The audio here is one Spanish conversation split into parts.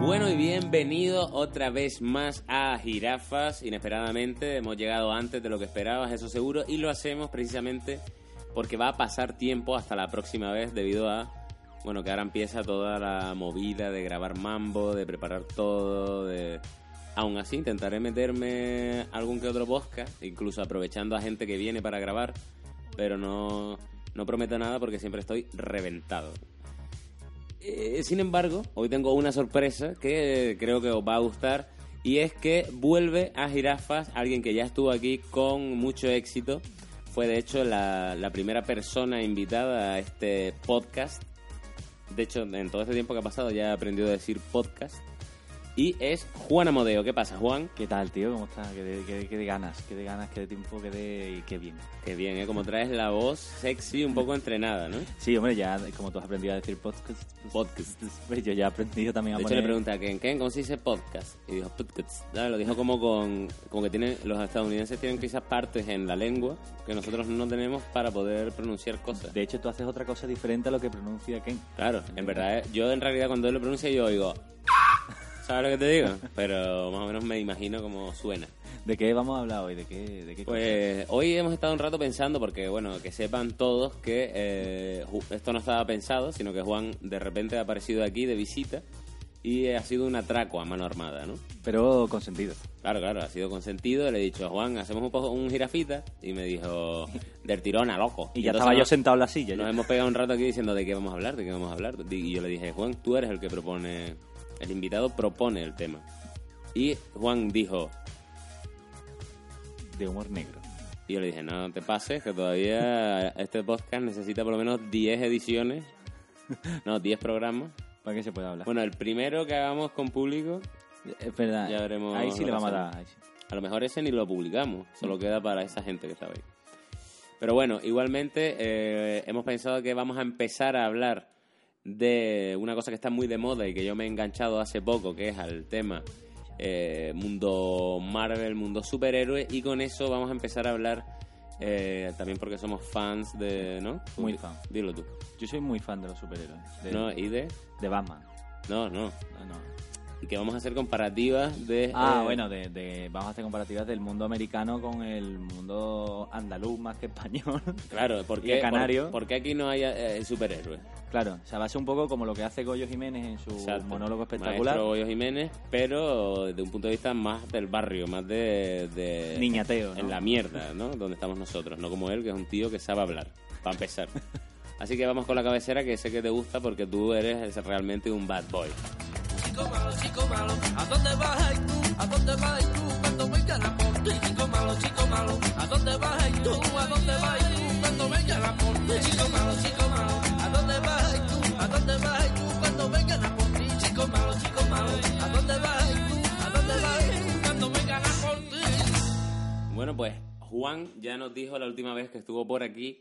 Bueno y bienvenido otra vez más a Jirafas. Inesperadamente hemos llegado antes de lo que esperabas, eso seguro, y lo hacemos precisamente porque va a pasar tiempo hasta la próxima vez debido a, bueno, que ahora empieza toda la movida de grabar mambo, de preparar todo, de... Aún así, intentaré meterme algún que otro podcast, incluso aprovechando a gente que viene para grabar, pero no, no prometo nada porque siempre estoy reventado. Eh, sin embargo, hoy tengo una sorpresa que creo que os va a gustar y es que vuelve a Jirafas alguien que ya estuvo aquí con mucho éxito. Fue de hecho la, la primera persona invitada a este podcast. De hecho, en todo este tiempo que ha pasado ya he aprendido a decir podcast. Y es Juan Amodeo. ¿Qué pasa, Juan? ¿Qué tal, tío? ¿Cómo estás? Qué de, qué, qué de ganas, qué de ganas, qué de tiempo, qué de... y qué bien. Qué bien, ¿eh? Como traes la voz sexy, un poco entrenada, ¿no? Sí, hombre, ya como tú has aprendido a decir podcast, pues, Podcast. pues, yo ya he aprendido también a De hecho, poner... le pregunté a Ken, Ken, ¿cómo se dice podcast? Y dijo podcast. Claro, Lo dijo como con como que tienen, los estadounidenses tienen quizás partes en la lengua que nosotros no tenemos para poder pronunciar cosas. De hecho, tú haces otra cosa diferente a lo que pronuncia Ken. Claro, en verdad, eh, yo en realidad cuando él lo pronuncia yo oigo... ¿Sabes lo que te digo? Pero más o menos me imagino cómo suena. ¿De qué vamos a hablar hoy? ¿De qué, de qué Pues hoy hemos estado un rato pensando, porque bueno, que sepan todos que eh, Ju- esto no estaba pensado, sino que Juan de repente ha aparecido aquí de visita y ha sido un atraco a mano armada, ¿no? cosa? Pero con sentido. Claro, claro, ha sido consentido. Le he dicho, Juan, hacemos un, poco, un jirafita. Y me dijo, del tirón a loco. Y ya entonces estaba yo nos- sentado en la silla. Nos ya. hemos pegado un rato aquí diciendo de qué vamos a hablar, de qué vamos a hablar. Y yo le dije, Juan, tú eres el que propone, el invitado propone el tema. Y Juan dijo, De humor negro. Y yo le dije, no te pases, que todavía este podcast necesita por lo menos 10 ediciones. No, 10 programas. ¿Para qué se puede hablar? Bueno, el primero que hagamos con público, es verdad. ya veremos Ahí sí le vamos a lo que dar. ahí sí. a lo mejor ese ni lo publicamos, Mm. solo queda para esa gente que estaba ahí. Pero bueno, igualmente eh, hemos pensado que vamos a empezar a hablar de una cosa que está muy de moda y que yo me he enganchado hace poco, que es al tema eh, mundo Marvel, mundo superhéroe, y con eso vamos a empezar a hablar eh, también porque somos fans de... ¿no? Muy fan. Dilo tú. Yo soy muy fan de los superhéroes. De, No, y de... de Batman. No, no. No, no. Y que vamos a hacer comparativas de... Ah, eh, bueno, de, de- vamos a hacer comparativas del mundo americano con el mundo andaluz más que español. Claro, porque y de canario. Por, por qué aquí no hay eh, superhéroes? claro, o sea, va a ser un poco como lo que hace Goyo Jiménez en su Exacto. monólogo espectacular. Maestro Goyo Jiménez, pero de un punto de vista más del barrio, más de... de- Niñateo, ¿no? eh, En la mierda, ¿no? Donde estamos nosotros, no como él, que es un tío que sabe hablar, para empezar. Así que vamos con la cabecera, que sé que te gusta porque tú eres realmente un bad boy. Chico malo, chico malo, ¿a dónde vas ay, tú? ¿A dónde vas ay, tú? Cuando venga la porte, chico malo, chico malo, ¿a dónde vas ay, tú? ¿A dónde vas ay, tú? Cuando venga la porte, chico malo, chico malo, ¿a dónde vas ay, tú? ¿A dónde vas ay, tú? Cuando venga la porte, chico malo, chico malo, ¿a dónde vas ay, tú? ¿A dónde vas ay, tú? Cuando venga la porte. Bueno, pues Juan ya nos dijo la última vez que estuvo por aquí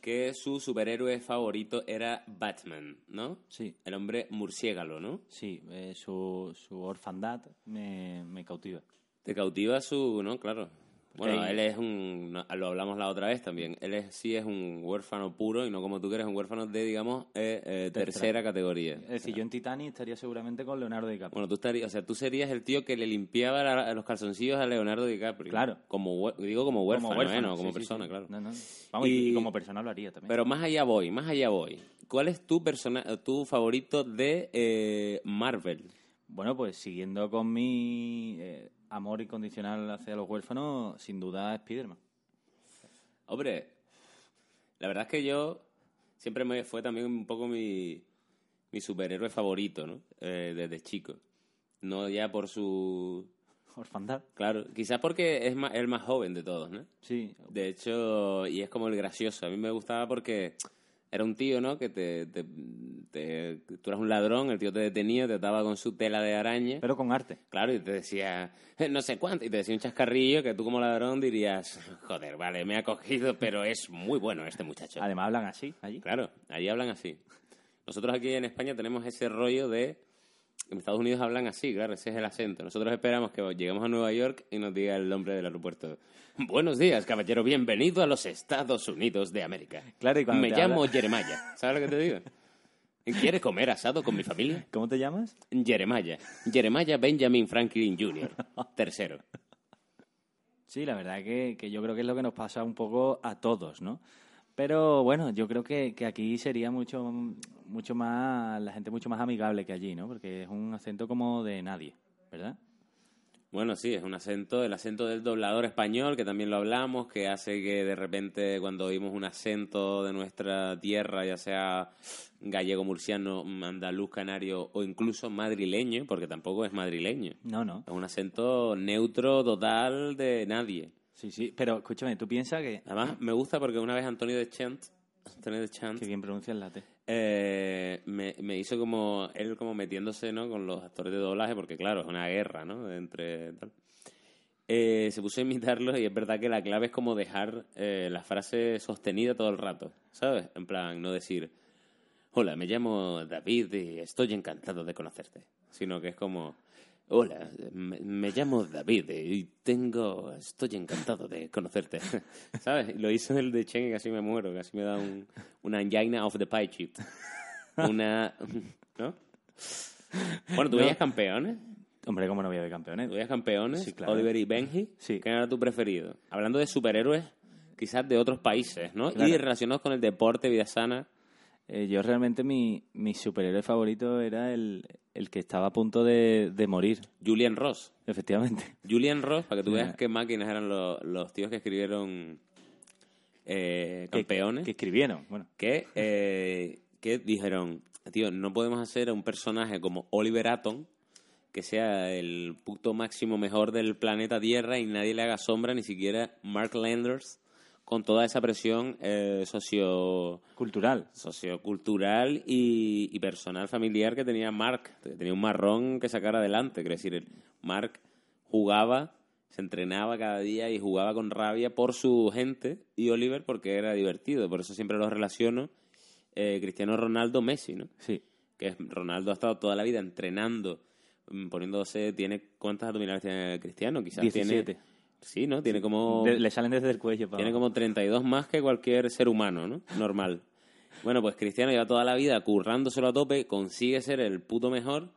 que su superhéroe favorito era Batman, ¿no? Sí, El hombre murciélago, ¿no? sí, eh, su, su orfandad me, me cautiva. Te cautiva su, ¿no? Claro. Bueno, ahí- él es un, no, lo hablamos la otra vez también, él es, sí es un huérfano puro y no como tú que eres un huérfano de, digamos, eh, eh, tercera categoría. Es decir, yo en Titanic estaría seguramente con Leonardo DiCaprio. Bueno, tú estarías, o sea, tú serías el tío que le limpiaba la- los calzoncillos a Leonardo DiCaprio. Claro. Como, hué- digo como huérfano, como huérfano, no como sí, sí, persona, sí. claro. No, no. Vamos, Y- y... como persona lo haría también. Pero más allá voy, más allá voy. ¿Cuál es tu persona, tu favorito de eh, Marvel? Bueno, pues siguiendo con mi eh, amor incondicional hacia los huérfanos, sin duda Spiderman. Hombre, la verdad es que yo siempre me fue también un poco mi, mi superhéroe favorito, ¿no? Eh, desde chico. No ya por su... Orfandad, Claro, quizás porque es ma- el más joven de todos, ¿no? sí. De hecho, y es como el gracioso. A mí me gustaba porque era un tío, ¿no? Que te, te- te- Tú eras un ladrón, el tío te detenía, te ataba con su tela de araña. Pero con arte. Claro, y te decía, "Eh, no sé cuánto, y te decía un chascarrillo que tú como ladrón dirías, joder, vale, me ha cogido, pero es muy bueno este muchacho. Además hablan así, allí. Claro, allí hablan así. Nosotros aquí en España tenemos ese rollo de... En Estados Unidos hablan así, claro, ese es el acento. Nosotros esperamos que lleguemos a Nueva York y nos diga el nombre del aeropuerto. Buenos días, caballero, bienvenido a los Estados Unidos de América. Claro, y cuando Me te llamo habla- Jeremiah. ¿Sabes lo que te digo? ¿Quieres comer asado con mi familia? ¿Cómo te llamas? Jeremiah. Jeremiah Benjamin Franklin Jr. Tercero. Sí, la verdad que, que yo creo que es lo que nos pasa un poco a todos, ¿no? Pero bueno, yo creo que, que aquí sería mucho, mucho más, la gente mucho más amigable que allí, ¿no? Porque es un acento como de nadie, ¿verdad? Bueno, sí, es un acento, el acento del doblador español, que también lo hablamos, que hace que de repente cuando oímos un acento de nuestra tierra, ya sea gallego, murciano, andaluz, canario o incluso madrileño, porque tampoco es madrileño. No, no. Es un acento neutro total de nadie. Sí, sí, pero escúchame, tú piensas que... Además, me gusta porque una vez Antonio de Chant, Antonio de Chant, Que bien pronuncia el late. eh, me, me hizo como él como metiéndose ¿no? con los actores de doblaje porque claro es una guerra no entre tal. Eh, se puso a imitarlos y es verdad que la clave es como dejar eh, la frase sostenida todo el rato sabes en plan no decir hola me llamo David y estoy encantado de conocerte sino que es como hola me, me llamo David y tengo estoy encantado de conocerte sabes Y lo hizo el de Chen y casi me muero casi me da un, una angina of the pie chip una ¿no? bueno tú veías campeones Hombre, ¿cómo no voy a ver campeones? ¿Tú veías campeones? Sí, claro. Oliver y Benji. Sí. ¿Quién era tu preferido? Hablando de superhéroes, quizás de otros países, ¿no? Claro. Y relacionados con el deporte, vida sana. Eh, yo realmente mi, mi superhéroe favorito era el, el que estaba a punto de, de morir, Julian Ross. efectivamente. Julian Ross, para que tú Mira. veas qué máquinas eran los, los tíos que escribieron eh, Que- campeones. Que escribieron, bueno. que, eh, que dijeron, tío, no podemos hacer a un personaje como Oliver Atom que sea el punto máximo mejor del planeta Tierra y nadie le haga sombra, ni siquiera Mark Landers, con toda esa presión eh, socio Cultural. sociocultural y, y personal familiar que tenía Mark. Tenía un marrón que sacar adelante. Quiero decir, el- Mark jugaba, se entrenaba cada día y jugaba con rabia por su gente y Oliver porque era divertido. Por eso siempre los relaciono eh, Cristiano Ronaldo Messi, ¿no? Sí. Que es- Ronaldo ha estado toda la vida entrenando, mm, poniéndose. tiene ¿Cuántas abdominales tiene Cristiano? Quizás 17. tiene. Sí, ¿no? Tiene como. De- le salen desde el cuello. para Tiene abajo. como 32 más que cualquier ser humano, ¿no? Normal. Bueno, pues Cristiano lleva toda la vida currándoselo a tope, consigue ser el puto mejor,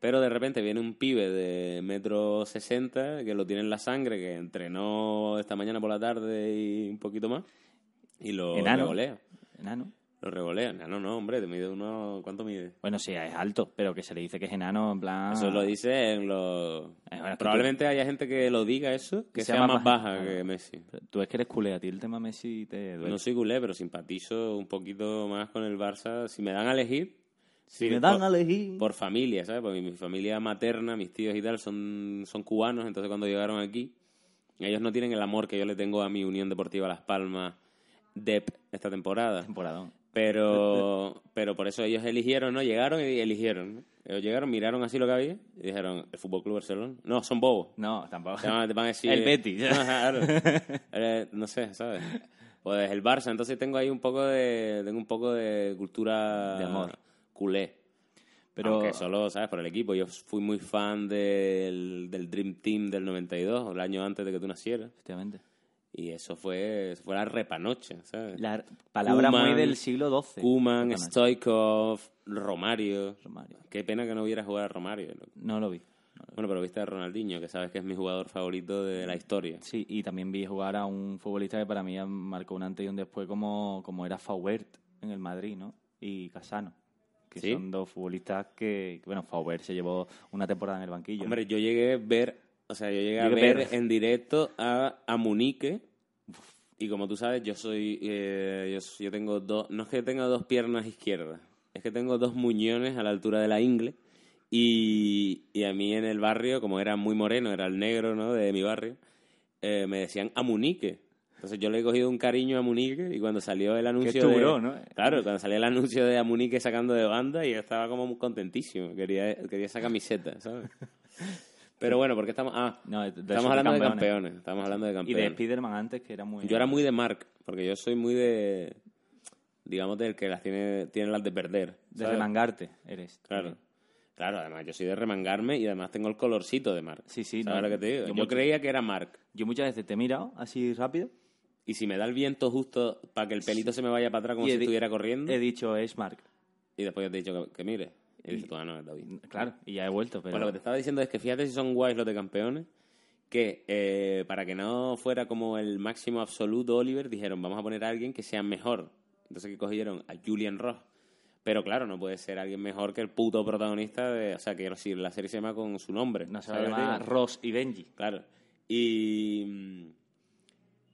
pero de repente viene un pibe de metro 60 que lo tiene en la sangre, que entrenó esta mañana por la tarde y un poquito más, y lo Enano. regolea. Enano. Lo regolea. No, no, hombre, te mide uno... ¿Cuánto mide? Bueno, sí, es alto, pero que se le dice que es enano, en plan... Eso lo dice en los... Eh, bueno, Ah. es que Probablemente haya gente que lo diga eso, que sea, más baja, que Messi. Pero Tú es que eres culé, a ti el tema Messi te duele. No soy culé, pero simpatizo un poquito más con el Barça. Si me dan a elegir, si sí, me dan por, a elegir... por familia, ¿sabes? Porque mi familia materna, mis tíos y tal, son, son cubanos, entonces cuando llegaron aquí, ellos no tienen el amor que yo le tengo a mi Unión Deportiva Las Palmas, DEP, esta temporada. Temporadón. Pero, pero por eso ellos eligieron, ¿no? Llegaron y eligieron. ¿no? Ellos llegaron, miraron así lo que había y dijeron, el Fútbol Club Barcelona. No, son bobos. No, tampoco. Te van, te van a decir... El Betis. No, claro. Eh, no sé, ¿sabes? Pues el Barça. Entonces tengo ahí un poco de... Tengo un poco de cultura... De amor. Culé. Pero... Aunque solo, ¿sabes? Por el equipo. Yo fui muy fan del, del Dream Team del 92, el año antes de que tú nacieras. Efectivamente. Y eso fue... Eso fue la repanoche, ¿sabes? La palabra Koeman- muy del siglo XII. Kuman, Perdona, Stoikov, Romario. Romario. Qué pena que no hubiera jugado a Romario. ¿no? No lo vi. Bueno, pero viste a Ronaldinho, que sabes que es mi jugador favorito de la historia. Sí, y también vi jugar a un futbolista que para mí marcó un antes y un después como, como era Faubert en el Madrid, ¿no? Y Casano, que ¿Sí? son dos futbolistas que, que, bueno, Faubert se llevó una temporada en el banquillo. ¿no? Hombre, yo llegué a ver, o sea, yo llegué a Llegué a ver ver. en directo a, a Munique. Y como tú sabes, yo soy, eh, yo, s- yo tengo dos, no es que tenga dos piernas izquierdas, es que tengo dos muñones a la altura de la ingle. Y, y a mí en el barrio, como era muy moreno, era el negro, ¿no? De mi barrio, eh, me decían a Munique. Entonces yo le he cogido un cariño a Munique y cuando salió el anuncio tu de- bro, ¿no? Claro, cuando salió el anuncio de Amunique sacando de banda y yo estaba como muy contentísimo. Quería, quería esa camiseta, ¿sabes? Pero bueno, porque estamos... Ah, No, de- de estamos hablando de supercampeones. campeones. Estamos hablando de Y de campeones. Spiderman antes, que era muy... yo era muy de Mark, porque yo soy muy de... Digamos, del que las tiene, tiene las de perder. De ¿sabes? remangarte, eres. Claro. Claro, además yo soy de remangarme y además tengo el colorcito de Mark. Sí, sí, ¿Sabes no, lo que te digo? yo Yo, mucho. creía que era Mark. Yo muchas veces te he mirado así rápido Y si me da el viento justo para que el pelito se me vaya para atrás como Y si he di- Mm. estuviera corriendo... he dicho, es Mark. Y después yo te he dicho que, que mire. Y dices tú, ah, no, es David. Claro, y ya he vuelto, pero... Pues lo que te estaba diciendo es que fíjate si son guays los de campeones, que eh, para que no fuera como el máximo absoluto Oliver, dijeron, vamos a poner a alguien que sea mejor. Entonces que cogieron a Julian Ross. Pero claro, no puede ser alguien mejor que el puto protagonista de... O sea, que si la serie se llama con su nombre. No se va a ¿sabes lo que te llamar digo? Ross y Benji. Claro. Y.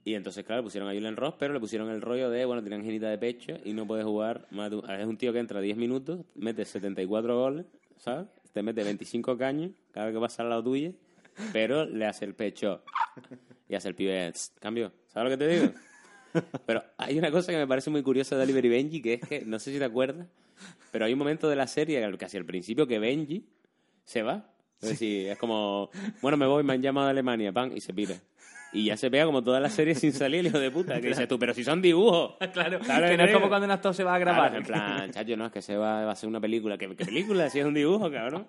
Y entonces, claro, pusieron a Julian Ross, pero le pusieron el rollo de, bueno, tiene angelita de pecho y no puede jugar. más de un- Es un tío que entra 10 minutos, mete 74 goles, ¿sabes? Te mete 25 caños cada vez que pasa al lado tuyo, pero le hace el pecho y hace el pibe. "Tss, Cambio, ¿sabes lo que te digo? Pero hay una cosa que me parece muy curiosa de Oliver y Benji, que es que, no sé si te acuerdas, pero hay un momento de la serie, casi al principio, que Benji se va. Es decir, es como, bueno, me voy, me han llamado a Alemania, pan, y se pira. Y ya se pega como toda la serie sin salir, el hijo de puta. Que dices tú, pero si son dibujos. Claro, Claro, que no es creo. como cuando un actor se va a grabar. Claro, en plan, chacho, no, es que se va, va a hacer una película. ¿Qué, qué película? Si es un dibujo, cabrón.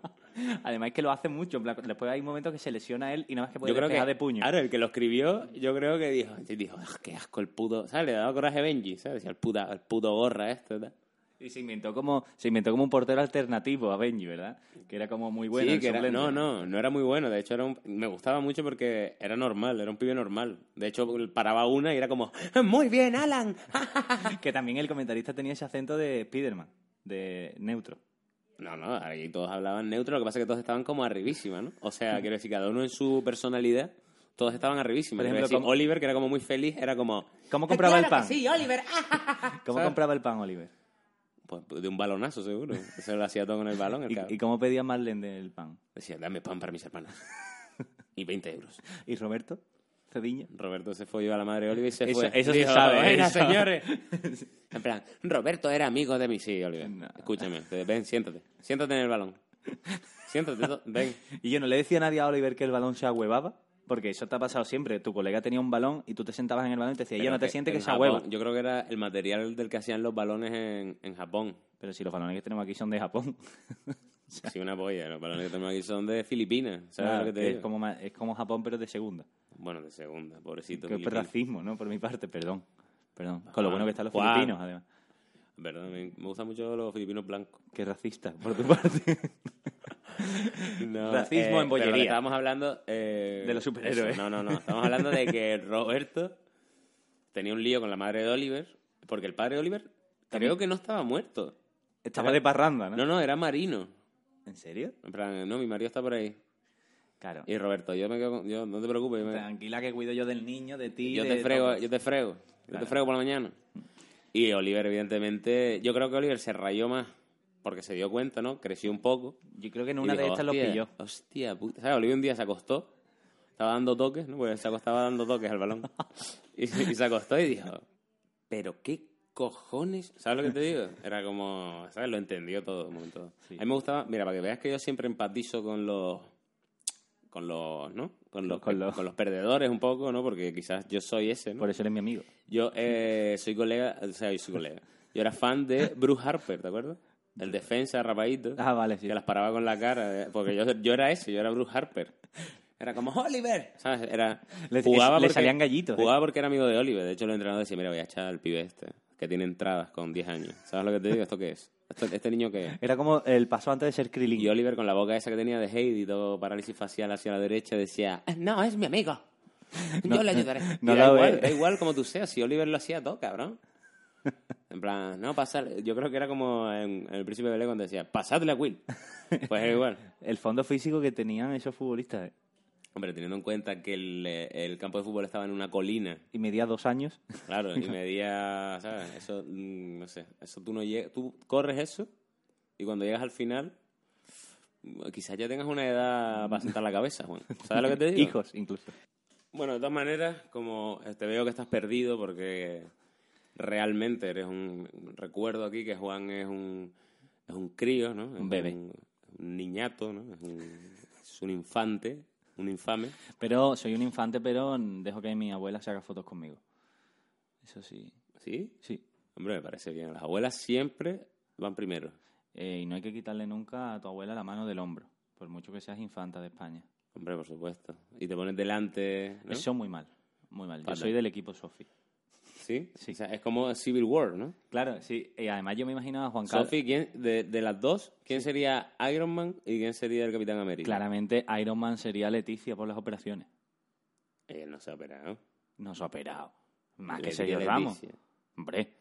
Además es que lo hace mucho. en plan, Después hay momentos que se lesiona él y nada más que puede Yo creo que. despejar de puño. Claro, el que lo escribió, yo creo que dijo, dijo, "Ah, qué asco el puto. ¿Sabes? Le daba coraje a Benji, ¿sabes? Decía, el, puta, el puto gorra este", esto, tal. Y se inventó como se inventó como un portero alternativo a Benji, ¿verdad? Que era como muy bueno. sí, el que era- suplente. no, no, no era muy bueno. De hecho, era un- me gustaba mucho porque era normal, era un pibe normal. De hecho, paraba una y era como, muy bien, Alan. Que también el comentarista tenía ese acento de Spiderman, de neutro. No, no, ahí todos hablaban neutro, lo que pasa es que todos estaban como arribísima, ¿no? O sea, quiero decir, cada uno en su personalidad, todos estaban arribísima. Por Quiero ejemplo, decir, como- Oliver, que era como muy feliz, era como, ¿Cómo compraba el pan? Oliver. ¿Cómo ¿sabes? compraba el pan, Oliver? pues, de un balonazo seguro. Se lo hacía todo con el balón, el cabrón. ¿Y, y cómo pedía Marlene del pan? Decía, dame pan para mis hermanas. Y 20 euros. ¿Y Roberto? ¿Cediño? Roberto se fue, iba a la madre de Oliver y se Eso- fue. eso se Dijo, sabe, "Buenas, eso". señores. En plan, Roberto era amigo de mí. Sí, Oliver. No. Escúchame, te- ven, siéntate. Siéntate en el balón. Siéntate, to- ven. Y yo no le decía a nadie a Oliver que el balón se ahuevaba, porque eso te ha pasado siempre. Tu colega tenía un balón y tú te sentabas en el balón y te decía, ya no te sientes que en se Japón, ahueva. Yo creo que era el material del que hacían los balones en, en Japón. Pero si los balones que tenemos aquí son de Japón. Sí, una polla. Los balones que tenemos aquí son de Filipinas. ¿Sabes Claro, lo que te que digo? Ah, es, como, ma- es como Japón, pero de segunda. Bueno, de segunda, pobrecito. Qué Filipinas. racismo, ¿no? Por mi parte, perdón. Perdón. Con lo Ah, bueno que están los guau. filipinos, además. Verdad, me, me gustan mucho los filipinos blancos. Qué racista, por tu parte. No, eh, pero lo Racismo en que bollería. Estábamos hablando eh, De los superhéroes. eso, No, no, no. Estamos hablando de que Roberto tenía un lío con la madre de Oliver, porque el padre de Oliver creo que no estaba muerto. Estaba de parranda, ¿no? No, no, era marino. ¿En serio? En plan, no, mi marido está por ahí. Claro. Y Roberto, yo me quedo con- yo, no te preocupes, yo, me- Eh, Tranquila que cuido yo del niño, de ti. yo de te frego, todo. yo te frego. Yo te frego por la mañana. Y Oliver, evidentemente, yo creo que Oliver se rayó más porque se dio cuenta, ¿no? Creció un poco. Yo creo que en Y una dijo, de estas los "Hostia, pilló. Hostia, puta. ¿Sabes? Olivia un día se acostó. Estaba dando toques, ¿no? Porque se acostaba dando toques al balón. Y, y se acostó y dijo, ¿pero qué cojones? ¿Sabes lo que te digo? Era como, ¿sabes? Lo entendió todo. un momento. Sí. A mí me gustaba, mira, para que veas que yo siempre empatizo con los. Con los, ¿no? Con los, Con los- con los perdedores un poco, ¿no? Porque quizás yo soy ese, ¿no? Por e- eso eres mi amigo. Yo eh, soy colega, o sea, yo soy colega. Yo era fan de Bruce Harper, ¿te acuerdas? El defensa, rapadito. Ah, vale, sí. Que las paraba con la cara. eh, Porque yo, yo era ese, yo era Bruce Harper. Era como Oliver. ¿Sabes? Era, Le- jugaba es- le porque- salían gallitos, eh. Jugaba porque era amigo de Oliver. De hecho, el entrenador decía, mira, voy a echar al pibe este, que tiene entradas con 10 años. ¿Sabes lo que te digo? ¿Esto qué es? ¿Esto- ¿Este niño qué es? Era como el paso antes de ser Krillin. Y Oliver, con la boca esa que tenía de Heidi, todo parálisis facial hacia la derecha, decía, no, es mi amigo. Yo le ayudaré. no Y da, lo igual, ve. da igual como tú seas. Si Oliver lo hacía todo, cabrón. En plan, no, pasar. Yo creo que era como en, en el príncipe de Belén cuando decía, pasadle a Will. Pues era igual. El fondo físico que tenían esos futbolistas. eh. Hombre, teniendo en cuenta que el, eh, el campo de fútbol estaba en una colina, Y medía dos años. claro, y medía, ¿sabes? Eso, mm, no sé, eso tú no llegas, tú corres eso y cuando llegas al final, mm, quizás ya tengas una edad para sentar la cabeza, Juan. ¿Sabes lo que te digo? Hijos, incluso. Bueno, de todas maneras, como eh, te veo que estás perdido porque realmente eres un... Recuerdo aquí que Juan es un, es un crío, ¿no? Es Un bebé. Un, un niñato, ¿no? Es un, es un infante, un infame. Pero soy un infante, pero dejo que mi abuela se haga fotos conmigo. Eso sí. ¿Sí? Sí. Hombre, me parece bien. Las abuelas siempre van primero. Eh, y no hay que quitarle nunca a tu abuela la mano del hombro, por mucho que seas infanta de España. Hombre, por supuesto. Y te pones delante. ¿no? Eso muy mal, muy mal. Yo Fatal. soy del equipo Sofi. ¿Sí? Sí. O sea, es como Civil War, ¿no? Claro, sí. Y además yo me imagino a Juan Carlos. Sophie, ¿quién, de, de las dos, ¿quién sería Iron Man y quién sería el Capitán América? Claramente Iron Man sería Leticia por las operaciones. Él Eh, no se ha operado. No se ha operado. Más Le Ah, que dio Sergio Leticia. Ramos. Hombre,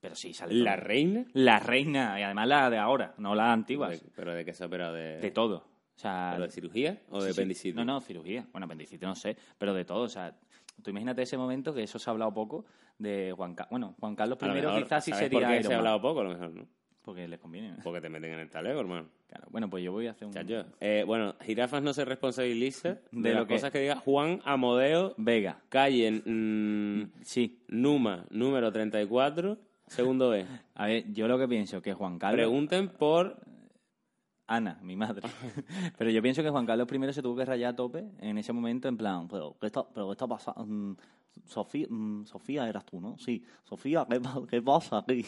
pero sí sale. ¿La todo. reina? La reina, y además la de ahora, no la antigua. De- ¿Pero de qué se ha operado? ¿De, De todo. O sea, ¿pero de cirugía o de Sí, sí. apendicitis? No, no, cirugía. Bueno, apendicitis no sé, pero de todo. O sea, tú imagínate ese momento que eso se ha hablado poco de Juan Carlos. Bueno, Juan Carlos A lo primero mejor, quizás sí ¿sabes sería por qué Iron se ha Man? hablado poco, a lo mejor, ¿no? Porque les conviene. ¿no? Porque te meten en el talego, hermano. Claro. Bueno, pues yo voy a hacer un... Chacho. Eh, bueno, Jirafas no se responsabiliza de, De las lo que- cosas que diga Juan Amodeo Vega. Calle mm, Sí. Numa, número 34, segundo B. A ver, yo lo que pienso que Juan Carlos... Pregunten por... Ana, mi madre. pero yo pienso que Juan Carlos I se tuvo que rayar a tope en ese momento, en plan, pero ¿qué está, pero qué está pasando? Mm, Sofía, mm, Sofía eras tú, ¿no? Sí. Sofía, ¿qué, pa- qué pasa aquí?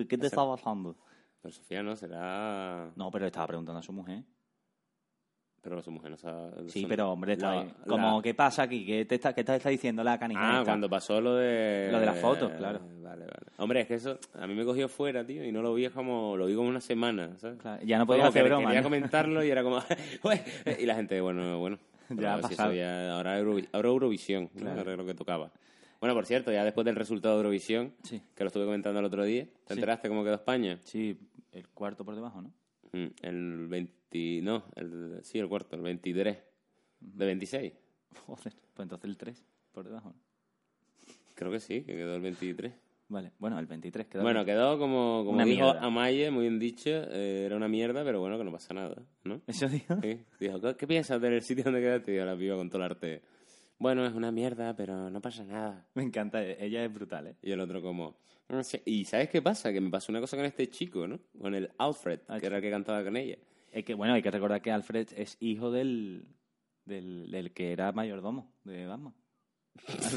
¿Qué te está pasando? Pero Sofía no, será... No, pero estaba preguntando a su mujer. Pero su mujer no sabe... Sí, son- pero hombre, está la- bien. como, la- ¿qué pasa aquí? ¿Qué te está, qué te está diciendo la canija? Ah, esta? cuando pasó lo de... Lo de las fotos, claro. Vale, vale. Hombre, es que eso a mí me cogió fuera, tío, y no lo vi es como... Lo vi como una semana, ¿sabes? Claro, ya no Fue podía como hacer que broma. Quería ¿no? comentarlo y era como... y la gente, bueno, bueno. Pero Ya ha a ver si eso pasado. ya- ahora, Euro- ahora Eurovisión, ¿no? Claro. Ahora es lo que tocaba. Bueno, por cierto, ya después del resultado de Eurovisión, Sí. que lo estuve comentando el otro día, ¿te enteraste cómo quedó España? Sí, el cuarto por debajo, ¿no? Mm, El 20... No, el, sí, el cuarto, el 23. ¿De 26? Joder, pues entonces el 3 por debajo. ¿no? Creo que sí, que quedó el 23. Vale, bueno, el 23 queda. Bueno, quedó como, como Una dijo mierda. Amaye, muy bien dicho, eh, era una mierda, pero bueno, que no pasa nada, ¿no? Eso digo. Sí. Dijo, ¿qué, qué piensas del sitio donde quedaste? Y la piba con todo el arte. Bueno, es una mierda, pero no pasa nada. Me encanta, ella es brutal, ¿eh? Y el otro como... "No sé". Y ¿sabes qué pasa? Que me pasó una cosa con este chico, ¿no? Con el Alfred, Ah, que era el que cantaba con ella. Es que, bueno, hay que recordar que Alfred es hijo del, del, del que era mayordomo de Batman.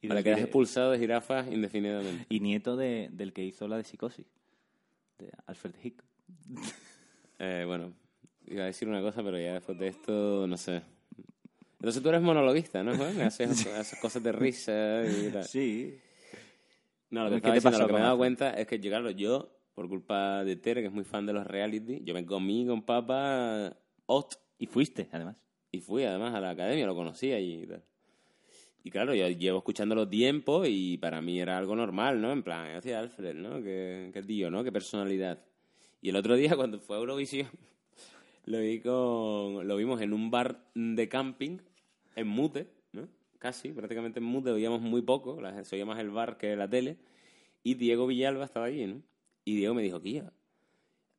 y, Para del que eras dire- expulsado de jirafas indefinidamente. y nieto de- del que hizo la de psicosis, de Alfred Hitchcock. Eh, bueno, iba a decir una cosa, pero ya después de esto, no sé. Entonces tú eres monologuista, ¿no, Juan? Haces, haces cosas de risa y tal. Sí. No, lo que, ¿Qué estaba te diciendo, pasó lo que me he con dado Alfred? cuenta es que, yo, claro, yo, por culpa de Tere, que es muy fan de los reality, yo me comí con papa Ost Y fuiste, además. y fui además a la academia, lo conocí allí y tal. Y claro, yo llevo escuchando los tiempos y para mí era algo normal, ¿no? En plan, yo decía Alfred, ¿no? Qué, qué tío, ¿no? Qué personalidad. Y el otro día, cuando fue a Eurovisión, lo, vi con, lo vimos en un bar de camping, en mute, ¿no? Casi, prácticamente en mute, oíamos muy poco, la- se oía más el bar que la tele. Y Diego Villalba estaba allí, ¿no? Y Diego me dijo, Kia,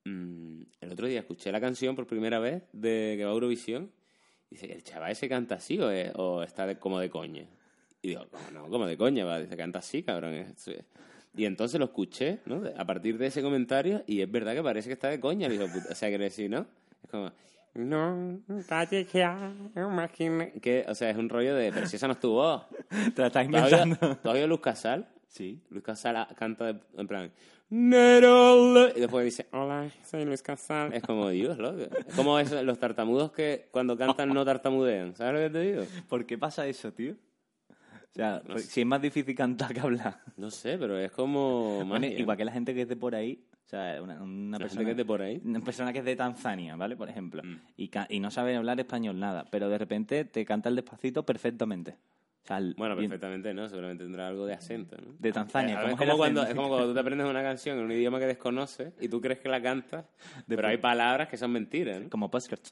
mm, el otro día escuché la canción por primera vez de que va a Eurovisión. Y dice, ¿el chaval ese canta así o, es- o está de- como de coña? Y digo, "¿Cómo no, como de coña, va, dice, canta así, cabrón. es- es". Y entonces lo escuché, ¿no? De- A partir de ese comentario, y es verdad que parece que está de coña, le digo, "Puta", o sea, quiere decir, ¿no? Es como, no, calle que hay, imagina-". Que, o sea, es un rollo de, pero si esa no es tu voz. Te la estás ¿Tú has oído- inventando. tú has oído Luz Casal? Sí. Luis Casal ah, canta de- en plan "Nerol". y después dice hola soy Luis Casal es como Dios loco es como eso, los tartamudos que cuando cantan no tartamudean ¿sabes lo que te digo? ¿Por qué pasa eso, tío? O sea, pues, si es más difícil cantar que hablar. no sé pero es como Bueno, magia. igual que la gente que es de por ahí, o sea, una, una la persona gente que es de por ahí una persona que es de Tanzania, ¿vale? Por ejemplo, Mm. y, ca- y no sabe hablar español nada, pero de repente te canta el despacito perfectamente. O sea, el- bueno bien- perfectamente no seguramente tendrá algo de acento ¿no? de Tanzania. Eh, ¿cómo es, era como cuando, hacer- es como cuando tú te aprendes una canción en un idioma que desconoces y tú crees que la cantas pero pronto. hay palabras que son mentiras ¿no? como podcast.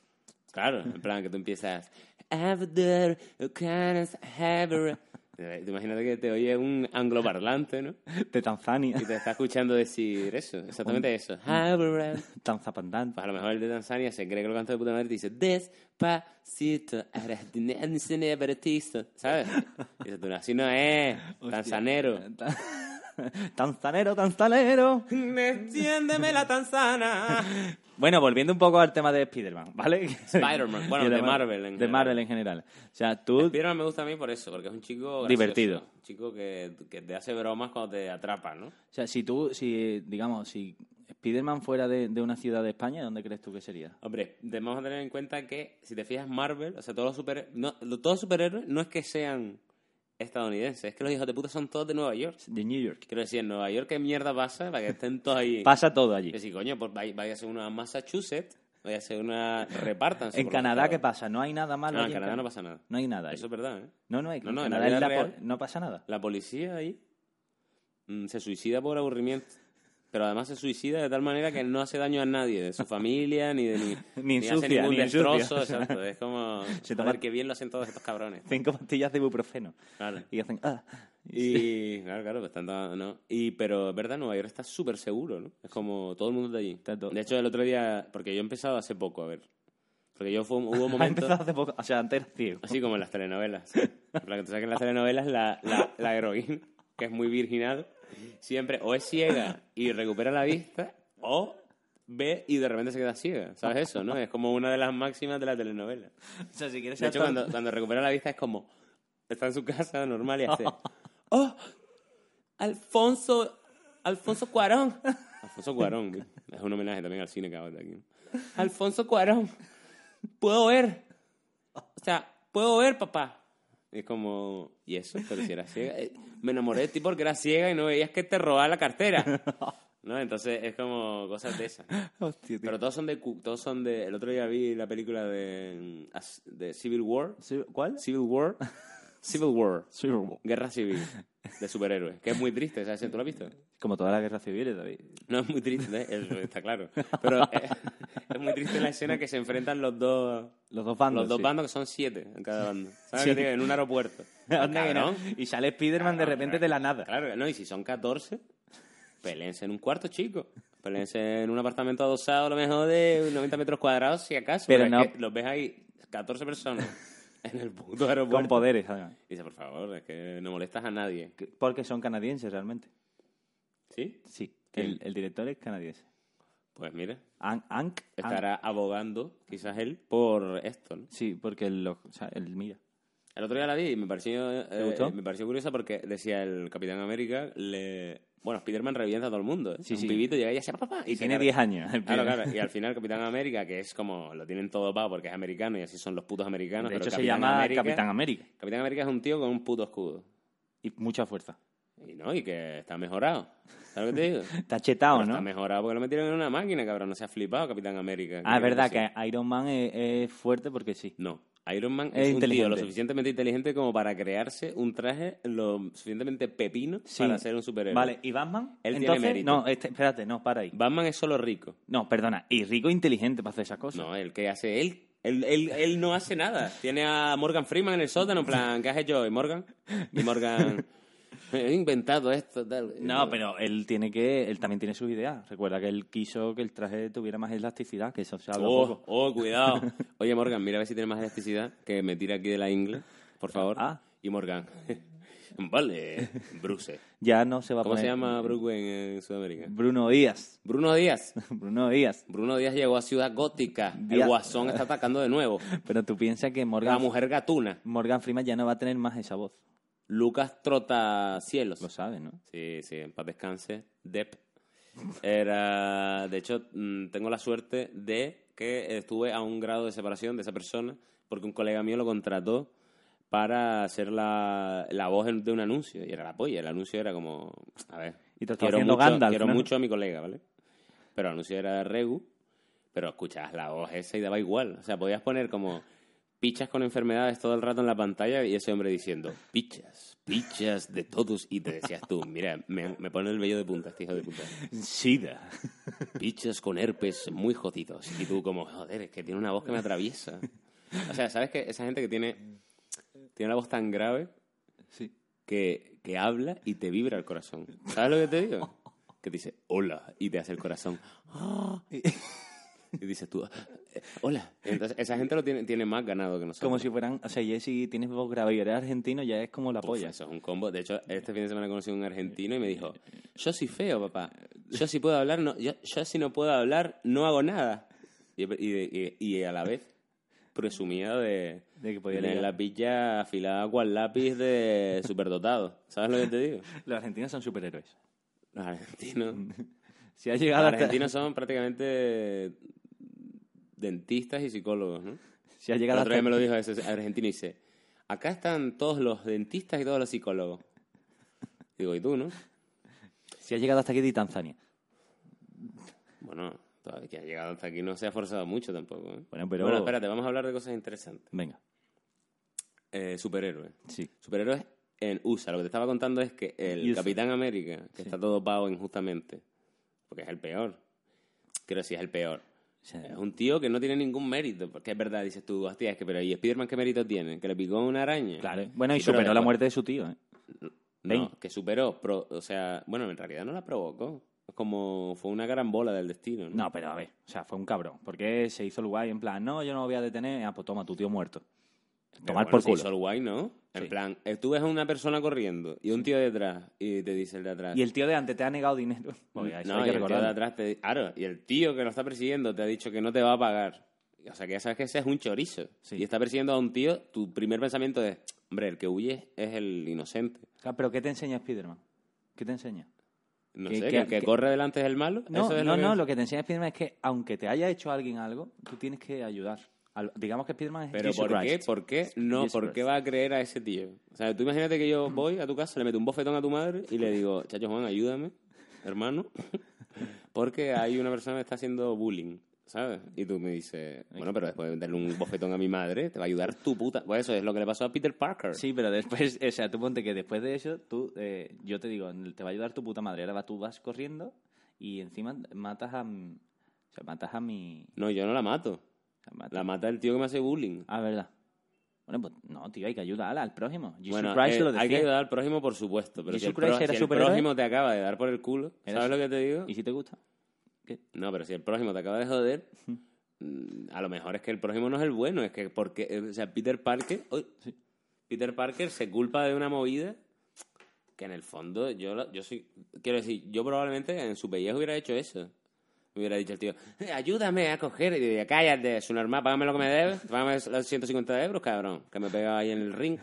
Claro, en plan que tú empiezas. "Abdur, Ucanas, Haber". Eh, Tú Imagínate que te oye un angloparlante, ¿no? De Tanzania. Y te está escuchando decir eso, exactamente eso. "Haber". Tanzapandán. Pues a lo mejor el de Tanzania se cree que lo canta de puta madre y te dice despacito, ahora tiene aperitizo", ¿sabes? Y dices tú, "No, así no es, tanzanero. Tan- Tanzanero, tanzanero. Extiéndeme la tanzana. Bueno, volviendo un poco al tema de Spider-Man, ¿vale? Spider-Man, bueno, Y de Marvel en De general. Marvel en general. O sea, tú... Spiderman me gusta a mí por eso, porque es un chico gracioso, Divertido. Un chico que, que te hace bromas cuando te atrapa, ¿no? O sea, si tú, si, digamos, si Spider-Man fuera de, de una ciudad de España, ¿dónde crees tú que sería? Hombre, debemos tener en cuenta que, si te fijas, Marvel, o sea, todos los, super, no, lo- todos los superhéroes no es que sean estadounidense. Es que los hijos de puta son todos de Nueva York. De New York. Quiero decir, en Nueva York, ¿qué mierda pasa? Para que estén todos ahí. Pasa todo allí. Que si, coño, pues vaya, vaya a ser una Massachusetts, vaya a ser una. Repártanse. En por los Canadá, estados. ¿qué pasa? No hay nada malo. No, en allí Canadá no pasa nada. No hay nada. Eso allí. es verdad, ¿eh? No, no, hay. No, no, en la Canadá es vida la po- real- no pasa nada. La policía ahí mm, se suicida por aburrimiento. Pero además se suicida de tal manera que no hace daño a nadie, de su familia, ni de ni, Ni hace ensucia, ningún ni ensucia. destrozo. Exacto. Es como. Se Se toma- toma... qué bien lo hacen todos estos cabrones. Cinco pastillas de ibuprofeno. Claro. Y hacen... ah. Y claro, claro, pues tanto, no. Y pero es verdad, Nueva York está súper seguro, ¿no? Es como todo el mundo de allí. Está todo- De hecho, el otro día, porque yo he empezado hace poco a ver. Porque yo fue, hubo un Ha momento empezado hace poco. O sea, antes era ciego. así como en las telenovelas. Para que tú sabes que en las telenovelas la, la, la heroína, que es muy virginal, siempre o es ciega y recupera la vista, o ve y de repente se queda ciega. ¿Sabes eso, no? Es como una de las máximas de la telenovela. O sea, si quieres De hecho, cuando, cuando recupera la vista es como... Está en su casa normal y hace... ¡Oh! Alfonso... Alfonso Cuarón. Alfonso Cuarón. Es un homenaje también al cine que hago de aquí. Alfonso Cuarón. Puedo ver. O sea, puedo ver, papá. Y es como... ¿Y eso? Pero si era ciega... eh, Me enamoré de ti porque era ciega y no veías que te robaba la cartera. ¿No? Entonces es como cosas de esas. Hostia, tío. Pero todos son de... cu- Todos son de... El otro día vi la película de... De Civil War. Sí, ¿Cuál? Civil War. Civil War. Sí, Guerra civil de superhéroes. Que es muy triste, ¿sabes? ¿Tú lo has visto? Como todas las guerras civiles, David. No es muy triste, ¿eh? Eso está claro. Pero es, es muy triste la escena que se enfrentan los dos. Los dos bandos. los dos sí. bandos que son siete en cada bando. ¿Sabes? Sí. Ah, Que tienen en un aeropuerto. Anda que no. Cabrón. Y sale Spiderman de repente de la nada. Ah, Claro, no, y si son 14, pelense en un cuarto, chico. Pelense en un apartamento adosado, a lo mejor de 90 metros cuadrados, si acaso. Pero es no. que los ves ahí, 14 personas, en el puto aeropuerto. Con poderes, además. Dice, por favor, es que no molestas a nadie. Que- Porque son canadienses, realmente. ¿Sí? Sí. ¿Quién? El, el director es canadiense. Este Pues mira, An- Ank. Ank. estará abogando quizás él por esto, ¿no? Sí, porque el, lo- o sea, el mira. El otro día la vi y me pareció, eh, gustó? me pareció curiosa porque decía el Capitán América, le... bueno, Spiderman revienta a todo el mundo, ¿eh? Sí, un sí. pibito llega y hace papá y Y se tiene carga. 10 años. el Claro, pibe. claro, y al final Capitán América, que es como, lo tienen todo pago porque es americano y así son los putos americanos. De pero hecho, se Capitán llama América- Capitán América. Capitán América es un tío con un puto escudo. Y mucha fuerza. Y no, y que está mejorado. ¿Sabes lo que te digo? Pues Está chetado, Pero ¿no? Está mejorado porque lo metieron en una máquina, cabrón. No se ha flipado Capitán América. Ah, es Quiero verdad decir. que Iron Man es, es fuerte porque sí. No, Iron Man Es es, un tío lo inteligente. suficientemente inteligente como para crearse un traje lo suficientemente pepino Sí. para ser un superhéroe. Vale, ¿y Batman? Él tiene Entonces, mérito. No, este- espérate, no, para ahí. Batman es solo rico. No, perdona. Y rico e inteligente para hacer esas cosas. No, el que hace él. Él, él, él no hace nada. Tiene a Morgan Freeman en el sótano, en plan, ¿qué has hecho hoy, Morgan? Y Morgan, he inventado esto, tal. No, pero él tiene que, él también tiene sus ideas. Recuerda que él quiso que el traje tuviera más elasticidad, que eso se habla Oh, poco. oh, cuidado. Oye, Morgan, mira a ver si tiene más elasticidad, que me tira aquí de la ingle, por favor. Ah. Y Morgan, vale, Bruce. Ya no se va a ¿Cómo poner. se llama Brooklyn en Sudamérica? Bruno Díaz. Bruno Díaz. Bruno Díaz. Bruno Díaz llegó a Ciudad Gótica. Díaz. El Guasón está atacando de nuevo. Pero tú piensas que La Morgan, mujer gatuna. Morgan Freeman ya no va a tener más esa voz. Lucas Trotacielos. Lo sabes, ¿no? Sí, sí, en paz descanse. Depp. Era. De hecho, mm, tengo la suerte de que estuve a un grado de separación de esa persona porque un colega mío lo contrató para hacer la, la voz en- de un anuncio. Y era la polla. El anuncio era como. A ver. Y te está quiero haciendo mucho, Gandalf, quiero ¿no? mucho a mi colega, ¿vale? Pero el anuncio era de Regu. Pero escuchabas la voz esa y daba igual. O sea, podías poner como pichas con enfermedades todo el rato en la pantalla y ese hombre diciendo pichas, pichas de todos. Y te decías tú, mira, me, me pone el vello de punta este hijo de puta. Sida. Pichas con herpes muy jodidos. Y tú como, joder, es que tiene una voz que me atraviesa. O sea, ¿sabes que Esa gente que tiene, tiene una voz tan grave Sí. que, que habla y te vibra el corazón. ¿Sabes lo que te digo? Que te dice, hola, y te hace el corazón. "Ah". Y dices tú, "Eh, hola. Entonces, esa gente lo tiene, tiene más ganado que nosotros. Como si fueran, o sea, ya si tienes voz grave y eres argentino, ya es como la Uf, polla. Eso es un combo. De hecho, este fin de semana conocí a un argentino y me dijo, yo soy feo, papá. Yo si puedo hablar, no, yo, yo si no puedo hablar, no hago nada. Y, y- y- y a la vez presumía de, De que podía tener ligar. la pilla afilada cual lápiz de superdotado. ¿Sabes lo que te digo? Los argentinos son superhéroes. Los argentinos, Si ha los llegado hasta- argentinos son prácticamente dentistas y psicólogos, ¿no? si ha El llegado otro hasta, día me lo dijo ese argentino y dice, acá están todos los dentistas y todos los psicólogos. Digo, ¿y tú, no? Si has llegado hasta aquí de Tanzania. Bueno, todavía que ha llegado hasta aquí no se ha forzado mucho tampoco. ¿eh? Bueno, pero- Bueno, espérate, vamos a hablar de cosas interesantes. Venga, Eh, superhéroes. sí. Superhéroes en USA. Lo que te estaba contando es que el USA. Capitán América, que Sí. está todo pago injustamente, porque es el peor. Creo que sí es el peor. O sea, Es un tío que no tiene ningún mérito, porque es verdad, dices tú, hostia, es que pero ¿y Spiderman qué mérito tiene? ¿Que le picó una araña? Claro. Bueno, y Sí, pero superó la después- muerte de su tío, ¿eh? No, que superó, pro- o sea, bueno, en realidad no la provocó. Es como fue una carambola del destino. ¿no? No, pero a ver, o sea, fue un cabrón. Porque se hizo el guay en plan, no, yo no lo voy a detener. Ah, pues toma, tu tío muerto. Pero Tomar bueno, por se culo. hizo el guay, ¿no? En Sí. plan, eh, tú ves a una persona corriendo y un tío detrás y te dice el de atrás. "Mm, Y el tío de antes te ha negado dinero. Oye, eso no, hay y el tío que de recordarlo. atrás te claro, y el tío que lo está persiguiendo te ha dicho que no te va a pagar. O sea, que ya sabes que ese es un chorizo. Sí. Y está persiguiendo a un tío, tu primer pensamiento es, hombre, el que huye es el inocente. Claro, pero ¿qué te enseña Spiderman? ¿Qué te enseña? No Que- sé, que- que el que que- corre delante es el malo. No, Eso es no, lo que- no, lo que te enseña Spiderman es que aunque te haya hecho alguien algo, tú tienes que ayudar. Al- digamos que Spiderman es Pero Jesus ¿por qué? Christ. ¿Por qué? No, Jesus ¿por qué Christ. va a creer a ese tío? O sea, tú imagínate que Mm. yo voy a tu casa, le meto un bofetón a tu madre y le digo, chacho Juan, ayúdame, hermano, porque hay una persona que está haciendo bullying, ¿sabes? Y tú me dices, bueno, pero después de darle un bofetón a mi madre, te va a ayudar tu puta. Pues eso es lo que le pasó a Peter Parker. Sí, pero después, o sea, tú ponte que después de eso, tú, eh, yo te digo, te va a ayudar tu puta madre. Ahora va- tú vas corriendo y encima matas a, mi- o sea, matas a mi, No, yo no la mato. o sea, matas- La mata el tío que me hace bullying. Ah, verdad. Bueno, pues no, tío, hay que ayudar al prójimo. Jesus bueno, Christ eh, lo decía. hay que ayudar al prójimo, por supuesto, pero si Jesus el, pro- Christ era si el superhéroe. prójimo te acaba de dar por el culo, Era ¿sabes lo que te digo? ¿Y si te gusta? ¿Qué? No, pero si el prójimo te acaba de joder, mm, a lo mejor es que el prójimo no es el bueno, es que porque, eh, o sea, Peter Parker, uy, Peter Parker se culpa de una movida que en el fondo yo, la- yo soy, quiero decir, yo probablemente en su pellejo hubiera hecho eso. Me hubiera dicho el tío, "Eh, ayúdame a coger. Y diría, cállate, su normal, págame lo que me debes, págame los 150 euros, cabrón, que me pega ahí en el ring.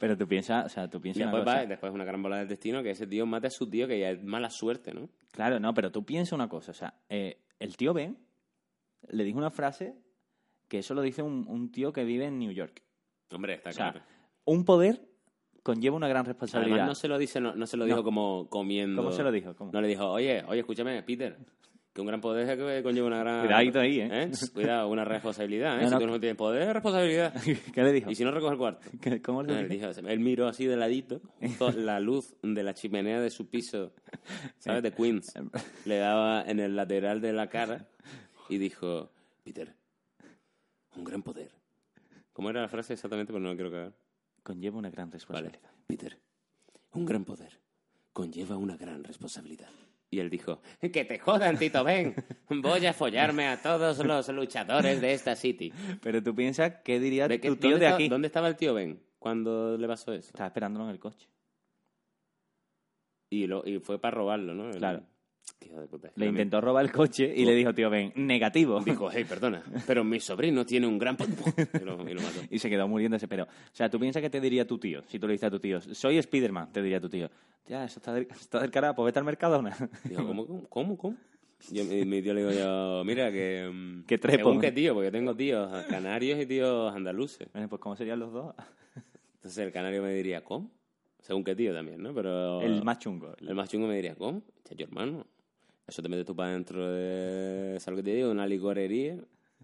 Pero tú piensas, o sea, tú Y piensas una después, cosa. va, después una carambola del destino que ese tío mate a su tío, que ya es mala suerte, ¿no? Claro, no, pero tú piensas una cosa. O sea, eh, el tío Ben le dijo una frase que eso lo dice un, un tío que vive en New York. Hombre, está O sea, claro. un poder conlleva una gran responsabilidad. Además, no se lo dice, no, no se lo No. dijo como comiendo. ¿Cómo se lo dijo? ¿Cómo? No le dijo, oye, oye, escúchame, Peter, que un gran poder es que conlleva una gran... Cuidadito ahí, ¿eh? Tss, Cuidado, una responsabilidad, ¿eh? No, si no. Pues tú no tienes poder, responsabilidad. ¿Qué le dijo? Y si no, recoge el cuarto. ¿Qué- ¿Cómo Él, le dijo? dijo, él miró así de ladito, justo la luz de la chimenea de su piso, ¿sabes? De Queens. Le daba en el lateral de la cara y dijo, Peter, un gran poder. ¿Cómo era la frase exactamente? Pero no la quiero cagar. Conlleva una gran Vale. responsabilidad. Peter, un gran poder conlleva una gran responsabilidad. Y él dijo, que te jodan, Tito, ven. Voy a follarme a todos los luchadores de esta city. Pero tú piensas, ¿qué diría ¿De qué- tu tío dónde de estaba- aquí? ¿Dónde estaba el tío Ben cuando le pasó eso? Estaba esperándolo en el coche. Y, lo, y fue para robarlo, ¿no? El- Claro. Qué hijo de puta. Le intentó robar el coche y le dijo, tío Ben, negativo. Dijo, hey, perdona, pero mi sobrino tiene un gran... po-". Y lo, y lo mató. Y se quedó muriendo ese pero. O sea, tú piensas que te diría tu tío, si tú le dices a tu tío, soy Spiderman, te diría tu tío, ya, eso está del, está del carajo, pues vete al Mercadona. Dijo, ¿cómo, cómo, cómo? cómo? Yo, mi, mi tío le digo yo, mira, que... mm, Que trepo. según qué tío, porque tengo tíos canarios y tíos andaluces. Bueno, pues ¿cómo serían los dos? Entonces el canario me diría, ¿cómo? Según qué tío también, ¿no? Pero El más chungo. el más chungo me diría, ¿cómo? Chacho, hermano, eso te metes tú para dentro de, ¿sabes lo que te digo? Una licorería.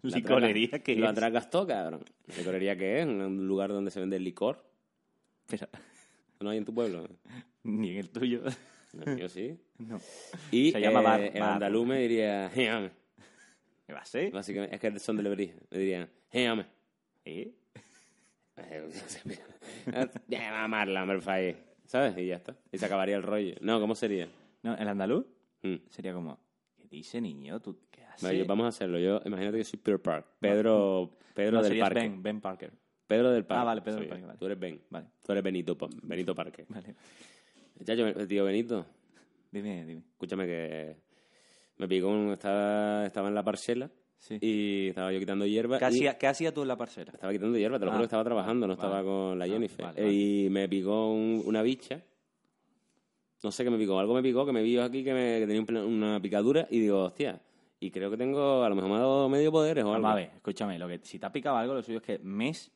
La ¿Licorería atracas- qué Lo es? atracas todo, cabrón. ¿Licorería qué es? Un lugar donde se vende licor. Pero ¿No hay en tu pueblo? ni en el tuyo. No, yo sí. No. Y eh, Se llama bar, el bar. andaluz me diría, "Géame". ¿Qué va a ser? Básicamente, es que son de Lebrí. Me dirían, géame. ¿Eh? Ya mamarla, hombre, falle. ¿Sabes? Y ya está. Y se acabaría el rollo. No, ¿cómo sería? No, el andaluz Mm. sería como, ¿qué dice niño? ¿Tú qué haces? Vale, yo- vamos a hacerlo. Yo, imagínate que soy Peter Park. Pedro, Pedro No, del serías Parque. Ben, Ben Parker. Pedro del Parque. Ah, vale, Pedro soy del yo. Parque, vale. Tú eres Ben. Vale, Tú eres Benito, Pa- Benito Parque. vale. Ya yo, tío Benito, Dime, dime. escúchame que me picó un... Estaba, estaba en la parcela Sí. y estaba yo quitando hierba. ¿Qué, y- hacía, qué hacía tú en la parcela? Estaba quitando hierba, te lo Ah. juro que estaba trabajando, no Vale. estaba con la Ah, Jennifer. vale, vale. Y me picó un- una bicha. No sé qué me picó, algo me picó que me vio aquí que, me, que tenía un pla- una picadura y digo, hostia, y creo que tengo, a lo mejor me ha Ah, dado medio poderes o algo. Vamos a ver, escúchame, lo que, si te ha picado algo, lo suyo es que mes,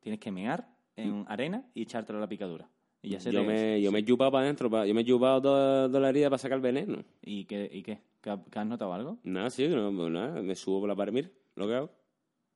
tienes que mear en arena y echártelo a la picadura. Y ya se Mm. Yo te- me, yo me he chupado para adentro, pa- yo me he chupado toda, toda la herida para sacar el veneno. ¿Y qué? ¿Y qué? ¿Que ha- que has notado algo? Nada, sí, no, pues nada, me subo por la pared, mira, lo que hago.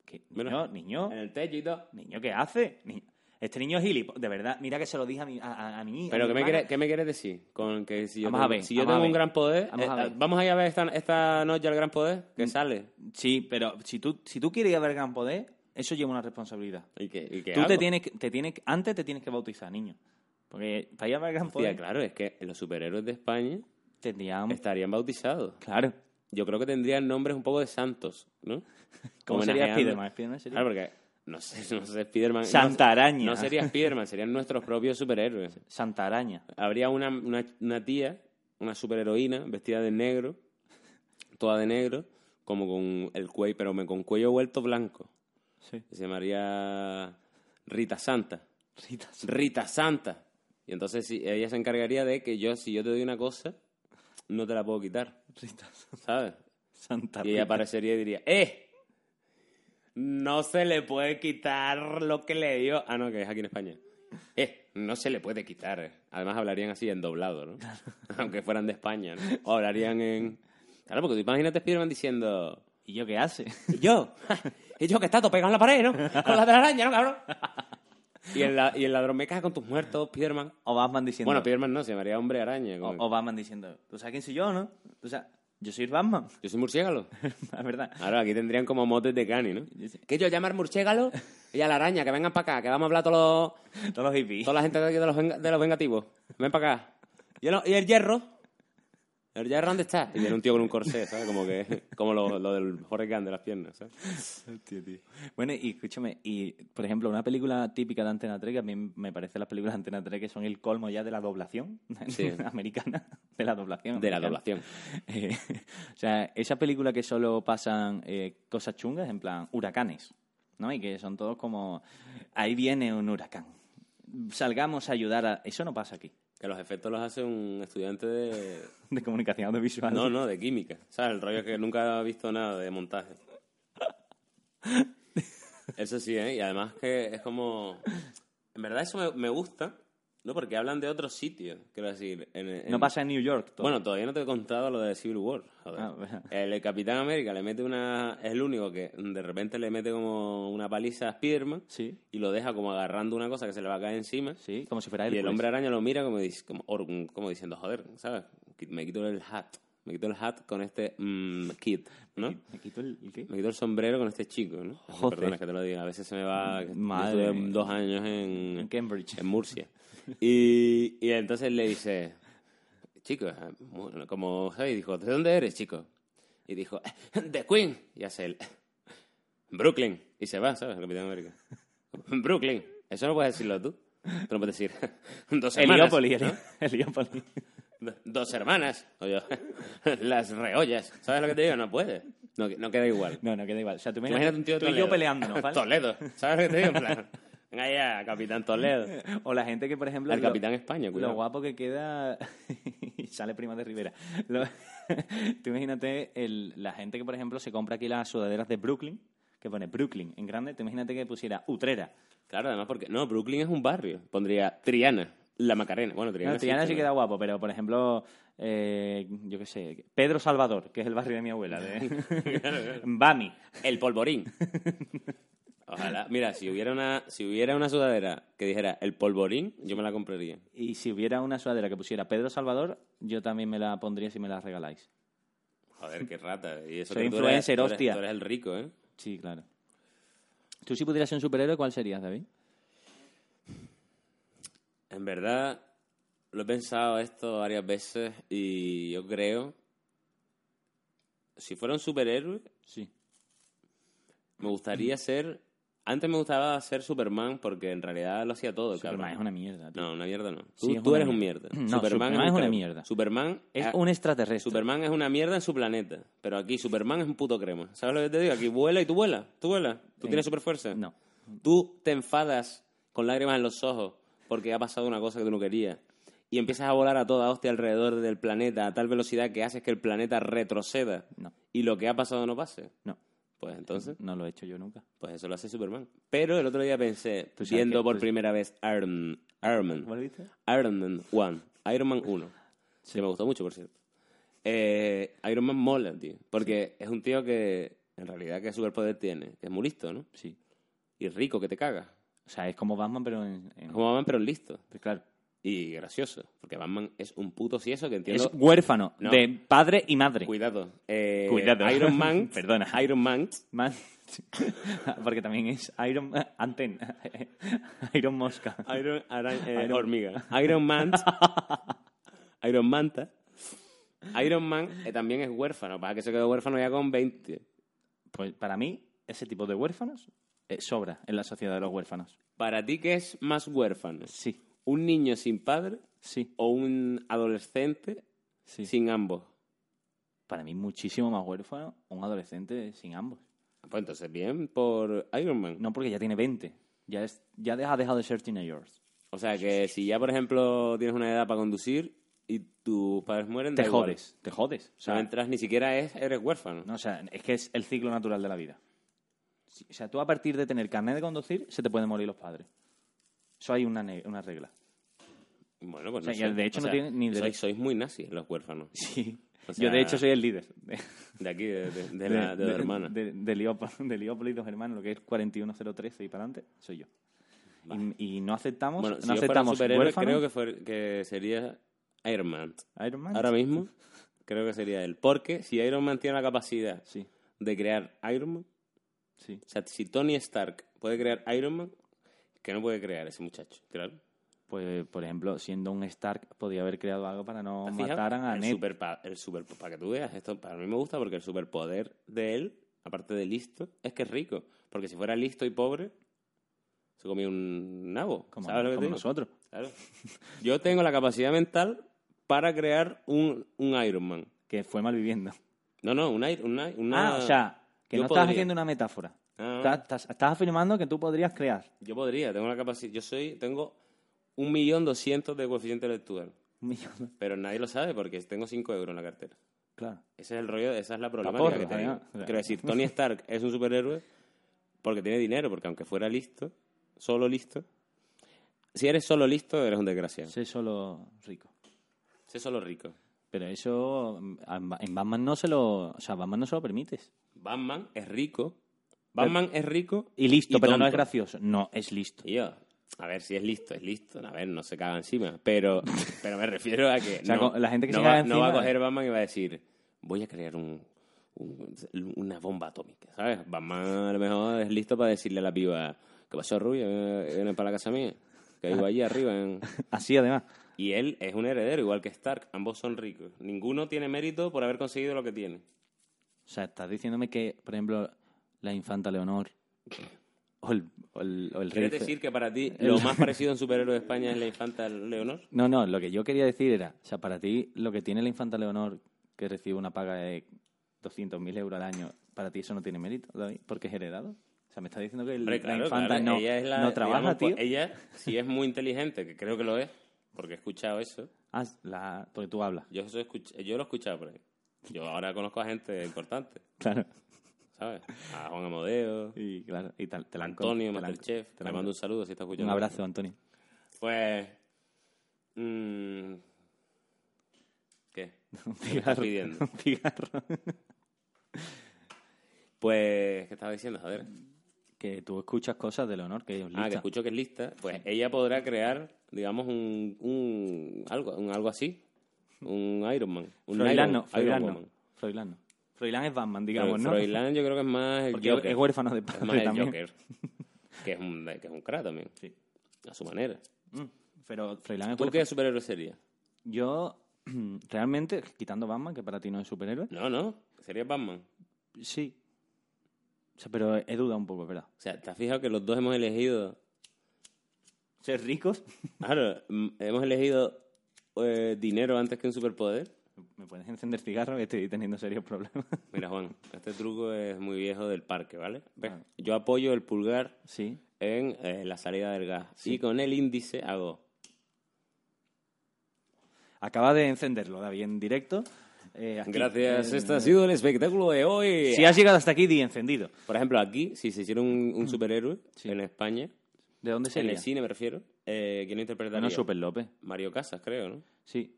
¿Qué? Mira. Niño, niño, En el techo y todo. niño, ¿qué hace? Ni- Este niño es gilipollas. De verdad, mira que se lo dije a mi, a, a- a mi- a Pero mi ¿qué me, hermana. quieres, ¿qué me quieres decir? Con que si yo Vamos a tengo, ver, si yo vamos a tengo un ver. gran poder, Vamos a eh, ver. vamos a ir a ver esta, esta noche al gran poder que Mm. sale. Sí, pero si tú, si tú quieres ir a ver Gran Poder, eso lleva una responsabilidad. ¿Y qué, y qué Tú hago? te tienes, que- te tienes, que- antes te tienes que bautizar, niño. Porque para ir a ver Gran Hostia, Poder, claro, es que los superhéroes de España tendríamos... estarían bautizados. Claro. Yo creo que tendrían nombres un poco de santos, ¿no? ¿Cómo sería Homenajeando- Spiderman? Spiderman sería- Claro, porque no sé, no sé Spiderman. Santaraña. No, no sería Spiderman, serían nuestros propios superhéroes. Santa Araña. Habría una, una, una tía, una superheroína, vestida de negro, toda de negro, como con el cuello, pero me- con cuello vuelto blanco. Sí. Se llamaría Rita Santa. Rita Santa. Y entonces sí, ella se encargaría de que yo, si yo te doy una cosa, no te la puedo quitar, ¿sabes? Santa Y ella aparecería y diría, ¡eh! No se le puede quitar lo que le dio. Ah, no, que es aquí en España. Eh, no se le puede quitar. Además hablarían así en doblado, ¿no? Aunque fueran de España, ¿no? O hablarían en... Claro, porque tú imagínate a Spiderman diciendo... ¿Y yo qué hace? Yo, y yo que está todo pegado en la pared, ¿no? Con la de la araña, ¿no, cabrón? Y el, la- y el ladrón me caga con tus muertos, Spiderman. O Batman diciendo... Bueno, Spiderman no, se llamaría Hombre Araña. o, como- o Batman diciendo... ¿Tú sabes quién soy yo, no? ¿Tú sabes? Yo soy Batman. Yo soy murciélago. La verdad. Claro, aquí tendrían como motes de cani, ¿no? Yo sí. Que yo llamar murciélago y a la araña, que vengan para acá, que vamos a hablar todos los, Todos los hippies. toda la gente de, aquí de los, venga- de los vengativos. Ven para acá. Y el, y el hierro. ¿El hierro dónde está? Y viene un tío con un corsé, ¿sabes? Como que como lo, lo del Jorge Gunn de las piernas, ¿sabes? Bueno, y escúchame, y por ejemplo, una película típica de Antena 3, que a mí me parece las películas de Antena 3 que son el colmo ya de la doblación Sí. americana, de la doblación. De la americana. doblación. Eh, o sea, esas películas que solo pasan eh, cosas chungas, en plan huracanes, ¿no? Y que son todos como, ahí viene un huracán, salgamos a ayudar a... Eso no pasa aquí, Que los efectos los hace un estudiante de, de comunicación audiovisual. No, no, de química. O sea, el rollo es que nunca ha visto nada de montaje. Eso sí, ¿eh? Y además que es como... En verdad eso me, me gusta, ¿no? Porque hablan de otros sitios, quiero decir. En, en- No pasa en New York. todo. Bueno, eh, todavía no te he contado lo de Civil War. joder. Ah, bueno. el Capitán América le mete una... Es el único que de repente le mete como una paliza a Spiderman Sí, y lo deja como agarrando una cosa que se le va a caer encima. sí, como si fuera Y Hércules. el hombre araña lo mira como, dic- como, or- como diciendo, joder, ¿sabes? Qui- Me quito el hat. Me quito el hat con este mm, kit, ¿no? ¿Me quito el, el qué? Me quito el sombrero con este chico, ¿no? Joder. Perdona que te lo diga. A veces se me va... que Madre estuve mía. dos años en... En Cambridge. En Murcia. Y, y entonces le dice, chico, bueno, como, ¿sabes? Dijo, ¿de dónde eres, chico? Y dijo, "Eh, de Queen. Y hace el Brooklyn. Y se va, ¿sabes? El Capitán América. Brooklyn. Eso no puedes decirlo tú. Tú no puedes decir. Dos hermanas. Heliópolis, ¿eh? Heli- Heliópolis. Dos hermanas. O yo, Las reollas. ¿Sabes lo que te digo? No puedes. No, no queda igual. No, no, queda igual. O sea, tú, me- Imagínate un tío de tú y Toledo. yo peleándonos, ¿vale? Toledo. ¿Sabes lo que te digo? En plan, venga ya, Capitán Toledo. O la gente que, por ejemplo... El lo- Capitán España, cuidado. Lo guapo que queda... Sale prima de Rivera. Lo- Tú imagínate el- la gente que, por ejemplo, se compra aquí las sudaderas de Brooklyn, que pone Brooklyn en grande. Tú imagínate que pusiera Utrera. Claro, además porque... No, Brooklyn es un barrio. Pondría Triana, La Macarena. Bueno, Triana, No, Triana sí pero- queda guapo, pero, por ejemplo, eh, yo qué sé, Pedro Salvador, que es el barrio de mi abuela. De... Bami. El polvorín. Ojalá. Mira, si hubiera una si hubiera una sudadera que dijera el polvorín, yo me la compraría. Y si hubiera una sudadera que pusiera Pedro Salvador, yo también me la pondría si me la regaláis. Joder, qué rata. Y eso Soy que tú influencer, eres- tú eres- hostia. Tú eres el rico, ¿eh? Sí, claro. Tú si pudieras ser un superhéroe, ¿cuál serías, David? En verdad, lo he pensado esto varias veces y yo creo... Si fuera un superhéroe, Sí. me gustaría ser... Antes me gustaba ser Superman porque en realidad lo hacía todo, Superman cabrón. es una mierda, tío. No, una mierda no. Tú, Sí, es tú una eres un mierda. mierda. No, Superman es una crema. mierda. Superman Es ah, un extraterrestre. Superman es una mierda en su planeta. Pero aquí Superman es un puto crema. ¿Sabes lo que te digo? Aquí vuela y tú vuelas. Tú vuelas. Tú Eh, tienes super fuerza. No. Tú te enfadas con lágrimas en los ojos porque ha pasado una cosa que tú no querías. Y empiezas a volar a toda hostia alrededor del planeta a tal velocidad que haces que el planeta retroceda. No. Y lo que ha pasado no pase. No. Pues Pues entonces, No lo he hecho yo nunca. pues eso lo hace Superman. Pero el otro día pensé, ¿Tú sabes viendo que- por tú- primera vez Iron, Iron Man, Iron Man 1, Iron Man 1, que me gustó mucho, por cierto. Eh, Iron Man mola, tío, porque es un tío que, en realidad, ¿qué superpoder tiene? Que es muy listo, ¿no? Sí. Y rico, que te caga. O sea, es como Batman, pero en... en- Es como Batman, pero listo. pues claro. Y gracioso, porque Batman es un puto eso que entiendo... Es huérfano No. de padre y madre. Cuidado. Eh, Cuidado. Iron Man. Perdona. Iron Man. Man- Porque también es Iron... Anten. Iron Mosca. Iron, Iron- eh, hormiga. Iron Man. Iron Manta. Iron Man eh, también es huérfano. Pasa que se quedó huérfano ya con 20. Pues para mí, ese tipo de huérfanos eh, sobra en la sociedad de los huérfanos. ¿Para ti qué es más huérfano? Sí, ¿Un niño sin padre sí, o un adolescente sí. sin ambos? Para mí, muchísimo más huérfano un adolescente sin ambos. Pues entonces, bien por Iron Man. No porque ya tiene 20. Ya, es, ya de- ha dejado de ser teenagers. O sea que si ya, por ejemplo, tienes una edad para conducir y tus padres mueren, Te da igual. jodes, te jodes. O O sea, no sea, entras, ni siquiera es, eres huérfano. no, o sea, es que es el ciclo natural de la vida. Sí, O sea, tú a partir de tener carnet de conducir, se te pueden morir los padres. Eso hay una, ne- una regla. Bueno, pues O sea, no y sé. de hecho O no sea, tienen ni sois- derecho. Sois muy nazis los huérfanos. Sí. O Yo, de sea, hecho, soy el líder. de- De aquí, de, de- de la, de, la hermana. De, de Leópolis, de Leópolis, dos hermanos, lo que es 41013 y para adelante, soy yo. Y, y no aceptamos, bueno, no si yo fuera un aceptamos superhéroe, huérfanos, creo que, fue- que sería Iron Man. Iron Man. Ahora mismo, creo que sería él. Porque si Iron Man tiene la capacidad Sí, de crear Iron Man, sí. o sea, si Tony Stark puede crear Iron Man, que no puede crear ese muchacho, claro. Pues, por ejemplo, siendo un Stark, podía haber creado algo para no ¿Te has fijado? mataran a el Ned. superpa- el super, para que tú veas, esto para mí me gusta porque el superpoder de él, aparte de listo, es que es rico. Porque si fuera listo y pobre, se comía un nabo. Como, ¿Sabes lo que como te digo? nosotros. Claro. Yo tengo la capacidad mental para crear un, un Iron Man. Que fue malviviendo. No, no, un Iron una, una- Ah, o sea, que yo no podría. estás haciendo una metáfora. Ah. Estás, estás- estás afirmando que tú podrías crear. Yo podría, tengo la capacidad. Yo soy, tengo un millón doscientos de coeficiente intelectual. Un millón. Pero nadie lo sabe porque tengo cinco euros en la cartera. Claro. Ese es el rollo, esa es la problemática porro, que tenemos. además. Quiero decir, Tony Stark es un superhéroe porque tiene dinero, porque aunque fuera listo, solo listo, si eres solo listo, eres un desgraciado. Sé solo rico. Sé solo rico. Pero eso mm, a- en Batman no se lo, o sea, Batman no se lo permites. Batman es rico. Batman es rico Y listo, pero no es tonto. gracioso. No, es listo. Y yo, a ver si es listo, es listo. A ver, no se caga encima. Pero, pero me refiero a que. O sea, no, con- la gente que no se va, caga No va a encima- coger Batman y va a decir, voy a crear un, un- una bomba atómica, ¿sabes? Batman a lo mejor es listo para decirle a la piba, ¿qué pasó, Rubia? Viene para la casa mía. Que vivo allí arriba. en-". Así además. Y él es un heredero, igual que Stark. Ambos son ricos. Ninguno tiene mérito por haber conseguido lo que tiene. O sea, estás diciéndome que, por ejemplo, la infanta Leonor o el, o el, o el rey. ¿Quieres Fe- decir que para ti lo más parecido a un superhéroe de España es la infanta Leonor? No, no, lo que yo quería decir era, o sea, para ti lo que tiene la infanta Leonor, que recibe una paga de 200.000 euros al año, para ti eso no tiene mérito, David, porque es heredado. O sea, me estás diciendo que el- Hombre, la claro, infanta claro, no, ella es la- no trabaja, digamos, pues, tío. Ella, si es muy inteligente, que creo que lo es, porque he escuchado eso. Ah, la- porque tú hablas, Yo, eso escuch- yo lo he escuchado por ahí. Yo ahora conozco a gente importante, claro. ¿sabes? A Juan Amodeo, Y claro, y tal, te la han con- Antonio, te la han- Masterchef. te Te la han- mando un saludo si está escuchando. Un abrazo, Antonio. Pues. mm, ¿Qué? Un me estás cigarro. pidiendo? Un cigarro. Pues, ¿qué estaba diciendo? Joder. Que tú escuchas cosas de Leonor, que es Ah, que lista. escucho que es lista. Pues ella podrá crear, digamos, un, un algo, un algo así. Un Iron Man. Un Froilán Iron, no, Iron Froilán no. Woman. Froilán no. Froilán es Batman, Pero digamos, ¿no? Froilán yo creo que es más el Porque Joker. es huérfano de Es padre más el también. Joker. Que es un, que es un crack también. Sí. A su manera. Mm, Pero Froilán es ¿Tú huérfano. qué superhéroe sería? Yo, realmente, quitando Batman, que para ti no es superhéroe, No, no. Sería Batman. sí. O sea, pero he dudado un poco, ¿verdad? O sea, ¿te has fijado que los dos hemos elegido... ¿Ser ricos? Claro, mm, hemos elegido eh, dinero antes que un superpoder. ¿Me puedes encender cigarro? Que estoy teniendo serios problemas. Mira, Juan, este truco es muy viejo del parque, ¿vale? ¿Ves? Vale. Yo apoyo el pulgar Sí. en eh, la salida del gas. Y con el índice hago... Acaba de encenderlo, David, en directo. eh, aquí, Gracias, eh, este ha sido el espectáculo de hoy. Ah, Si has llegado hasta aquí, di encendido. Por ejemplo, aquí, si se hiciera un, un superhéroe Mm. Sí. en España, ¿De dónde en sería? el cine me refiero, eh, ¿quién lo interpretaría? No, Super López. Mario Casas, creo, ¿no? Sí.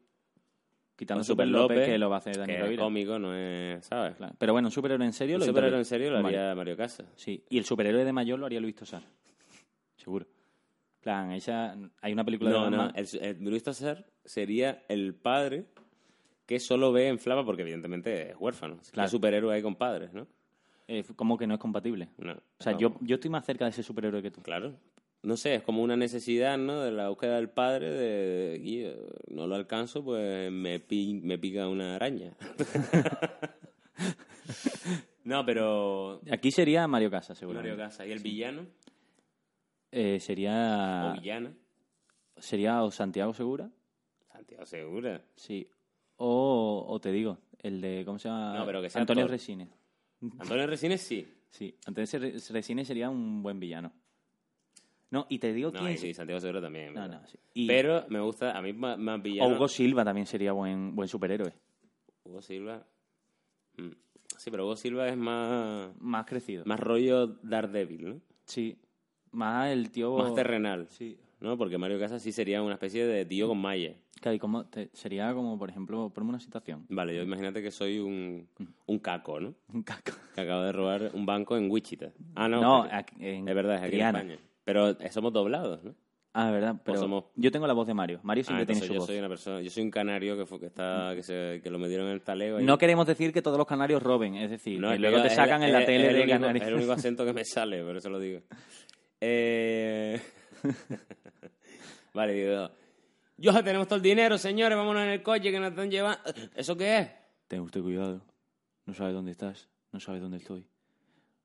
Quitando O Super López, que lo va a hacer que Daniel es Rovira. cómico, no es... ¿Sabes? Claro. Pero bueno, un superhéroe en serio Un lo superhéroe en interpreta- serio lo Vale. haría Mario Casas. Sí, y el superhéroe de mayor lo haría Luis Tosar. Seguro. plan, esa... hay una película No, de no, Batman- el, el Luis Tosar sería el padre que solo ve en Flama porque evidentemente es huérfano. Claro. Claro. superhéroe hay con padres, ¿no? eh, como que no es compatible. No. O sea, no. yo, yo estoy más cerca de ese superhéroe que tú. Claro. No sé, es como una necesidad, ¿no? De la búsqueda del padre, de... y, eh, no lo alcanzo, pues me, pi- me pica una araña. no, pero... Aquí sería Mario Casas, seguro. Mario Casas. ¿Y el villano? sería. Ah. ¿O villana? Sería o Santiago Segura. Santiago Segura. Sí. O, o te digo, el de. ¿Cómo se llama? No, pero que sea Antonio actor. Resines. Antonio Resines sí. Sí. Antonio Re- Resines sería un buen villano. No, y te digo No, quién. y sí, Santiago Segura también. No, ¿verdad? no, sí. Y- Pero me gusta, a mí más, más o villano... Hugo Silva también sería buen, buen superhéroe. Hugo Silva. Mm. Sí, pero Hugo Silva es más, Más crecido. más rollo Daredevil, ¿no? Sí. Más el tío. Más terrenal, Sí. ¿no? Porque Mario Casas sí sería una especie de tío con malla. Claro, y como te- sería como, por ejemplo, ponme una situación. Vale, yo imagínate que soy un, un caco, ¿no? Un caco. Que acaba de robar un banco en Wichita. Ah, no, No, porque- aquí- en es verdad, es aquí Triana. en España. Pero eh, somos doblados, ¿no? Ah, verdad, pero Pues somos- yo tengo la voz de Mario. Mario Ah, siempre tiene entonces su yo voz. soy una persona, yo soy un canario que fue, que está, que, se- que lo metieron en el talego. y- No queremos decir que todos los canarios roben, es decir, No, que es que luego yo- te es- sacan en la es- tele es el de único- canarios. Es el único acento que me sale, por eso lo digo. Eh, vale, digo. Yo ya tenemos todo el dinero, señores, vámonos en el coche que nos están llevando. ¿Eso qué es? Ten usted cuidado. No sabes dónde estás, no sabes dónde estoy.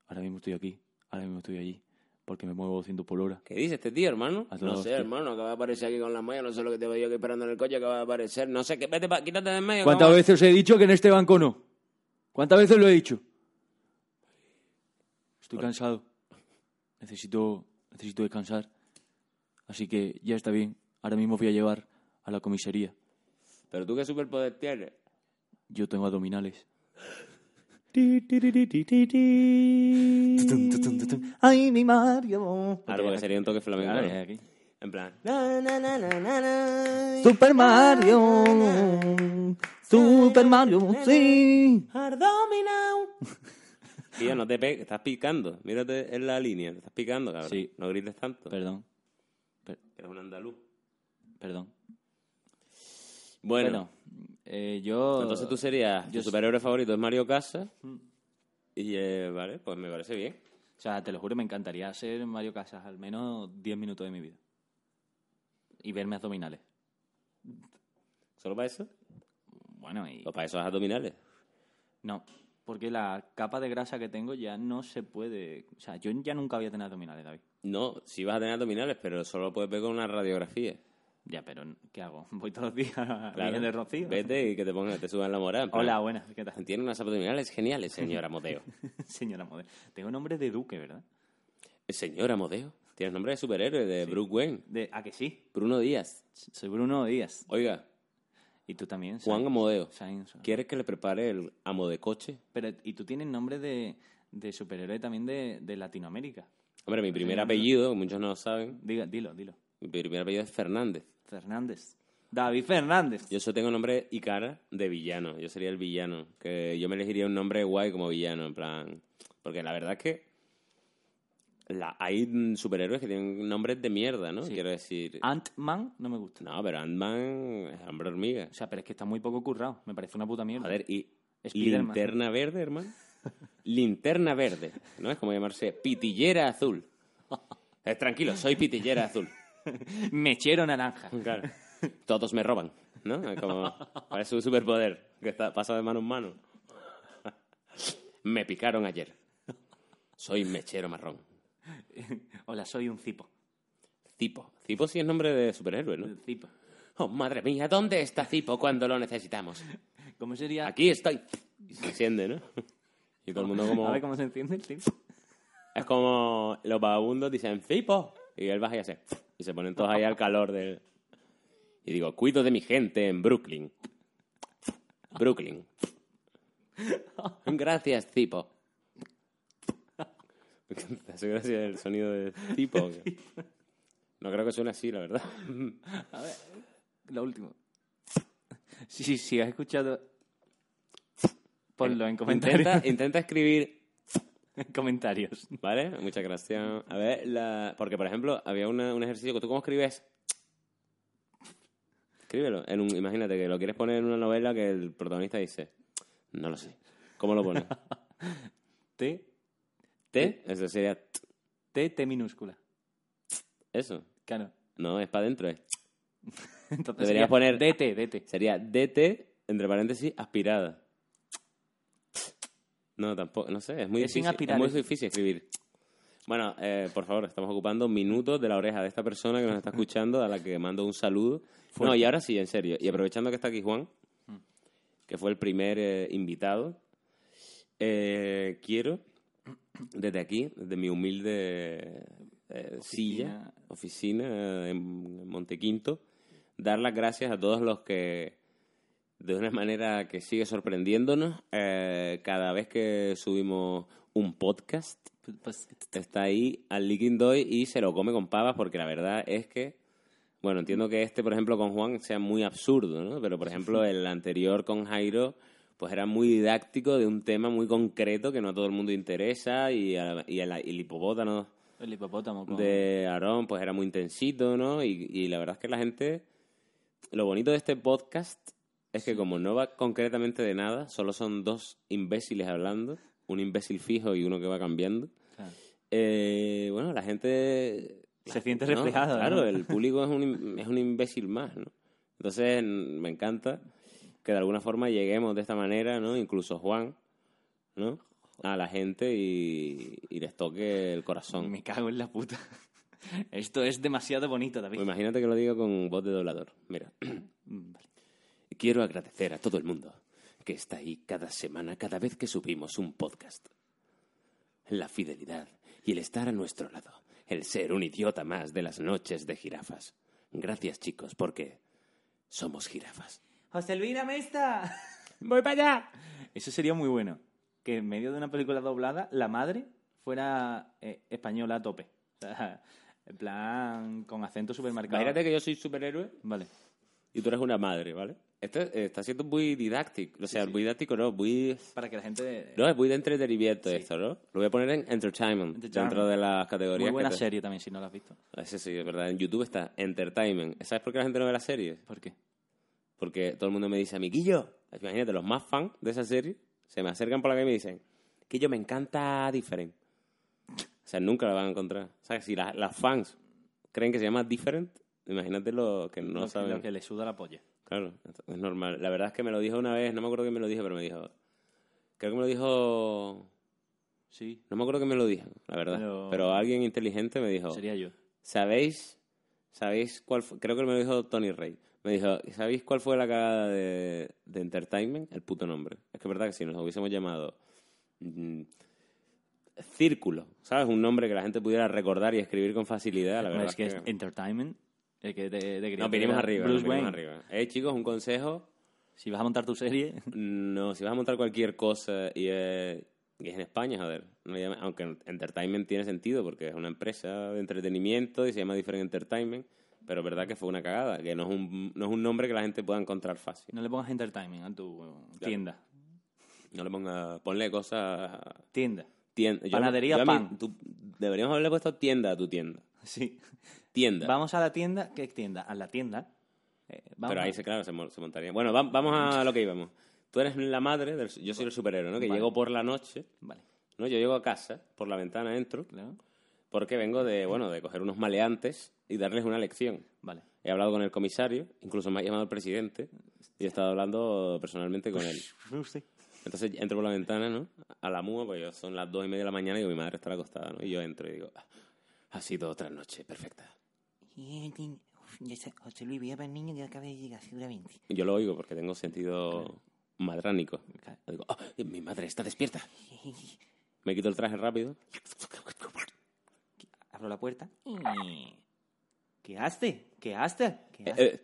Ahora mismo estoy aquí, ahora mismo estoy allí, porque me muevo 200 por hora. ¿Qué dice este tío, hermano? A toda No sé, hostia. hermano, acaba de aparecer aquí con la malla, no sé lo que te voy yo aquí esperando en el coche, acaba de aparecer. No sé, que vete pa- quítate de en medio. ¿Cuántas cabrón. veces os he dicho que en este banco no? ¿Cuántas veces lo he dicho? Estoy cansado. Necesito, necesito descansar. Así que ya está bien. Ahora mismo voy a llevar a la comisaría. Pero tú qué superpoder tienes. Yo tengo abdominales. Ay, mi Mario. Algo que sería un toque flamenco. Claro, ¿no? es aquí. En plan. Super Mario. Super Mario, sí. Tío, no te pegues, estás picando. Mírate en la línea, te estás picando, cabrón. Sí. No grites tanto. Perdón, Eres un andaluz. perdón. Bueno, Bueno, eh, yo. entonces tú serías. yo tu superhéroe favorito es Mario Casas. Y eh, vale, pues me parece bien. O sea, te lo juro, me encantaría ser Mario Casas al menos 10 minutos de mi vida. Y verme abdominales. ¿Solo para eso? Bueno, y. ¿O para esos abdominales? No, porque la capa de grasa que tengo ya no se puede. O sea, yo ya nunca voy a tener abdominales, David. No, sí vas a tener abdominales, pero solo puedes ver con una radiografía. Ya, pero ¿qué hago? Voy todos los días a Claro. Virgen de Rocío. Vete y que te pongan, te suban la moral. en plan, Hola, buenas, ¿qué tal? Tiene unas abdominales geniales, señora Modeo. Señora modelo. Tengo nombre de Duque, ¿verdad? señora Modeo. Tienes nombre de superhéroe, de Bruce Wayne. De, ¿A que sí? Bruno Díaz. Soy Bruno Díaz. Oiga, Y tú también. Juan Sainz. Amodeo. Sainz. ¿Quieres que le prepare el amo de coche? Pero, y tú tienes nombre de, de superhéroe también de, de Latinoamérica. Hombre, mi primer no. apellido, que muchos no lo saben, Diga, dilo, dilo. mi primer apellido es Fernández. Fernández. David Fernández. Yo solo tengo nombre y cara de villano. Yo sería el villano. Que yo me elegiría un nombre guay como villano, en plan. Porque la verdad es que. la- hay mm, superhéroes que tienen nombres de mierda, ¿no? Sí. Quiero decir. Ant-Man no me gusta. No, pero Ant-Man es hombre hormiga. O sea, pero es que está muy poco currado. Me parece una puta mierda. Joder, y. Spiderman. Linterna verde, hermano. Linterna verde. ¿No? Es como llamarse pitillera azul. Eh, tranquilo, soy pitillera azul. Mechero naranja. Claro. Todos me roban, ¿no? Como, parece un superpoder que está, pasa de mano en mano. Me picaron ayer. Soy mechero marrón. Hola, soy un cipo. Cipo. Cipo sí es nombre de superhéroe, ¿no? Cipo. Oh, madre mía, ¿dónde está Cipo cuando lo necesitamos? ¿Cómo sería? Aquí estoy. Y se enciende, ¿no? Y todo el mundo como... A ver cómo se entiende el cipo. Es como los vagabundos dicen Cipo. Y él baja y hace. Y se ponen todos ahí al calor del. Y digo, cuido de mi gente en Brooklyn. Brooklyn. Gracias, Tipo. Te hace gracia el sonido de Tipo. No creo que suene así, la verdad. Lo último. Si sí, sí, has escuchado. Ponlo en comentarios. Intenta, intenta escribir En comentarios. ¿Vale? Muchas gracias. A ver, la... porque por ejemplo, había una- un ejercicio que tú cómo escribes. Escríbelo. En un... Imagínate que lo quieres poner en una novela que el protagonista dice. No lo sé. ¿Cómo lo pones? T, ¿T? Eso sería. t. T, T minúscula. Eso. Claro. No, es para adentro. es. Entonces Deberías sería poner- DT, DT. Sería DT, entre paréntesis, aspirada. No, tampoco. No sé, es muy Es sin difícil. aspirar, es muy es- difícil escribir. Bueno, eh, por favor, estamos ocupando minutos de la oreja de esta persona que nos está escuchando, a la que mando un saludo. No, y ahora sí, en serio. Y aprovechando que está aquí Juan, que fue el primer eh, invitado, eh, quiero, desde aquí, desde mi humilde eh, silla, oficina eh, en Montequinto, dar las gracias a todos los que, de una manera que sigue sorprendiéndonos, eh, cada vez que subimos un podcast, Pues, está ahí al Liquid Doy y se lo come con pavas porque la verdad es que, bueno, entiendo que este, por ejemplo, con Juan sea muy absurdo, ¿no? Pero, por ejemplo, el anterior con Jairo, pues era muy didáctico de un tema muy concreto que no a todo el mundo interesa y, a- y a la- y el hipopótamo el hipopótamo. Con... de Aarón, pues era muy intensito, ¿no? Y, y la verdad es que la gente. Lo bonito de este podcast es que, como no va concretamente de nada, solo son dos imbéciles hablando, un imbécil fijo y uno que va cambiando. Claro. Eh, bueno, la gente. Se siente ¿no? reflejado. ¿no? Claro, el público es un, im- es un imbécil más, ¿no? Entonces, n- me encanta que de alguna forma lleguemos de esta manera, ¿no? Incluso Juan, ¿no? A la gente y, y les toque el corazón. Me cago en la puta. Esto es demasiado bonito, Pues David. imagínate que lo diga con voz de doblador. Mira. Quiero agradecer a todo el mundo que está ahí cada semana, cada vez que subimos un podcast. La fidelidad y el estar a nuestro lado. El ser un idiota más de las noches de jirafas. Gracias, chicos, porque somos jirafas. José Luis, dame esta. ¡Voy para allá! Eso sería muy bueno. Que en medio de una película doblada, la madre fuera eh, española a tope. O sea, en plan, con acento supermercado. Imagínate que yo soy superhéroe Vale. y tú eres una madre, ¿vale? Esto eh, está siendo muy didáctico. O sea, muy didáctico no, muy Para que la gente... eh, No, es muy de entretenimiento Sí. esto, ¿no? Lo voy a poner en entertainment, Entertainment. dentro de las categorías. muy buena que te- serie también, si no la has visto. Ese sí, es verdad. En YouTube está entertainment. ¿Sabes por qué la gente no ve las series? ¿Por qué? Porque todo el mundo me dice, Miquillo, imagínate, los más fans de esa serie se me acercan por la calle y me dicen, Quillo, me encanta Different. O sea, nunca la van a encontrar. O sea, si la- las fans creen que se llama Different, imagínate lo que no lo, que- saben. lo que le suda la polla. Claro, es normal. La verdad es que me lo dijo una vez, no me acuerdo quién me lo dijo, pero me dijo... Creo que me lo dijo Sí, No me acuerdo que me lo dijo, la verdad. Pero, Pero- alguien inteligente me dijo, sería yo. ¿sabéis? ¿Sabéis cuál fue? Creo que me lo dijo Tony Rey. Me dijo, ¿sabéis cuál fue la cagada de, de Entertainment? El puto nombre. Es que es verdad que si nos hubiésemos llamado mm, Círculo, ¿sabes? Un nombre que la gente pudiera recordar y escribir con facilidad, la Bueno, verdad. es que es es Entertainment. el que de, de- de- Nos vinimos de- arriba, nos Bruce vinimos Wayne. arriba. Eh, chicos, un consejo. Si vas a montar tu serie, No, si vas a montar cualquier cosa y, eh, y es en España, joder. no le llame- aunque Entertainment tiene sentido porque es una empresa de entretenimiento y se llama Different Entertainment, pero es verdad que fue una cagada, que no es un, no es un nombre que la gente pueda encontrar fácil. no le pongas Entertainment a tu eh, tienda. No le ponga, ponle cosas... Tienda. tien- yo- Panadería yo a mí- pan. tú- deberíamos haberle puesto tienda a tu tienda. Sí. Tienda. Vamos a la tienda. ¿Qué tienda? A la tienda. Eh, vamos pero ahí a- se, claro, se, mo- se montaría. Bueno, vam- vamos a lo que íbamos. Tú eres la madre, del, yo soy el superhéroe, ¿no? Que Vale. llego por la noche, Vale, ¿no? Yo llego a casa, por la ventana entro, claro. porque vengo de, bueno, de coger unos maleantes y darles una lección. Vale. He hablado con el comisario, incluso me ha llamado el presidente y he estado hablando personalmente con él. Sí. Entonces entro por la ventana, ¿no? A la mua, pues yo- son las dos y media de la mañana y digo, mi madre está acostada, ¿no? Y yo entro y digo, "Ah, ha sido otra noche perfecta. Y él tiene- Uf, ya está, José Luis, voy a para el niño que acaba de llegar, seguramente. Y Yo lo oigo porque tengo sentido madránico. Claro. Digo, "Ah, mi madre está despierta. Me quito el traje rápido. Abro la puerta. ¿Qué haste? ¿Qué haste? ¿Qué Eh, haste? eh,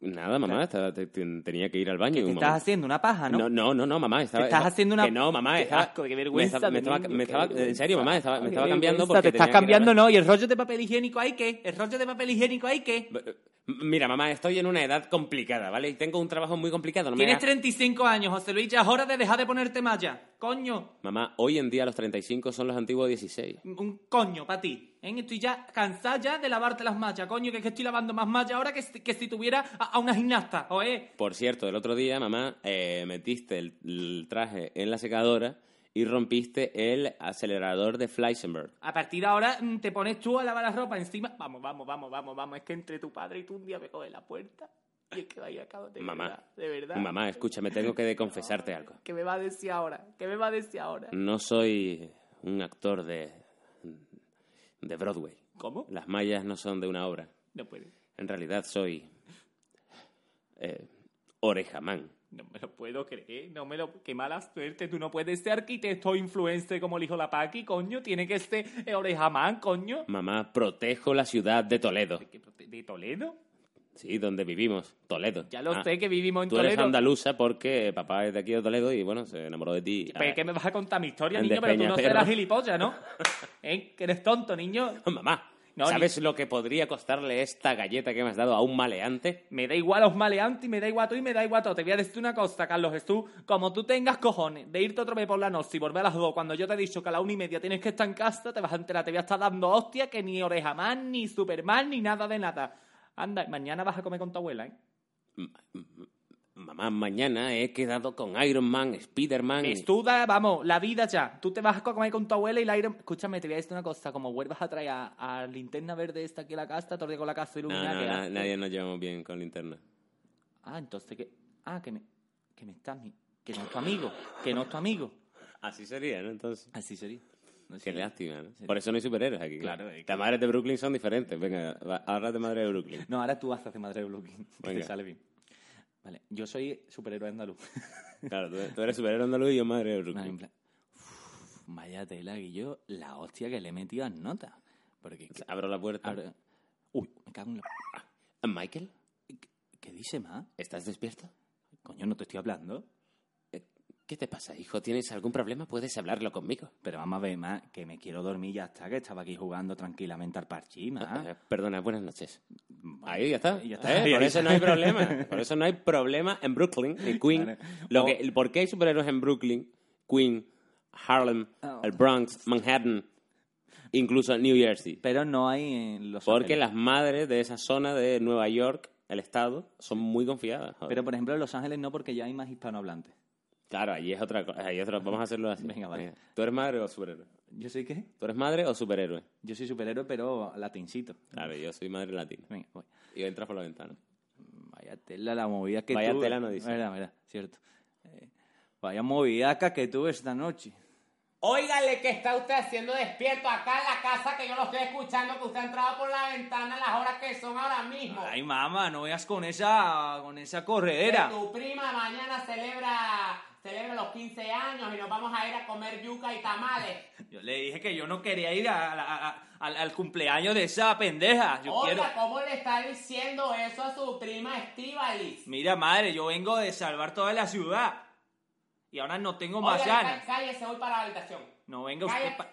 Nada, mamá, estaba- te- te- tenía que ir al baño. y Te un estás momento- haciendo una paja, ¿no? eh, No, no, no, no, mamá. Estaba, Te estás estaba- haciendo una- Que no, mamá. Qué estaba- asco, qué me vergüenza estaba- Me de estaba, niño, me qué estaba- en vergüenza. serio, mamá. Estaba, me Qué estaba vergüenza, cambiando porque Te estás tenía que ir al cambiando, ¿no? Y el rollo de papel higiénico hay que. El rollo de papel higiénico hay que. baño. eh, Mira, mamá, estoy en una edad complicada, ¿vale? Y tengo un trabajo muy complicado. No me Tienes hagas- 35 años, José Luis, ya es hora de dejar de ponerte malla. Coño, Mamá, hoy en día los 35 son los antiguos 16. un coño para ti. ¿eh? Estoy ya cansada ya de lavarte las mallas, coño, que es que estoy lavando más mallas ahora que, si- que si tuviera a, a una gimnasta, ¿oe? Por cierto, el otro día, mamá, eh, metiste el, el traje en la secadora y rompiste el acelerador de Fleisenberg. A partir de ahora mm, te pones tú a lavar la ropa encima. Vamos, vamos, vamos, vamos, vamos. Es que entre tu padre y tú un día me coge la puerta. Y es que vaya acabo de Mamá. verdad, de verdad. Mamá, escúchame, tengo que confesarte algo. ¿Qué me va a decir ahora? ¿Qué me va a decir ahora? No soy un actor de, de Broadway. ¿Cómo? Las mallas no son de una obra. No puede. En realidad soy eh, orejamán. No me lo puedo creer, no me lo... Qué mala suerte, tú no puedes ser arquitecto o influencer como el hijo la Paqui, coño, tiene que ser eh, orejamán, coño. Mamá, protejo la ciudad de Toledo. ¿De, qué- de Toledo? Sí, donde vivimos, Toledo. Ya lo Ah, sé que vivimos en Tú eres Toledo. andaluza porque papá es de aquí de Toledo y bueno, se enamoró de ti. Ah, Pues, ¿qué me vas a contar mi historia, En niño? Pero tú no Despeñaperro. serás gilipollas, ¿no? ¿Eh? Que eres tonto, niño. Ah, Mamá, No, ¿sabes lo que podría costarle esta galleta que me has dado a un maleante? Me da igual a los maleantes, me da igual a tú y me da igual a todo. Te voy a decir una cosa, Carlos Jesús. Como tú tengas cojones de irte otra vez por la noche y volver a las dos, cuando yo te he dicho que a la una y media tienes que estar en casa, te vas a enterar, te voy a estar dando hostia que ni Orejaman, ni Superman, ni nada de nada. Anda, mañana vas a comer con tu abuela, ¿eh? Mamá, mañana he quedado con Iron Man, Spider-Man. y- Estuda, vamos, la vida ya. Tú te vas a comer con tu abuela y la Iron... Escúchame, te voy a decir una cosa. Como vuelvas a traer a, a linterna verde esta aquí a la casa, te con la casa No, iluminada. no, que na- asco. nadie nos llevamos bien con linterna. Ah, entonces que... Ah, que me... Que me estás... mi- Que no es tu amigo. Que no es tu amigo. Así sería, ¿no? Entonces. Así sería. No sé. Qué lástima, ¿no? Por eso no hay superhéroes aquí. Claro, es que- Las madres de Brooklyn son diferentes. Venga, va, habla de madre de Brooklyn. No, ahora tú haces de madre de Brooklyn. que te Venga. sale bien. Vale, yo soy superhéroe andaluz. Claro, tú, tú eres superhéroe andaluz y yo madre de Vale, en Brooklyn. plan, uf, vaya tela, Guillo, la hostia que le he metido a nota. Porque... es que- Abro la puerta. ahora- Uy, me cago en la... Michael, ¿Qué dice más? ¿estás despierto? Coño, no te estoy hablando. Eh, ¿Qué te pasa, hijo? ¿Tienes algún problema? Puedes hablarlo conmigo. Pero vamos a ver más, que me quiero dormir ya está, que estaba aquí jugando tranquilamente al parchís, Eh, más. Perdona, buenas noches. Ahí ya está. Ya está. Eh, Por Por eso eso. no hay problema. Por eso no hay problema en Brooklyn, en Queen. Vale. Lo O- que, ¿Por qué hay superhéroes en Brooklyn, Queen, Harlem, Oh. el Bronx, Manhattan, incluso New Jersey? Pero no hay en los Porque Ángeles. las madres de esa zona de Nueva York, el estado, son muy confiadas. joder. Pero por ejemplo en Los Ángeles no, porque ya hay más hispanohablantes. claro, allí es otra cosa. allí es otra- Vamos a hacerlo así. Venga, vale. ¿Tú eres madre o superhéroe? ¿Yo soy qué? ¿Tú eres madre o superhéroe? Yo soy superhéroe, pero latincito. Claro, yo soy madre latina. Venga, voy. Y entras por la ventana. Vaya tela la movida que Vaya tuve. tela no dice. Verdad, verdad, cierto. Eh, vaya movidaca que tuve esta noche. Óigale, ¿qué está usted haciendo despierto acá en la casa que yo lo estoy escuchando que usted ha entrado por la ventana a las horas que son ahora mismo? Ay, mamá, no veas con esa, con esa corredera. Tu prima mañana celebra celebra los 15 años y nos vamos a ir a comer yuca y tamales. Yo le dije que yo no quería ir a- a- a- al, al cumpleaños de esa pendeja. Yo quiero... Oiga, ¿cómo le está diciendo eso a su prima Estivalis? Mira, madre, yo vengo de salvar toda la ciudad. Y ahora no tengo Oiga, más ganas. cá- cállese, voy para la habitación. No venga usted calla. pa-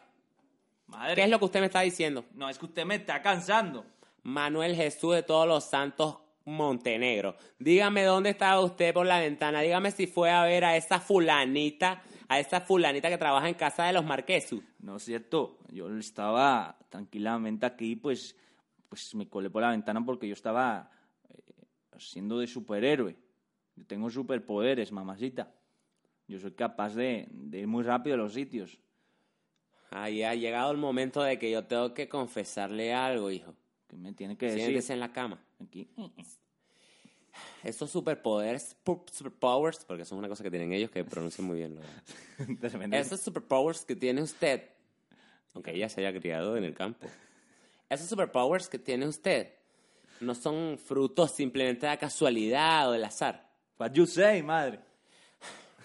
Madre, ¿Qué es lo que usted me está diciendo? no, es que usted me está cansando. Manuel Jesús de todos los santos Montenegro. Dígame dónde estaba usted por la ventana. Dígame si fue a ver a esa fulanita, a esa fulanita que trabaja en casa de los marquesos. No es cierto, yo estaba tranquilamente aquí, pues, pues me colé por la ventana porque yo estaba eh, siendo de superhéroe. Yo tengo superpoderes, mamacita. Yo soy capaz de, de ir muy rápido a los sitios. Ahí ha llegado el momento de que yo tengo que confesarle algo, hijo. ¿Qué me tiene Eh, que decir? Siéntese en la cama. Aquí. Estos superpoderes, pu- superpowers, porque eso es una cosa que tienen ellos que pronuncian muy bien. lo- De repente- Esos superpowers que tiene usted, aunque ella se haya criado en el campo, esos superpowers que tiene usted no son frutos simplemente de la casualidad o del azar. What you say, madre?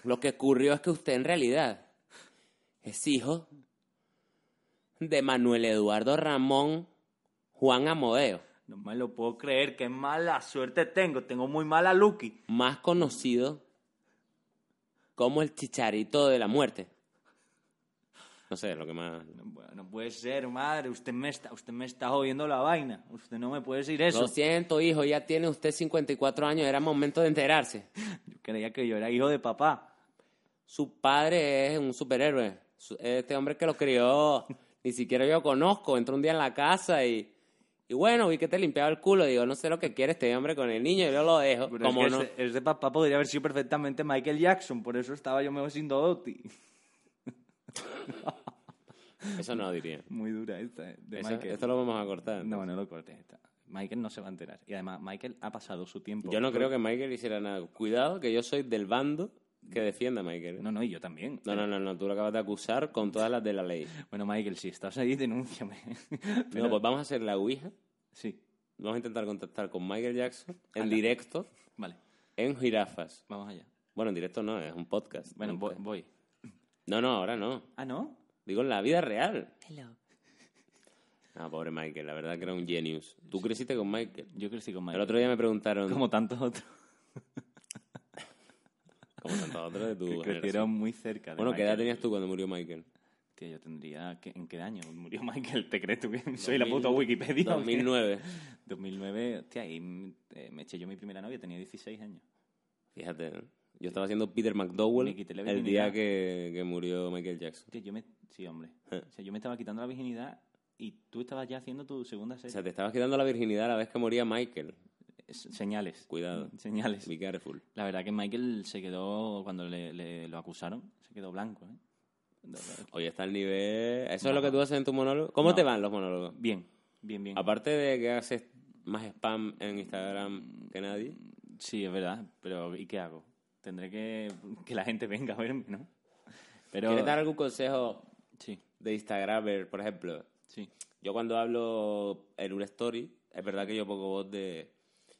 Lo que ocurrió es que usted en realidad es hijo de Manuel Eduardo Ramón Juan Amodeo. No me lo puedo creer, qué mala suerte tengo. Tengo muy mala Lucky. Más conocido como el chicharito de la muerte. No sé, lo que más... No puede ser, madre. Usted me está, usted me está jodiendo la vaina. Usted no me puede decir eso. Lo siento, hijo, ya tiene usted 54 años, era momento de enterarse. Yo creía que yo era hijo de papá. Su padre es un superhéroe. Su- Este hombre que lo crió, ni siquiera yo conozco. Entró un día en la casa y, y bueno, vi que te limpiaba el culo. Digo, no sé lo que quiere este hombre con el niño, yo lo dejo. Pero Como es que no. ese, ese papá podría haber sido perfectamente Michael Jackson. Por eso estaba yo mejor sin Dodoti. Eso no diría. Muy dura esta, eh, de Eso- Michael. esto lo vamos a cortar. No, no lo cortes. esta. Michael no se va a enterar. Y además, Michael ha pasado su tiempo. Yo no creo que Michael hiciera nada. Cuidado, que yo soy del bando que defienda a Michael. No, no, y yo también. No, no, no, no, tú lo acabas de acusar con todas las de la ley. Bueno, Michael, si estás ahí, denúnciame. Pero- No, pues vamos a hacer la Ouija. Sí, Vamos a intentar contactar con Michael Jackson en Ala. directo vale. en Jirafas. Vamos allá. Bueno, en directo no, es un podcast. Bueno, pues- Un voy, podcast. voy. No, no, ahora no. ¿Ah, no? Digo en la vida real. Hello. Ah, pobre Michael, la verdad que era un genius. Tú creciste con Michael. Yo crecí con El Michael. otro día me preguntaron, Como tantos otros como tantos otros de tu que generación. crecieron muy cerca de Bueno, ¿qué edad Michael. tenías tú cuando murió Michael? Tío, yo tendría... ¿qué- ¿En qué año murió Michael? ¿Te crees tú que soy la puta Wikipedia? o qué? 2009. 2009. Hostia, ahí mm, eh, me eché yo mi primera novia. Tenía 16 años. Fíjate, ¿no? yo estaba haciendo Peter Me McDowell quité la el virginidad. día que, que murió Michael Jackson. Hostia, yo me... Sí, hombre. O sea, yo me estaba quitando la virginidad y tú estabas ya haciendo tu segunda O serie. sea, te estabas quitando la virginidad a la vez que moría Michael. Eh, Señales. Mm, Cuidado. Señales. Be careful. La verdad que Michael se quedó, cuando le, le- lo acusaron, se quedó blanco. ¿eh? Hoy está el nivel... ¿Eso es lo que tú haces en tu monólogo? ¿Cómo No. te van los monólogos? Bien, bien, bien. Aparte de que haces más spam en Instagram que nadie. Sí, es verdad, pero ¿y qué hago? Tendré que que la gente venga a verme, ¿no? Pero ¿Quieres dar algún consejo sí, de Instagramer, por ejemplo? sí. Yo cuando hablo en una story, es verdad que yo pongo voz de...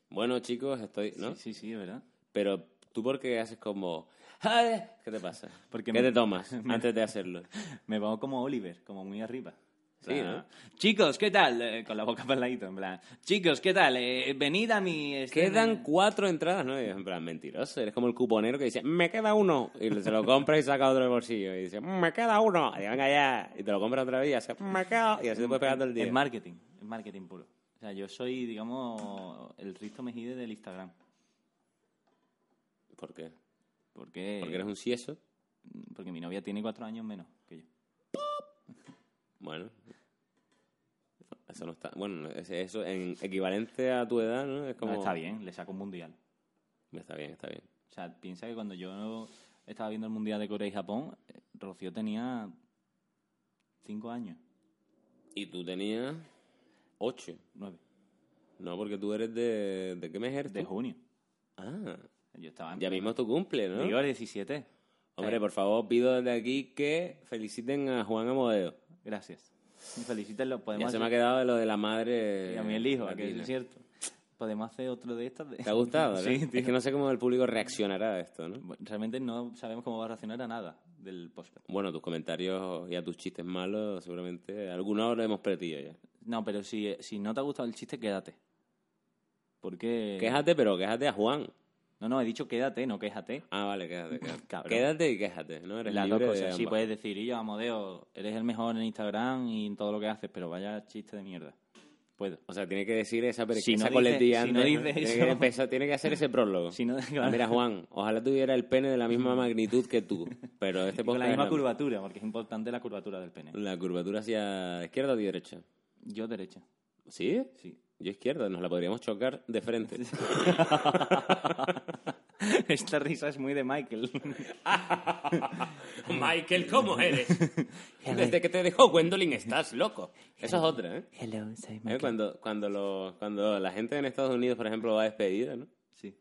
Bueno, chicos, estoy... ¿no? Sí, sí, sí, es verdad. Pero tú porque haces como... "Ay", ¿Qué te pasa? Porque ¿Qué me- te tomas antes de hacerlo? Me pongo como Oliver, como muy arriba. Sí, O sea, ¿no? Chicos, ¿qué tal? Eh, con la boca para el ladito, en plan. Chicos, ¿qué tal? Eh, venid a mi. escena". Quedan cuatro entradas, ¿no? Y es en plan, mentiroso. Eres como el cuponero que dice, me queda uno. Y se lo compra y saca otro del bolsillo. Y dice, me queda uno. Y venga ya. Y te lo compra otra vez y hace, me queda. Y así te puedes pegar todo el día. Es marketing, es marketing puro. O sea, yo soy, digamos, el Risto Mejide del Instagram. ¿Por qué? Porque, Porque eres un cieso. porque mi novia tiene cuatro años menos que yo. Bueno. Eso no está. Bueno, es- eso en equivalente a tu edad, ¿no? Es como. No, está bien, le saco un mundial. Está bien, está bien. O sea, piensa que cuando yo estaba viendo el mundial de Corea y Japón, eh, Rocío tenía cinco años, Y tú tenías ocho. nueve, No, porque tú eres de. ¿De qué mes eres? de tú? junio. Ah. Yo estaba en Ya mismo es tu cumple, ¿no? Digo, 17. Hombre, por favor, pido desde aquí que feliciten a Juan Amodeo. Gracias. Me Felicítenlo, Ya podemos se me ha hacer- quedado de lo de la madre. y a mí el hijo, a que latina. es cierto. Podemos hacer otro de estas. de- ¿Te ha gustado? sí, no? tío. Es que no sé cómo el público reaccionará a esto, ¿no? Bueno, Realmente no sabemos cómo va a reaccionar a nada del post. Bueno, tus comentarios y a tus chistes malos, seguramente. Algunos lo hemos pretido ya. No, pero si, si no te ha gustado el chiste, quédate. Porque... Quéjate, pero quéjate a Juan. No, no, he dicho quédate, no quéjate. Ah, vale, quéjate. Quéjate, Cabrón. quédate y quéjate, ¿no? Eres Las dos libre de cosas. Sí, ambas. puedes decir, y yo, Amodeo, eres el mejor en Instagram y en todo lo que haces, pero vaya chiste de mierda. Puedo. O sea, tiene que decir esa, pero Si esa no dice- coletilla si antes, no dice Tiene, eso. que empezar- tiene que hacer ese prólogo. Si no, claro. Ah, Mira, Juan, ojalá tuviera el pene de la misma magnitud que tú, pero este Y con la podcast misma no. curvatura, porque es importante la curvatura del pene. La curvatura hacia izquierda o derecha. Yo derecha. ¿Sí? Sí. Yo izquierda, nos la podríamos chocar de frente. Esta risa es muy de Michael. Michael, ¿cómo eres? Desde que te dejó Gwendolyn estás loco. Eso es otra, ¿eh? Hello, soy ¿Eh? Michael. Cuando, cuando, lo- cuando la gente en Estados Unidos, por ejemplo, va despedida, ¿no? Sí.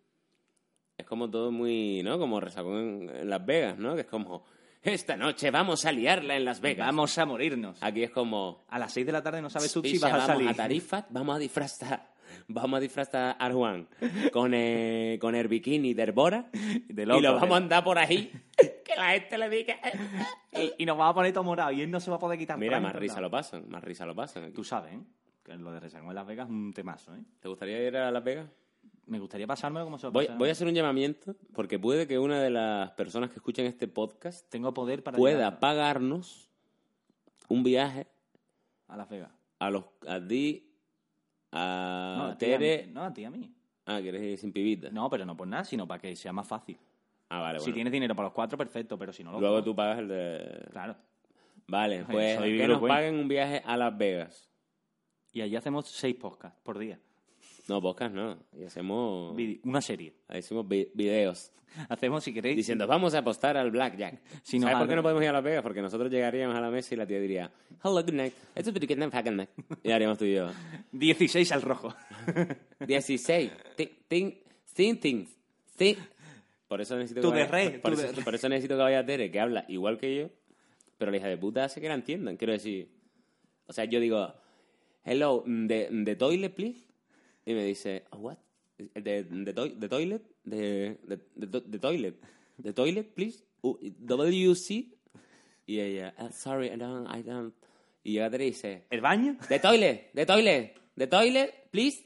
Es como todo muy, ¿no? Como resacón en, en Las Vegas, ¿no? Que es como, esta noche vamos a liarla en Las Vegas. Vamos a morirnos. Aquí es como, A las 6 de la tarde no sabes tú si "Picha, vas a vamos salir. a Tarifa, vamos a disfrazar, vamos a disfrazar a Juan con, eh, con el bikini de Herbora De loco, y lo ¿eh? vamos a andar por ahí. Que la gente le diga... "Eh, Y, y nos va a poner todo morado y él no se va a poder quitar. Mira, Fran, más ¿verdad? risa lo pasan, más risa lo pasan. aquí. Tú sabes, ¿eh? Que lo de Resacón en Las Vegas es un temazo, ¿eh? ¿Te gustaría ir a Las Vegas? Me gustaría pasármelo como se lo Voy, pasaron. voy a hacer un llamamiento porque puede que una de las personas que escuchan este podcast Tengo poder para pueda llegar pagarnos un viaje a Las Vegas. a los a ti, a No, a ti, a mí. Ah, Tere. No, a ti, a mí. Ah, quieres ir sin pibita. No, pero no por nada, sino para que sea más fácil. Ah, vale, bueno. Si tienes dinero para los cuatro, perfecto, pero si no, lo Luego tú pagas el de. Claro. Vale, pues soy que nos gilipollas. paguen un viaje a Las Vegas. Y allí hacemos seis podcasts por día. No, podcast no. Y hacemos, Vide- Una serie. hacemos vi- videos Hacemos, si queréis. diciendo, vamos a apostar al Blackjack. Si no, ¿Sabes por qué algo- no podemos ir a Las Vegas? Porque nosotros llegaríamos a la mesa y la tía diría, hello, good night. It's a pretty good night, fuck night. Y haríamos tú y yo. 16 al rojo. 16. Ting, ting, sin things. Sí. Por eso necesito Tú que de vaya- re, por, tú eso, de por eso necesito que vaya Tere, que habla igual que yo, pero la hija de puta hace que la entiendan. Quiero decir, o sea, yo digo, hello, mm, the, the toilet, please. Y me dice, "Oh, what? The, the, toi- the toilet, the, the, the to- the toilet, the toilet, please. U- WC. Y ella, "Ah, sorry, I don't, I don't. Y llega Tere y dice, ¿El baño? de toilet, de toilet, de toilet, please.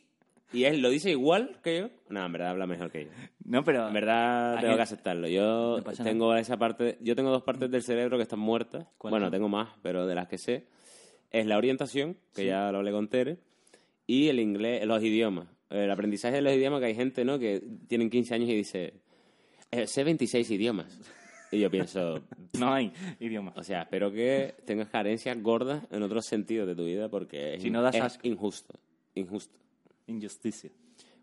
Y él lo dice igual que yo. Ah. No, en verdad habla mejor que yo. No, pero. En verdad Hay tengo gente- que aceptarlo. Yo No pasa nada. tengo esa parte, yo tengo dos partes del cerebro que están muertas. ¿Cuáles Bueno, son? tengo más, pero de las que sé es la orientación, que ya lo hablé con Tere, y el inglés, los idiomas. El aprendizaje de los idiomas que hay gente, ¿no? Que tienen 15 años y dice, "Eh, sé 26 idiomas. Y yo pienso, No hay idioma. o sea, espero que tengas carencias gordas en otros sentidos de tu vida porque es, Si no das es asco. injusto. Injusto. Injusticia.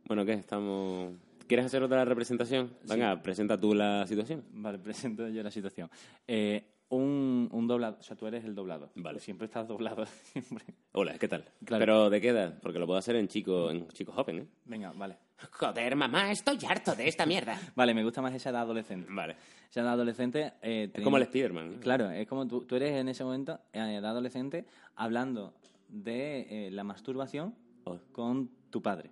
Bueno, ¿qué? Estamos... ¿Quieres hacer otra representación? Venga, presenta tú la situación. Vale, presento yo la situación. Eh, un, un doblado. O sea, tú eres el doblado. Vale. Siempre estás doblado. Siempre. Hola, ¿qué tal? Claro. Pero ¿de qué edad? Porque lo puedo hacer en chico, en chico joven, ¿eh? Venga, vale. Joder, mamá, estoy harto de esta mierda. Vale, me gusta más esa edad adolescente. Vale. Esa edad adolescente. eh, Es tenía- como el Spiderman. ¿eh? Claro, es como tú, tú eres en ese momento, en edad adolescente, hablando de eh, la masturbación Oh. con tu padre.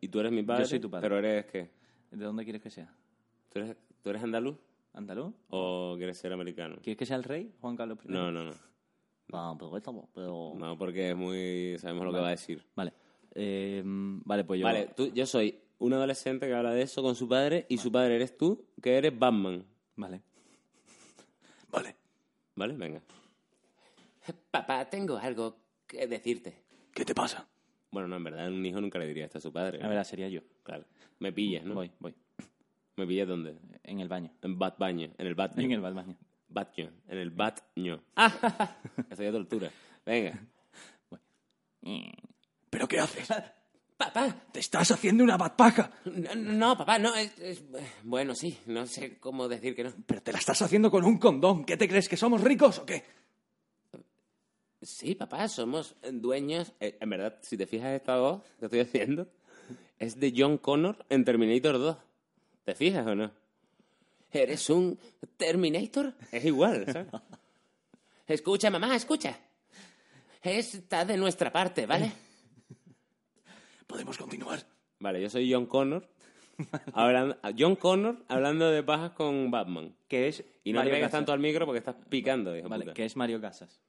Y tú eres mi padre. Yo soy tu padre. Pero eres qué? ¿De dónde quieres que sea? ¿Tú eres, tú eres andaluz ¿Andaluz? o quieres ser americano? ¿Quieres que sea el rey, Juan Carlos I? No, no, no. No, pero estamos, pero... No, porque es muy... Sabemos lo que va a decir. Vale. Eh, vale, pues yo... Vale, tú, yo soy un adolescente que habla de eso con su padre y su padre eres tú, que eres Batman. Vale. Vale. ¿Vale? Venga. Papá, tengo algo que decirte. ¿Qué te pasa? Bueno, no, en verdad un hijo nunca le diría esto a su padre. A ver, sería yo. Claro. Me pillas, ¿no? Voy, voy. ¿Me pillas dónde? En el baño. En bat baño, en el bat En el baño. baño, en el baño. ¡Ah! Eso ya tortura. Venga. ¿Pero qué haces? Papá, ¡Te estás haciendo una batpaja! no, no, papá, no, es, es- bueno, sí, no sé cómo decir que no. ¡Pero te la estás haciendo con un condón! ¿Qué te crees, que somos ricos o qué? Sí, papá, somos dueños. Eh, en verdad, si te fijas esta voz que estoy haciendo, es de John Connor en Terminator 2. ¿Te fijas o no? ¿Eres un Terminator? Es igual, ¿sabes? escucha, mamá, escucha. Está de nuestra parte, ¿vale? Podemos continuar. Vale, yo soy John Connor. hablando, John Connor hablando de pajas con Batman. Que es Y no te Mario pegas Casas. tanto al micro porque estás picando, hijo Vale, puta. que es Mario Casas.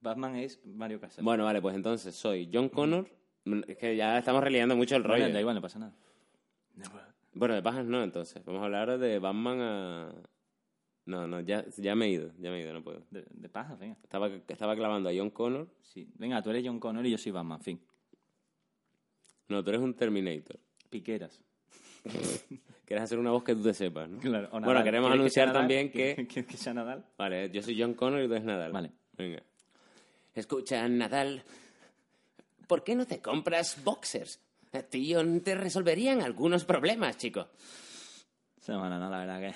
Batman es Mario Casas. Bueno, vale, pues entonces soy John Connor. Mm, Es que ya estamos reliando mucho el rollo. Bueno, da igual, no pasa nada. Bueno, de pajas no, entonces. Vamos a hablar de Batman a... No, no, ya, ya me he ido, ya me he ido, no puedo. De, de paja, venga. Estaba, estaba clavando a John Connor. Sí. Venga, tú eres John Connor y yo soy Batman, fin. No, tú eres un Terminator. Piqueras. Quieres hacer una voz que tú te sepas, ¿no? Claro, o bueno, Nadal. queremos ¿Quieres sea anunciar Nadal? también que... ¿Quieres que sea Nadal? Vale, yo soy John Connor y tú eres Nadal. Vale. Venga. Escucha, Nadal, ¿por qué no te compras boxers? A ti te resolverían algunos problemas, chico. Sí, bueno, no, la verdad que,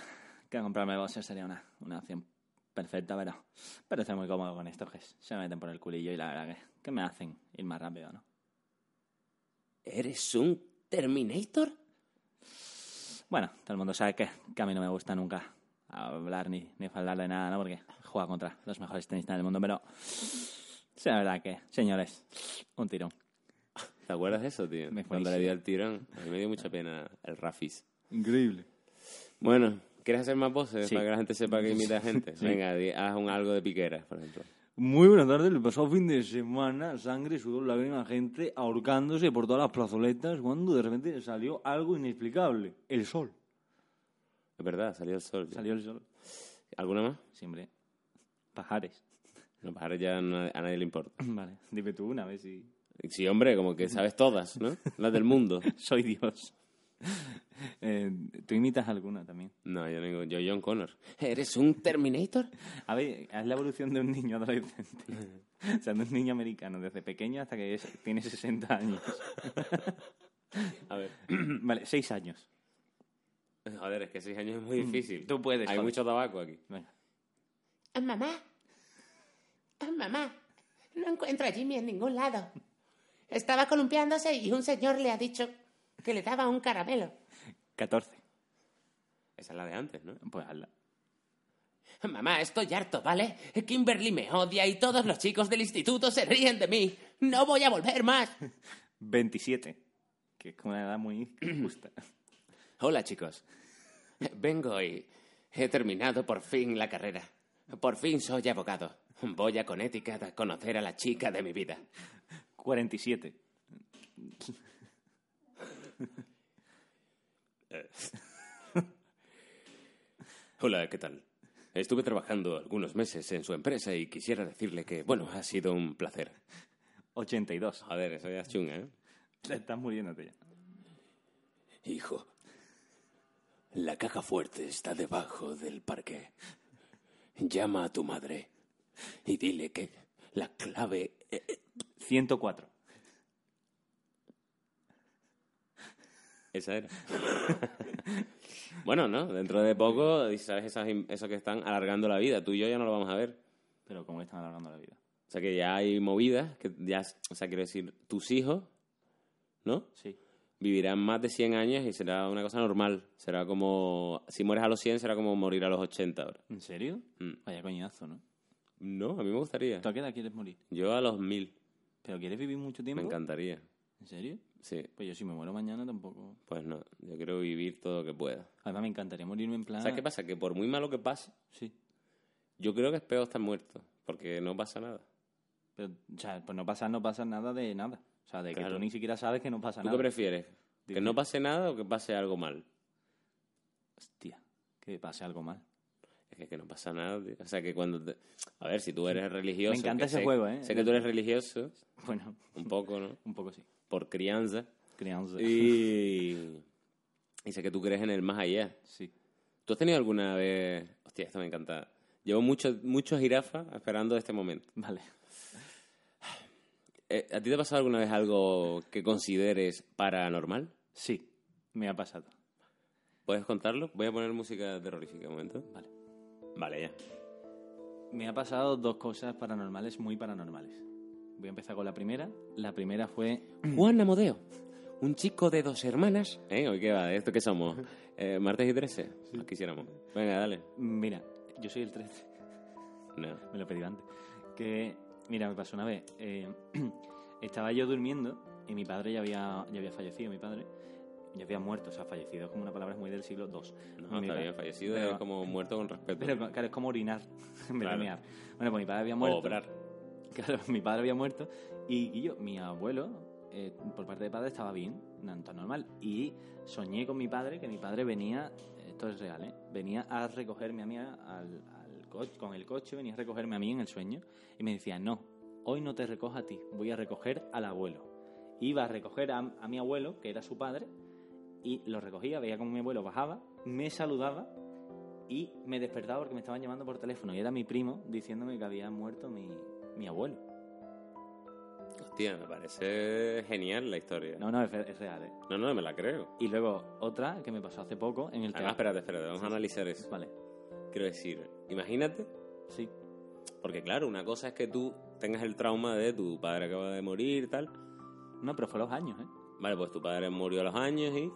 que comprarme boxers sería una, una opción perfecta, pero, pero estoy muy cómodo con estos que se me meten por el culillo y la verdad que, que me hacen ir más rápido, ¿no? ¿Eres un Terminator? Bueno, todo el mundo sabe que, que a mí no me gusta nunca hablar ni, ni hablar de nada, ¿no? Porque juega contra los mejores tenistas del mundo, pero sí, la verdad que, señores, un tirón. ¿Te acuerdas de eso, tío? Me fue Cuando le buenísimo. dio el tirón. A mí me dio mucha pena el Rafis. Increíble. Bueno, ¿quieres hacer más voces Sí. para que la gente sepa que imita gente? Sí. Venga, di- haz un algo de piqueras, por ejemplo. Muy buenas tardes, el pasado fin de semana, sangre, sudor, lágrimas, gente ahorcándose por todas las plazoletas cuando de repente salió algo inexplicable, el sol. Es verdad, salió el sol. tío. Salió el sol, ¿Alguna más? siempre. Pajares. No, ahora ya no- a nadie le importa. Vale, dime tú una vez si... Sí, hombre, como que sabes todas, ¿no? Las del mundo. Soy Dios. Eh, tú imitas alguna también. No, yo no digo, yo John Connor. ¿Eres un Terminator? A ver, haz la evolución de un niño adolescente. O sea, de un niño americano, desde pequeño hasta que es- tiene 60 años. A ver. Vale, 6 años. Joder, es que seis años es muy difícil. Mm. Tú puedes, Hay joder. mucho tabaco aquí. Venga. Ah, mamá. Ah, mamá. No encuentro a Jimmy en ningún lado. Estaba columpiándose y un señor le ha dicho que le daba un caramelo. 14. Esa es la de antes, ¿no? Pues hazla. Mamá, estoy harto, ¿vale? Kimberly me odia y todos los chicos del instituto se ríen de mí. No voy a volver más. 27. Que es como una edad muy justa. Hola, chicos. Vengo y he terminado por fin la carrera. Por fin soy abogado. Voy a Connecticut a conocer a la chica de mi vida. 47. Hola, ¿qué tal? Estuve trabajando algunos meses en su empresa y quisiera decirle que, bueno, ha sido un placer. 82. Joder, eso ya es chunga, ¿eh? Te Estás muriéndote ya. Hijo, la caja fuerte está debajo del parque. Llama a tu madre y dile que la clave... eh, 104. Esa era. bueno, ¿no? Dentro de poco, ¿sabes? Esas, eso que están alargando la vida. Tú y yo ya no lo vamos a ver. Pero como están alargando la vida. O sea, que ya hay movidas, que ya... O sea, quiero decir, tus hijos, ¿no? Sí. vivirán más de 100 años y será una cosa normal. Será como, si mueres a los 100, será como morir a los 80 ahora. ¿En serio? Mm. Vaya coñazo, ¿no? No, a mí me gustaría. ¿Tú a qué edad quieres morir? Yo a los 1000 ¿Pero quieres vivir mucho tiempo? me encantaría. ¿En serio? Sí, Pues yo si me muero mañana tampoco. pues no, yo quiero vivir todo lo que pueda. Además me encantaría morirme en plan... ¿Sabes qué pasa? Que por muy malo que pase, Sí. yo creo que es peor estar muerto, porque no pasa nada. Pero, o sea, pues no pasa, no pasa nada de nada. O sea, de que Claro. tú ni siquiera sabes que no pasa ¿Tú nada. qué prefieres? ¿Que Dime. no pase nada o que pase algo mal? Hostia, que pase algo mal. Es que, que no pasa nada, tío. O sea, que cuando... te- A ver, si tú eres religioso... Me encanta que ese sé- juego, ¿eh? Sé que tú eres religioso, Bueno, un poco, ¿no? un poco sí. Por crianza. Crianza. Y... y sé que tú crees en el más allá. Sí. ¿Tú has tenido alguna vez... Hostia, esto me encanta. Llevo mucho, mucho jirafa esperando este momento. Vale. Eh, ¿A ti te ha pasado alguna vez algo que consideres paranormal? Sí, me ha pasado. ¿Puedes contarlo? Voy a poner música terrorífica un momento. Vale. Vale, ya. Me ha pasado dos cosas paranormales muy paranormales. Voy a empezar con la primera. La primera fue... Juan Amodeo, un chico de dos hermanas. ¿Eh? ¿Hoy qué va? ¿Esto qué somos? Eh, ¿Martes y 13? Nos quisiéramos. Venga, dale. Mira, yo soy el 13. No. me lo pedí antes. Que, mira, me pasó una vez. eh, estaba yo durmiendo y mi padre ya había, ya había fallecido, mi padre. Ya había muerto, o sea, fallecido es como una palabra muy del siglo II. No, Mi está pa- bien. Fallecido Pero- es como muerto con respeto. Pero claro, es como orinar en vez de Claro. mear. Bueno, pues mi padre había O muerto. obrar. Claro, mi padre había muerto y yo, mi abuelo, eh, por parte de padre, estaba bien, no- tan normal. Y soñé con mi padre, que mi padre venía, esto es real, ¿eh? venía a recogerme a mí al, al co- con el coche, venía a recogerme a mí en el sueño y me decía, no, hoy no te recojo a ti, voy a recoger al abuelo. Iba a recoger a, a mi abuelo, que era su padre, y lo recogía, veía como mi abuelo bajaba, me saludaba y me despertaba porque me estaban llamando por teléfono y era mi primo diciéndome que había muerto mi, mi abuelo. Hostia, me parece genial la historia. No, No, no, es, re- es real, ¿eh? no, me la creo. Y luego otra que me pasó hace poco en Ah, el no, teatro. espérate, espérate, vamos a analizar eso. Vale, Quiero decir, imagínate, sí, porque claro, una cosa es que tú tengas el trauma de tu padre acaba de morir y tal. no, pero fue a los años, ¿eh? Vale, pues tu padre murió a los años y,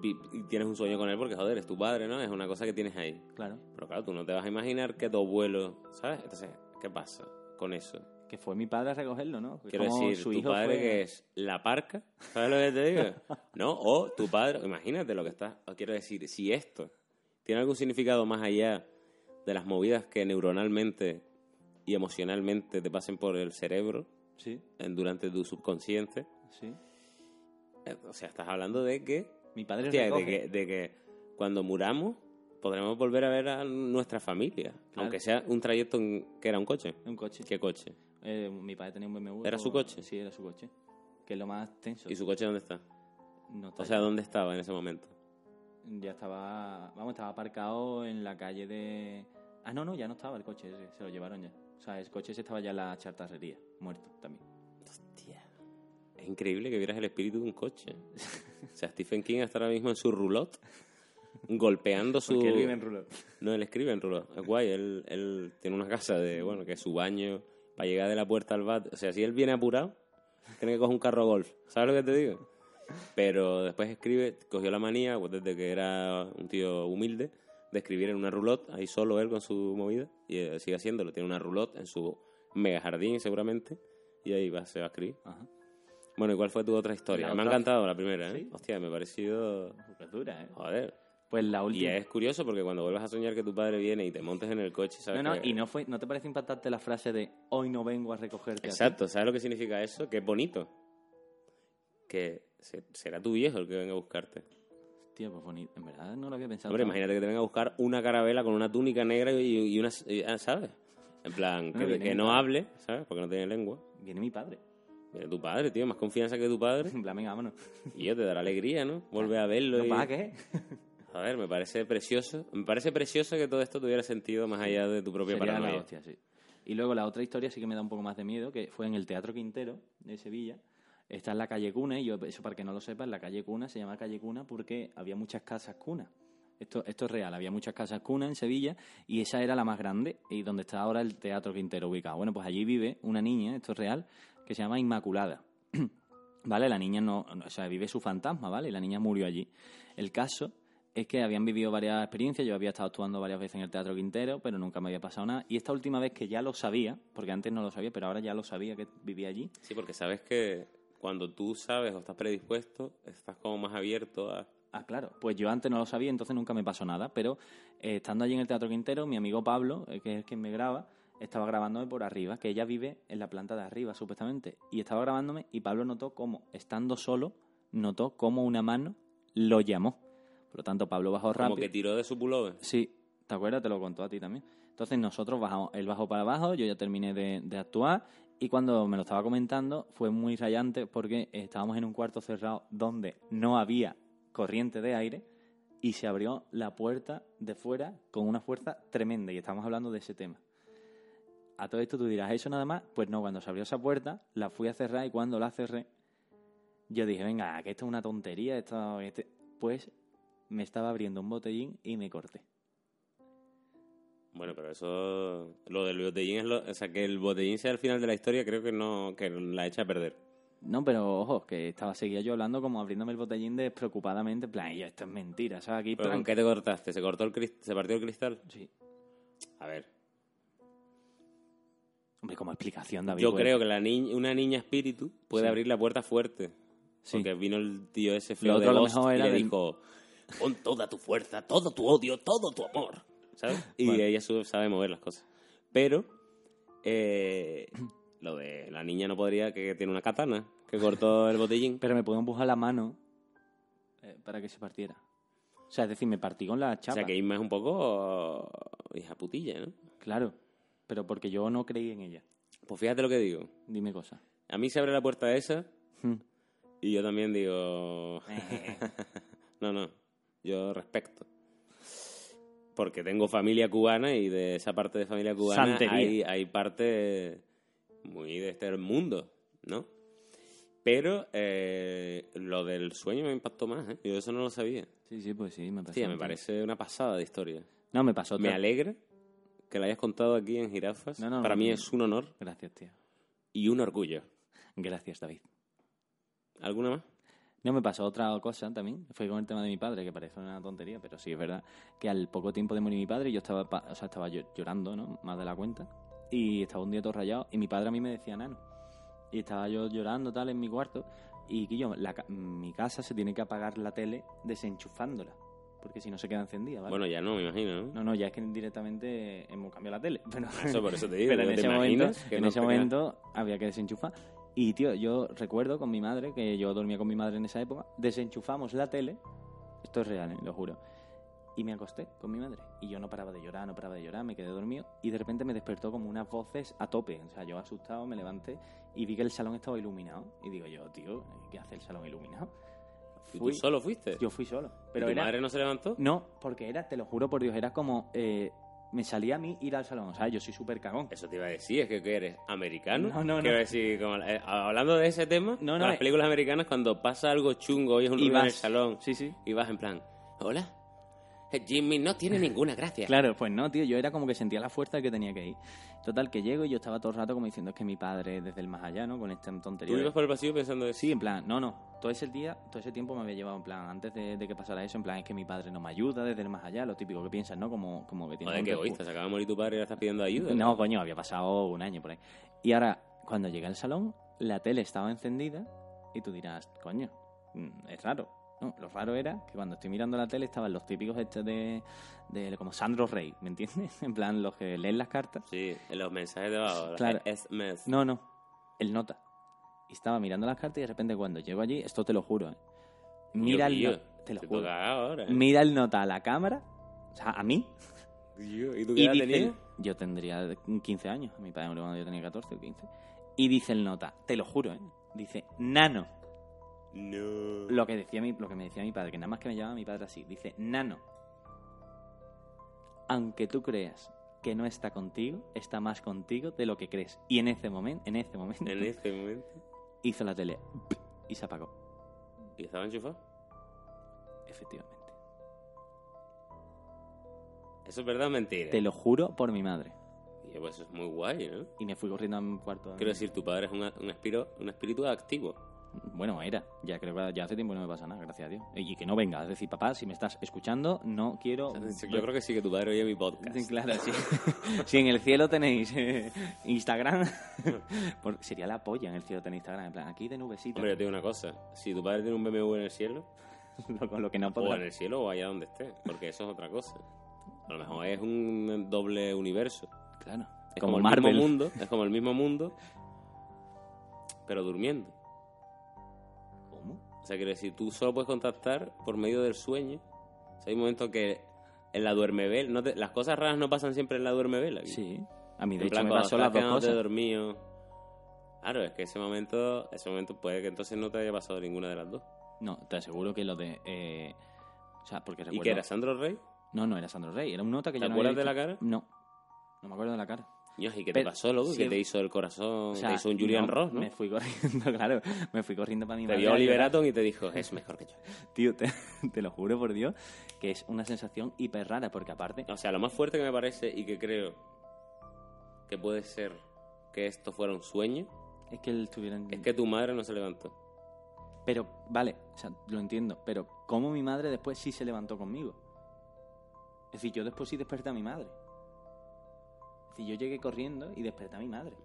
vi- y tienes un sueño con él porque, joder, es tu padre, ¿no? Es una cosa que tienes ahí. Claro, Pero claro, tú no te vas a imaginar que tu abuelo, ¿sabes? Entonces, ¿qué pasa con eso? que fue mi padre a recogerlo, ¿no? Quiero Como decir, tu padre fue- que es la parca, ¿sabes lo que te digo? ¿No? O tu padre, imagínate lo que está. o Quiero decir, si esto tiene algún significado más allá de las movidas que neuronalmente y emocionalmente te pasen por el cerebro Sí, en- durante tu subconsciente. sí. Eh, O sea, estás hablando de que, Mi padre hostia, de recoge. que, de que cuando muramos podremos volver a ver a nuestra familia, Claro. aunque sea un trayecto en- que era un coche. Un coche. ¿Qué coche? Eh, mi padre tenía un BMW. ¿Era su coche? Sí, era su coche. Que es lo más tenso. ¿Y su coche dónde está? No está O sea, allí. ¿dónde estaba en ese momento? ya estaba, vamos, estaba aparcado en la calle de... Ah, no, no, ya no estaba el coche ese, se lo llevaron ya. O sea, el coche ese estaba ya en la chartarrería, muerto también. Es increíble que vieras el espíritu de un coche. O sea, Stephen King está ahora mismo en su roulotte, golpeando su... Porque él vive en Rulo. No, él escribe en rulo. Es guay. Él, él tiene una casa de, bueno, que es su baño, para llegar de la puerta al bat. O sea, si él viene apurado, tiene que coger un carro golf. ¿Sabes lo que te digo? Pero después escribe, cogió la manía, pues, desde que era un tío humilde, de escribir en una roulotte, ahí solo él con su movida, y eh, sigue haciéndolo. Tiene una roulotte en su mega jardín, seguramente, y ahí va, se va a escribir. Ajá. Bueno, ¿y cuál fue tu otra historia? La me otra- ha encantado la primera, ¿eh? ¿Sí? Hostia, me ha parecido... Porque es dura, ¿eh? Joder. Pues la Y última... es curioso porque cuando vuelvas a soñar que tu padre viene y te montes en el coche, No, ¿sabes? no, que- y no, fue, ¿no te parece impactante la frase de hoy no vengo a recogerte? a ti"? Exacto, ¿sabes lo que significa eso? Que es bonito. Que se- será tu viejo el que venga a buscarte. Tío, pues bonito. En verdad no lo había pensado. Hombre, tanto. imagínate que te venga a buscar una carabela con una túnica negra y, y una... y- ah, ¿Sabes? En plan, No, que, viene que mi no padre. hable, ¿sabes? Porque no tiene lengua. Viene mi padre. Mira, tu padre, tío, más confianza que tu padre. En plan, venga, vámonos. Y yo te dará alegría, ¿no? Volver a verlo. ¿No y- pasa qué? A ver, me parece precioso. Me parece precioso que todo esto tuviera sentido más allá de tu propia Sería la paranoia. hostia, sí. Y luego la otra historia sí que me da un poco más de miedo, que fue en el Teatro Quintero de Sevilla. Está en la calle Cuna, y yo, eso para que no lo sepas, la calle Cuna se llama calle Cuna porque había muchas casas cunas. Esto, esto es real, había muchas casas cunas en Sevilla y esa era la más grande y donde está ahora el Teatro Quintero ubicado. Bueno, pues allí vive una niña, esto es real, que se llama Inmaculada. ¿Vale? La niña no, no- o sea, vive su fantasma, ¿vale? Y la niña murió allí. El caso es que habían vivido varias experiencias, yo había estado actuando varias veces en el Teatro Quintero, pero nunca me había pasado nada. Y esta última vez que ya lo sabía, porque antes no lo sabía, pero ahora ya lo sabía que vivía allí, Sí, porque sabes que cuando tú sabes o estás predispuesto, estás como más abierto a... Ah, claro. Pues yo antes no lo sabía, entonces nunca me pasó nada. Pero eh, estando allí en el Teatro Quintero, mi amigo Pablo, eh, que es quien me graba, estaba grabándome por arriba, que ella vive en la planta de arriba, supuestamente. Y estaba grabándome y Pablo notó cómo, estando solo, notó cómo una mano lo llamó. Por lo tanto, Pablo bajó Como rápido. que tiró de su pullover. Pues Sí, ¿te acuerdas? Te lo contó a ti también. Entonces nosotros bajamos, él bajó para abajo, yo ya terminé de, de actuar y cuando me lo estaba comentando fue muy rayante porque estábamos en un cuarto cerrado donde no había corriente de aire y se abrió la puerta de fuera con una fuerza tremenda y estamos hablando de ese tema. A todo esto tú dirás, ¿eso nada más? Pues no, cuando se abrió esa puerta, la fui a cerrar y cuando la cerré, yo dije, venga, que esto es una tontería, esto... Este... Pues me estaba abriendo un botellín y me corté. Bueno, pero eso... Lo del botellín es lo... O sea, que el botellín sea el final de la historia creo que no... Que la echa a perder. No, pero ojo, que estaba seguía yo hablando como abriéndome el botellín despreocupadamente, en plan, "Y esto es mentira, ¿sabes? Aquí, ¿Pero plan- con qué te cortaste? ¿Se cortó el cris- ¿Se partió el cristal? Sí. A ver. Hombre, como explicación, David. Yo pues, creo que la ni- una niña espíritu puede Sí. abrir la puerta fuerte. Sí. Porque vino el tío ese feo Lo de otro a lo Ghost mejor y era le del- dijo... Pon toda tu fuerza, todo tu odio, todo tu amor. ¿Sabes? Y Bueno. ella su- sabe mover las cosas. Pero... eh, lo de la niña no podría... Que tiene una katana que cortó el botellín. Pero me puedo empujar la mano eh, para que se partiera. O sea, es decir, me partí con la O chapa. sea, que Isma es un poco... Hija putilla, ¿no? Claro, pero porque yo no creí en ella. Pues fíjate lo que digo. Dime cosas. A mí se abre la puerta esa Hmm. Eh. y yo también digo... no, no. Yo respecto. Porque tengo familia cubana y de esa parte de familia cubana Santería. hay, hay parte muy de este mundo, ¿no? Pero eh, lo del sueño me impactó más, ¿eh? Yo eso no lo sabía. Sí, sí, pues sí, me pasó. Hostia, me un- parece una pasada de historia. No, me pasó Me otra. alegra que la hayas contado aquí en Jirafas. No, no, Para no, mí no. es un honor Gracias, tío. y un orgullo. Gracias, David. ¿Alguna más? No, me pasó otra cosa también. Fue con el tema de mi padre, que parece una tontería, pero sí es verdad que al poco tiempo de morir mi padre, yo estaba, pa- o sea, estaba llo- llorando, ¿no? Más de la cuenta. Y estaba un día todo rayado. Y mi padre a mí me decía nano. Y estaba yo llorando, tal, en mi cuarto. Y que yo, mi casa se tiene que apagar la tele desenchufándola. porque si no se queda encendida, ¿vale? Bueno, ya no, me imagino, ¿no? no, no, ya es que directamente hemos cambiado la tele. Pero, Eso, por eso te digo, pero en ¿te ese, momento, imaginas que en no ese pega? momento había que desenchufar. Y, tío, yo recuerdo con mi madre, que yo dormía con mi madre en esa época, desenchufamos la tele. Esto es real, ¿eh? lo juro. Y me acosté con mi madre. Y yo no paraba de llorar, no paraba de llorar, me quedé dormido. Y de repente me despertó como unas voces a tope. O sea, yo asustado me levanté y vi que el salón estaba iluminado. Y digo yo, tío, ¿qué hace el salón iluminado? ¿Y tú Fui- solo fuiste? Yo fui solo. Pero ¿Y ¿Tu era, madre no se levantó? no, porque era, te lo juro por Dios, era como. eh, me salía a mí ir al salón. O sea, yo soy súper cagón. Eso te iba a decir, es que ¿qué eres americano. No, no, no. Quiero decir, como, eh, hablando de ese tema, No, no, con las eh. películas americanas, cuando pasa algo chungo, oyes un Y ruido en el vas. salón Sí, sí. y vas en plan, hola, eh, Jimmy no tiene ninguna gracia. Claro, pues no, tío, yo era como que sentía la fuerza que tenía que ir. Total, que llego y yo estaba todo el rato como diciendo, es que mi padre desde el más allá, ¿no? Con esta Tú tontería. de- ibas por el pasillo pensando eso. Sí, en plan, no, no. Todo ese día, todo ese tiempo me había llevado en plan, antes de, de que pasara eso, en plan, es que mi padre no me ayuda desde el más allá, lo típico que piensas, ¿no? Como, como que tiene Joder, un qué recu- egoísta, se acaba de morir tu padre y ahora estás pidiendo ayuda. No, coño, había pasado un año por ahí. Y ahora, cuando llegué al salón, la tele estaba encendida y tú dirás, coño, mm, es raro. No, lo raro era que cuando estoy mirando la tele estaban los típicos estos de, de como Sandro Rey, ¿me entiendes? En plan, los que leen las cartas. Sí, en los mensajes de abajo, Claro. es mes. No, no, el nota. Y estaba mirando las cartas y de repente cuando llego allí, esto te lo juro, ¿eh? Mira el Dios no- mío, te lo te juro. toca ahora. ¿eh? Mira el nota a la cámara, o sea, a mí, Dios, ¿Y tú qué Y edad dice tenías? el- yo tendría 15 años, mi padre murió cuando yo tenía 14 o 15. Y dice el nota, te lo juro, ¿eh? dice, nano. No. Lo que, decía mi, lo que me decía mi padre, que nada más que me llamaba mi padre así, dice, nano. Aunque tú creas que no está contigo, está más contigo de lo que crees. Y en este momento, en este momento, En este momento. hizo la tele y se apagó, ¿Y estaba enchufado? efectivamente. Eso es verdad o mentira. Te lo juro por mi madre. Y pues eso es muy guay, ¿no? Y me fui corriendo a mi cuarto. Quiero decir, tu padre es un, un, espiro- un espíritu activo. Bueno, era. Ya creo que ya hace tiempo no me pasa nada, gracias a Dios. Y que no venga. Es decir, papá, si me estás escuchando, no quiero... Yo creo que sí que tu padre oye mi podcast. Oh, Sí, Claro, sí. si en el cielo tenéis eh, Instagram, por- sería la polla en el cielo tener Instagram. En plan, aquí de nubecita. Hombre, yo te digo una cosa. Si tu padre tiene un BMW en el cielo, lo- con lo que no o podrá. en el cielo o allá donde esté, porque eso es otra cosa. A lo mejor es un doble universo. Claro. Es Como, el Marvel. mismo mundo, es como el mismo mundo, pero durmiendo. ¿Cómo? O sea, quiero decir, tú solo puedes contactar por medio del sueño. O sea, hay momentos que en la duermevela, no te- las cosas raras no pasan siempre en la duermevela. Sí. A mí, En de hecho, plan, me cuando pasó las estás dos quedándote cosas. dormido. Claro, es que ese momento, ese momento puede que entonces no te haya pasado ninguna de las dos. No, te aseguro que lo de... eh, o sea, porque ¿Y recuerdo... que era Sandro Rey? No, no, era Sandro Rey. Era un nota que ¿Te yo no acuerdas había de la visto. cara? No. No me acuerdo de la cara. Dios, ¿y qué te Pero- pasó, loco? sí, que te hizo el corazón, O sea, te hizo un Julian no, Ross, ¿no? Me fui corriendo, claro. Me fui corriendo para mi Te madre. vio a Oliver llorar. Atom y te dijo, es mejor que yo. Tío, te, te lo juro por Dios, que es una sensación hiper rara, porque aparte... O sea, lo más fuerte que me parece y que creo que puede ser que esto fuera un sueño Es que él estuviera en- es que tu madre no se levantó. Pero, vale, o sea, lo entiendo, pero ¿cómo mi madre después sí se levantó conmigo? Es decir, yo después sí desperté a mi madre. Es decir, yo llegué corriendo y desperté a mi madre.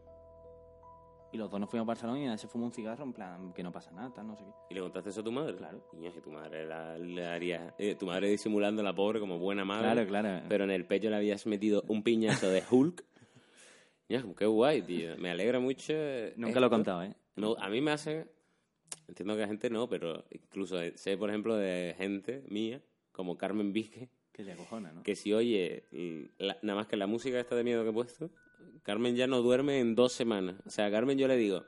Y los dos nos fuimos a Barcelona y él se fumó un cigarro en plan, que no pasa nada, tal, no sé qué. ¿Y le contaste eso a tu madre? Claro. Niños, y tu madre la, la haría. eh, tu madre disimulando la pobre como buena madre. Claro, claro. Pero en el pecho le habías metido un piñazo de Hulk. Niños, qué guay, tío. Me alegra mucho. eh, Nunca lo he esto. contado, ¿eh? No, a mí me hace. Entiendo que a gente no, pero incluso sé, por ejemplo, de gente mía, como Carmen Vizque, Que te acojona, ¿no? que si oye mm, la- nada más que la música esta de miedo que he puesto, Carmen ya no duerme en dos semanas. O sea, a Carmen yo le digo,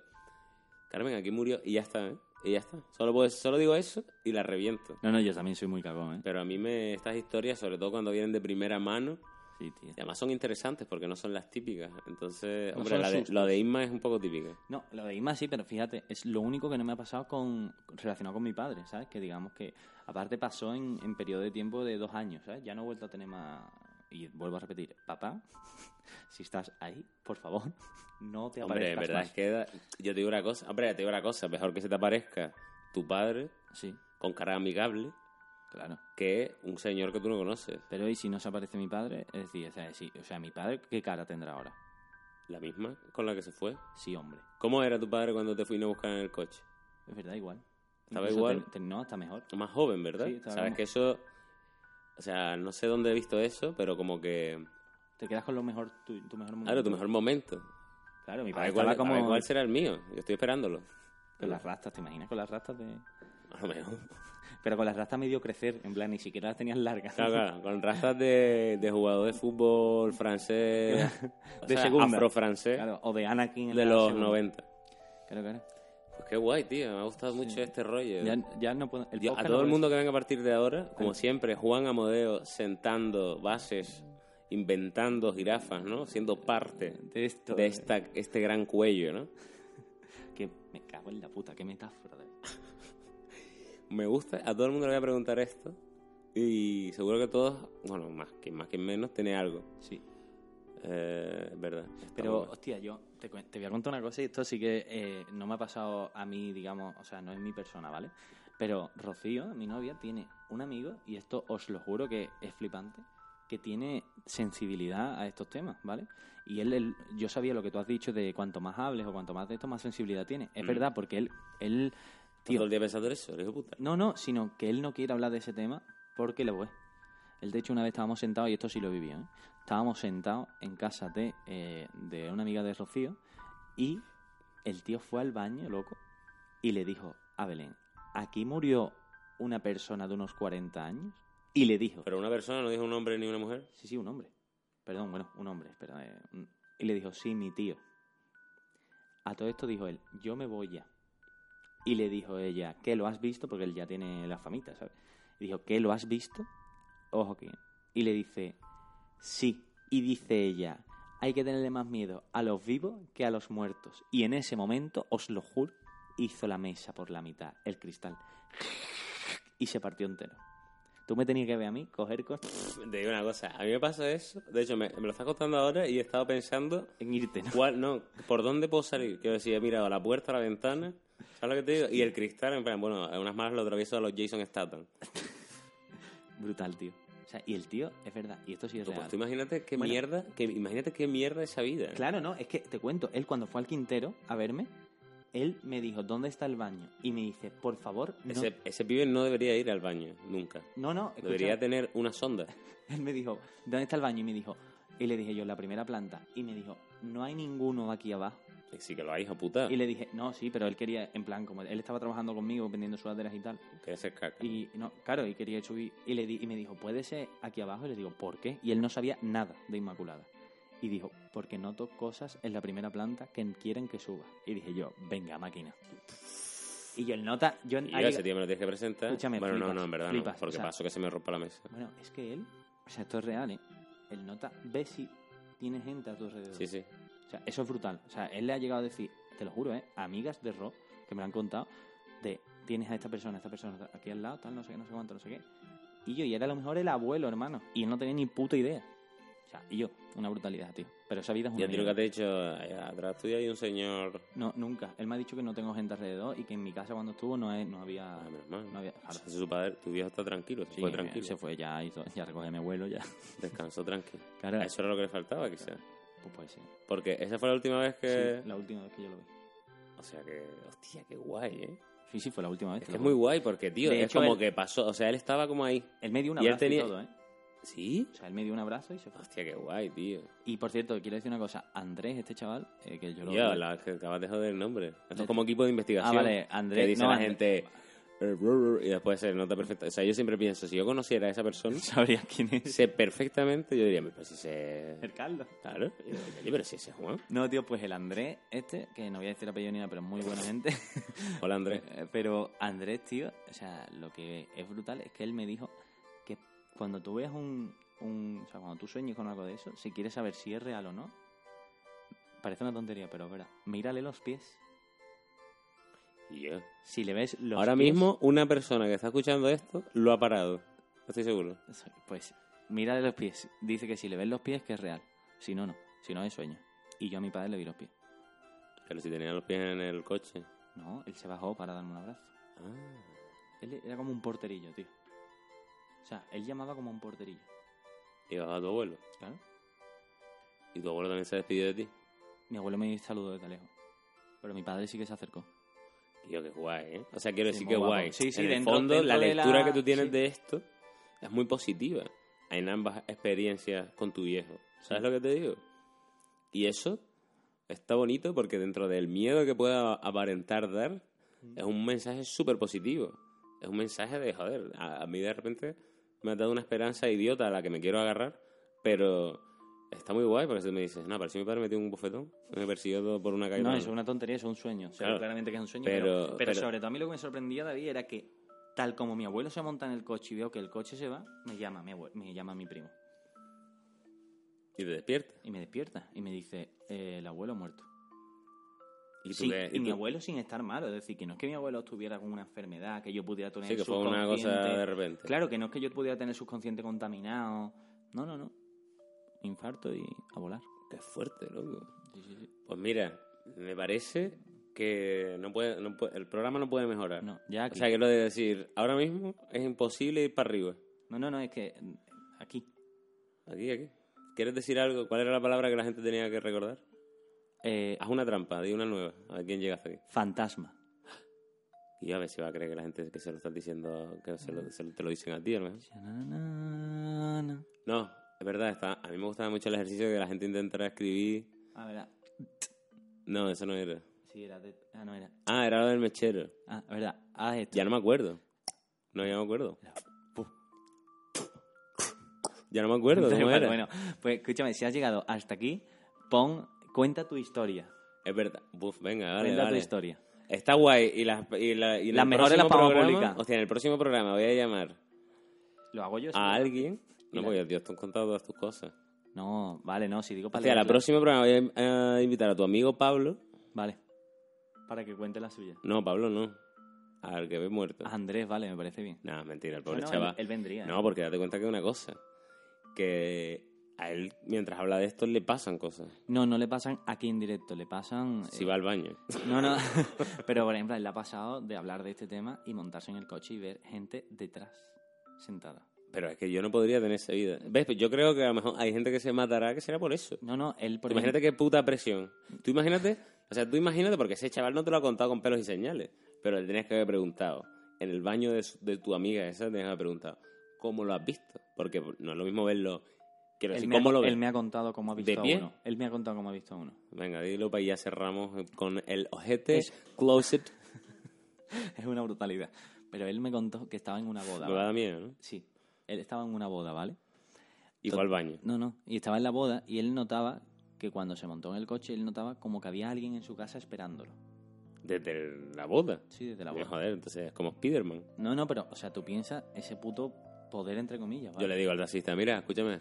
Carmen, aquí murió y ya está, ¿eh? Y ya está. Solo, puedo- solo digo eso y la reviento. No, no, yo también soy muy cagón, ¿eh? Pero a mí me estas historias, sobre todo cuando vienen de primera mano, Sí, tío. y además son interesantes porque no son las típicas. Entonces, No hombre, son la de, sustos. lo de Inma es un poco típica. No, lo de Isma sí, pero fíjate, es lo único que no me ha pasado con relacionado con mi padre, ¿sabes? Que digamos que, aparte pasó en, en periodo de tiempo de dos años, ¿sabes? Ya no he vuelto a tener más... Y vuelvo a repetir, papá, si estás ahí, por favor, no te Hombre, en aparezcas verdad más. es que da- yo te digo una cosa, hombre, te digo una cosa, mejor que se te aparezca tu padre Sí, con cara amigable claro. que un señor que tú no conoces. Pero ¿y si no se aparece mi padre? Es decir, o sea, sí, o sea, mi padre, ¿qué cara tendrá ahora? La misma con la que se fue. Sí, hombre. ¿Cómo era tu padre cuando te fuimos a buscar en el coche? Es verdad, igual. Estaba Incluso igual. te- te- no, está mejor. Más joven, ¿verdad? Sí, estaba Sabes más- que eso O sea, no sé dónde he visto eso, pero como que... Te quedas con lo mejor, tu, tu mejor Ah, momento. Claro, tu mejor momento. Ah, Claro, mi A padre ver, cuál, estaba a ver como... cuál será el mío. Yo estoy esperándolo. Con las rastas, ¿te imaginas? Con las rastas de... A lo mejor. Pero con las rastas medio crecer, en plan, ni siquiera las tenías largas. Claro, claro, con razas de, de jugador de fútbol francés, De o sea, segunda. afrofrancés, Claro, o de Anakin. en de la los segunda. 90. Claro, claro. Pues qué guay, tío, me ha gustado mucho este rollo. Ya, ya no puedo... el Yo- a podcast todo no el puede- mundo que venga a partir de ahora, como siempre, Juan Amodeo sentando bases, inventando jirafas, ¿no? Siendo parte De esto. de esta, este gran cuello, ¿no? Que me cago en la puta, qué metáfora. de- Me gusta, a todo el mundo le voy a preguntar esto y seguro que todos, bueno, más que más que menos, tiene algo. Sí. Eh, es verdad. Está Pero, muy guay. hostia, yo te, cuen- te voy a contar una cosa y esto sí que eh, no me ha pasado a mí, digamos, o sea, no es mi persona, ¿vale? Pero Rocío, mi novia, tiene un amigo, y esto os lo juro que es flipante, que tiene sensibilidad a estos temas, ¿vale? Y él, él- yo sabía lo que tú has dicho de cuanto más hables o cuanto más de esto, más sensibilidad tiene. Es Mm. verdad, porque él, él, tío, todo el día pensando en eso, hijo de puta. no, no, sino que él no quiere hablar de ese tema porque lo es. Él, de hecho, una vez estábamos sentados, y esto sí lo vivió, ¿eh? estábamos sentados en casa de, eh, de una amiga de Rocío y el tío fue al baño, loco, y le dijo a Belén, aquí murió una persona de unos 40 años y le dijo, Pero una persona no dijo un hombre ni una mujer. sí, sí, un hombre, perdón, bueno, un hombre, espera, eh, un- y le dijo, sí, mi tío. A todo esto dijo él, yo me voy ya. Y le dijo ella, ¿qué lo has visto? Porque él ya tiene la famita, ¿sabes? Y dijo, ¿qué lo has visto? Ojo aquí. Y le dice, sí. Y dice ella, hay que tenerle más miedo a los vivos que a los muertos. Y en ese momento, os lo juro, hizo la mesa por la mitad, el cristal. Y se partió entero. Tú me tenías que ver a mí, coger con... Te digo una cosa, a mí me pasa eso. De hecho, me, me lo está contando ahora y he estado pensando en irte, ¿no? cuál, no, por dónde puedo salir. Quiero decir, he mirado a la puerta, a la ventana, ¿sabes lo que te digo? Y el cristal, en plan, bueno, a unas malas lo atravieso a los Jason Statham. Brutal, tío. O sea, y el tío, es verdad, y esto sí es Tú, real. pues tú imagínate qué Bueno. mierda, que, imagínate qué mierda esa vida. ¿eh? Claro, no, es que te cuento, él cuando fue al Quintero a verme, él me dijo, ¿dónde está el baño? Y me dice, por favor, no... Ese, ese pibe no debería ir al baño, nunca. No, no, escucha. Debería tener una sonda. Él me dijo, ¿dónde está el baño? Y me dijo, y le dije yo, la primera planta. Y me dijo, no hay ninguno aquí abajo. Y Sí que lo hay, hijo puta. Y le dije, no, sí, pero él quería, en plan, como él estaba trabajando conmigo, vendiendo sudaderas y tal. Quiere ser caca. Y no, claro, y quería subir. Y, le di- y me dijo, ¿puede ser aquí abajo? Y le digo, ¿por qué? Y él no sabía nada de Inmaculada. Y dijo, porque noto cosas en la primera planta que quieren que suba. Y dije yo, venga, máquina. Y yo, el nota, yo Y yo ahí- a ese tío me lo tienes que presentar. Escúchame, bueno, no, flipas, no, en verdad flipas, no. Porque o sea- paso que se me rompa la mesa. Bueno, es que él, o sea, esto es real, ¿eh? El nota ve si tiene gente a tu alrededor. Sí, sí. O sea, eso es brutal. O sea, él le ha llegado a decir, te lo juro, ¿eh? Amigas de Ro, que me lo han contado, de tienes a esta persona, a esta persona aquí al lado, tal, no sé qué, no sé cuánto, no sé qué. Y yo, y era a lo mejor el abuelo, hermano. Y él no tenía ni puta idea. O sea, y yo, una brutalidad, tío. Pero esa vida es una Ya te lo que mierda. te he dicho, allá atrás tuyo hay un señor. No, nunca. Él me ha dicho que no tengo gente alrededor y que en mi casa cuando estuvo no, he- no había... Ah, menos mal. No había- claro. O sea, su padre, tu viejo está tranquilo, se Sí, fue tranquilo. Se fue ya y todo. Ya recogí a mi abuelo, ya. Descansó tranquilo. Claro, Eso era lo que le faltaba, quizás. pues puede ser. Porque esa fue la última vez que. Sí, la última vez que yo lo vi. O sea que. Hostia, qué guay, ¿eh? Sí, sí, fue la última vez. Es te que es lo muy juro. guay porque, tío, De es hecho, como él- que pasó. O sea, él estaba como ahí. Él me dio un Y él abrazo y, tenía- todo, ¿eh? ¿Sí? O sea, él me dio un abrazo y se fue. Hostia, qué guay, tío. Y por cierto, quiero decir una cosa. Andrés, este chaval, eh, que yo lo. Tío, la que acabas de joder el nombre. Esto De- es como equipo de investigación. Ah, vale, Andrés- Que dice no, la Andrés. gente. "Eh, brr, brr", Y después se nota perfecto. O sea, yo siempre pienso, si yo conociera a esa persona, Sabrías quién es. sé perfectamente, yo diría, pero si se. El Carlos. Claro, Y digo, "Oye, pero si ese es Juan. No, tío, pues el Andrés, este, que no voy a decir apellido ni nada, pero es muy buena gente. Hola, Andrés. Eh, pero Andrés, tío, o sea, lo que es brutal es que él me dijo que cuando tú veas un. un o sea, cuando tú sueñes con algo de eso, si quieres saber si es real o no, parece una tontería, pero verá, mírale los pies. Y yo. Si le ves los Ahora pies- mismo, una persona que está escuchando esto lo ha parado. Estoy seguro. Pues mira de los pies. Dice que si le ves los pies que es real. Si no, no. Si no es sueño. Y yo a mi padre le vi los pies. Pero si tenía los pies en el coche. No, él se bajó para darme un abrazo. Ah. Él era como un porterillo, tío. O sea, él llamaba como un porterillo. Y bajaba a tu abuelo. Claro. Y tu abuelo también se despidió de ti. Mi abuelo me saludó desde lejos. Pero mi padre sí que se acercó. Tío, qué guay, ¿eh? O sea, quiero Sí, decir muy que guay. guay. Sí, sí, en el dentro- fondo, dentro la de la- lectura que tú tienes sí. de esto es muy positiva en ambas experiencias con tu viejo. ¿Sabes lo que te digo? Y eso está bonito porque dentro del miedo que pueda aparentar dar, Mm. es un mensaje súper positivo. Es un mensaje de, joder, a, a mí de repente me ha dado una esperanza idiota a la que me quiero agarrar, pero está muy guay porque tú me dices, no, pero si mi padre me dio un bofetón, me persiguió todo por una calle. No, tal". eso es una tontería, eso es un sueño. Se ve Claro. claramente que es un sueño. Pero- Pero, pero, pero- sobre todo a mí lo que me sorprendía, David, era que tal como mi abuelo se monta en el coche y veo que el coche se va, me llama mi, abue- me llama mi primo. Y te despierta. Y me despierta y me dice, eh, el abuelo ha muerto. Y, tú Sí, que- y y mi tú- abuelo sin estar malo. Es decir, que no es que mi abuelo tuviera alguna enfermedad, que yo pudiera tener Sí, que fue una subconsciente- cosa de repente. Claro, que no es que yo pudiera tener subconsciente contaminado. No, no, no. Infarto y a volar. Qué fuerte, loco. Pues mira, me parece que no puede, no puede- el programa no puede mejorar. No, ya O aquí. sea, que lo de decir, ahora mismo es imposible ir para arriba. No, no, no, es que mm, aquí. Aquí, aquí. ¿Quieres decir algo? ¿Cuál era la palabra que la gente tenía que recordar? Eh, Haz una trampa, di una nueva. A ver quién llega hasta aquí. fantasma. Y a ver si va a creer que la gente que se lo estás diciendo, que se lo- se lo- te lo dicen a ti, a lo mejor. Chananana. No, es verdad, está. A mí me gustaba mucho el ejercicio de que la gente intentara escribir. A ver, ah, No, eso no era. sí, era de... Ah, no era. Ah, era lo del mechero. Ah, verdad. Haz esto. Ya no me acuerdo. No, ya me acuerdo. Ya no me acuerdo Pero cómo bueno, era. bueno, pues escúchame, si has llegado hasta aquí, pon, cuenta tu historia. Es verdad. Buf, venga, vale, cuenta tu vale. historia. Está guay. Y las y la, y en Las el mejores las próximo vamos a programa- publicar. Hostia, en el próximo programa voy a llamar ¿Lo hago yo? sí? a alguien. No, la- porque Dios te han contado todas tus cosas. No, vale, no, si digo para Hostia, la próxima programa voy a eh, invitar a tu amigo Pablo. Vale. Para que cuente la suya. No, Pablo no. Al que ve muerto. Ah, Andrés, vale, me parece bien. Nada, mentira, el pobre Bueno, él- chaval. Él, vendría. ¿eh? No, porque date cuenta que una cosa. Que a él, mientras habla de esto, le pasan cosas. no, no le pasan aquí en directo, le pasan... Si eh, va al baño. No, no. Pero, por ejemplo, él le ha pasado de hablar de este tema y montarse en el coche y ver gente detrás, sentada. Pero es que yo no podría tener esa vida. ¿Ves? Pues Yo creo que a lo mejor hay gente que se matará que será por eso. No, no, él, por Tú imagínate ejemplo- qué puta presión. Tú imagínate, o sea, tú imagínate, porque ese chaval no te lo ha contado con pelos y señales, pero le tenías que haber preguntado. En el baño de, su- de tu amiga esa, tenías que haber preguntado, ¿cómo lo has visto? Porque no es lo mismo verlo. Quiero él, decir, me ha, ¿cómo lo él ves? me ha contado cómo ha ¿De visto a pie? uno. Él me ha contado cómo ha visto a uno. Venga, dilo para ya cerramos con el ojete Es- closet. Es una brutalidad. Pero él me contó que estaba en una boda. Me va a ¿vale? dar miedo, ¿no? Sí, él estaba en una boda, ¿vale? Y fue al baño. No, no. Y estaba en la boda y él notaba que cuando se montó en el coche, él notaba como que había alguien en su casa esperándolo. Desde la boda. Sí, desde la Bueno, boda. joder, entonces es como Spiderman. No, no, pero, o sea, tú piensas ese puto poder entre comillas, ¿vale? Yo le digo al taxista, mira, escúchame,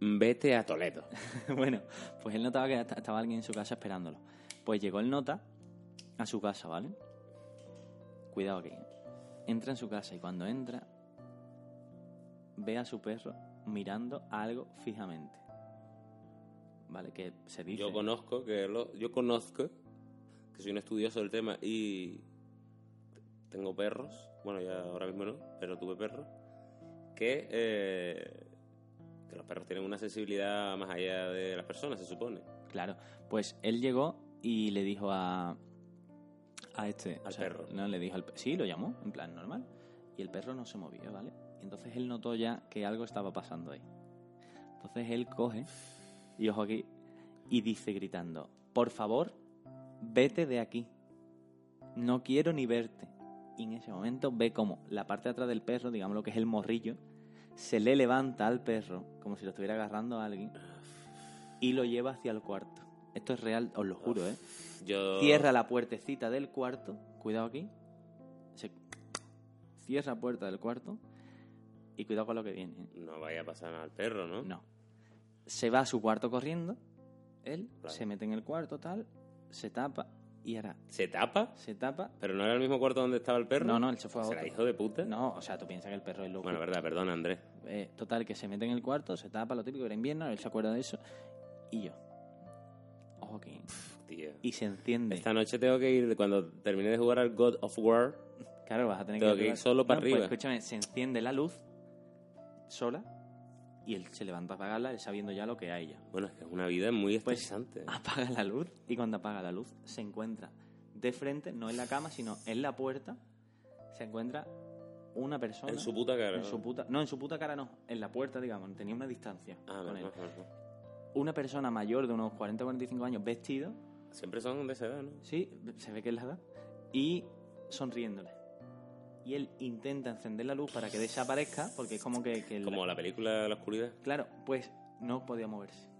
vete a Toledo. bueno, pues él notaba que est- estaba alguien en su casa esperándolo. Pues llegó el nota a su casa, ¿vale? Cuidado aquí. Entra en su casa y cuando entra ve a su perro mirando algo fijamente. ¿Vale? Que se dice... Yo conozco que lo- yo conozco que soy un estudioso del tema y tengo perros. Bueno, ya ahora mismo no, pero tuve perros que eh, que los perros tienen una sensibilidad más allá de las personas, se supone. Claro, pues él llegó y le dijo a a este Al perro. No, le dijo al pe- sí, lo llamó en plan normal y el perro no se movía, ¿vale? Y entonces él notó ya que algo estaba pasando ahí. Entonces él coge y ojo aquí y dice gritando, "Por favor, vete de aquí. No quiero ni verte." Y en ese momento ve como la parte de atrás del perro, digamos lo que es el morrillo, se le levanta al perro como si lo estuviera agarrando a alguien y lo lleva hacia el cuarto. Esto es real, os lo juro, ¿eh? Yo Cierra la puertecita del cuarto, cuidado aquí. Se- Cierra la puerta del cuarto y cuidado con lo que viene. ¿eh? no vaya a pasar nada al perro, ¿no? No. Se va a su cuarto corriendo, él Claro. se mete en el cuarto, tal, se tapa y ahora ¿Se tapa? se tapa. ¿Pero no era el mismo cuarto donde estaba el perro? No, no, él se fue a ¿Será otro. hijo de puta? No, o sea, tú piensas que el perro es loco. Bueno, verdad, perdón, Andrés. Eh, total, que se mete en el cuarto, se tapa, lo típico, era invierno, él se acuerda de eso. Y yo. Ojo aquí. Tío. Y se enciende. Esta noche tengo que ir, cuando termine de jugar al God of War, Claro, vas a tener Tengo que, que ir ayudar. solo para pues arriba. escúchame, se enciende la luz sola y él se levanta a apagarla, él sabiendo ya lo que hay ya. bueno, es que es una vida muy Pues- estresante. Apaga la luz y cuando apaga la luz se encuentra de frente, no en la cama, sino en la puerta, se encuentra una persona. En su puta cara. En su puta, no, en su puta cara no. En la puerta, digamos. Tenía una distancia Ah, con él. verdad, verdad. Una persona mayor de unos 40 o 45 años vestido. Siempre son de esa edad, ¿no? Sí, se ve que es la edad. Y sonriéndole. Y él intenta encender la luz para que desaparezca, porque es como que... que la- Como la película La Oscuridad. Claro, pues no podía moverse.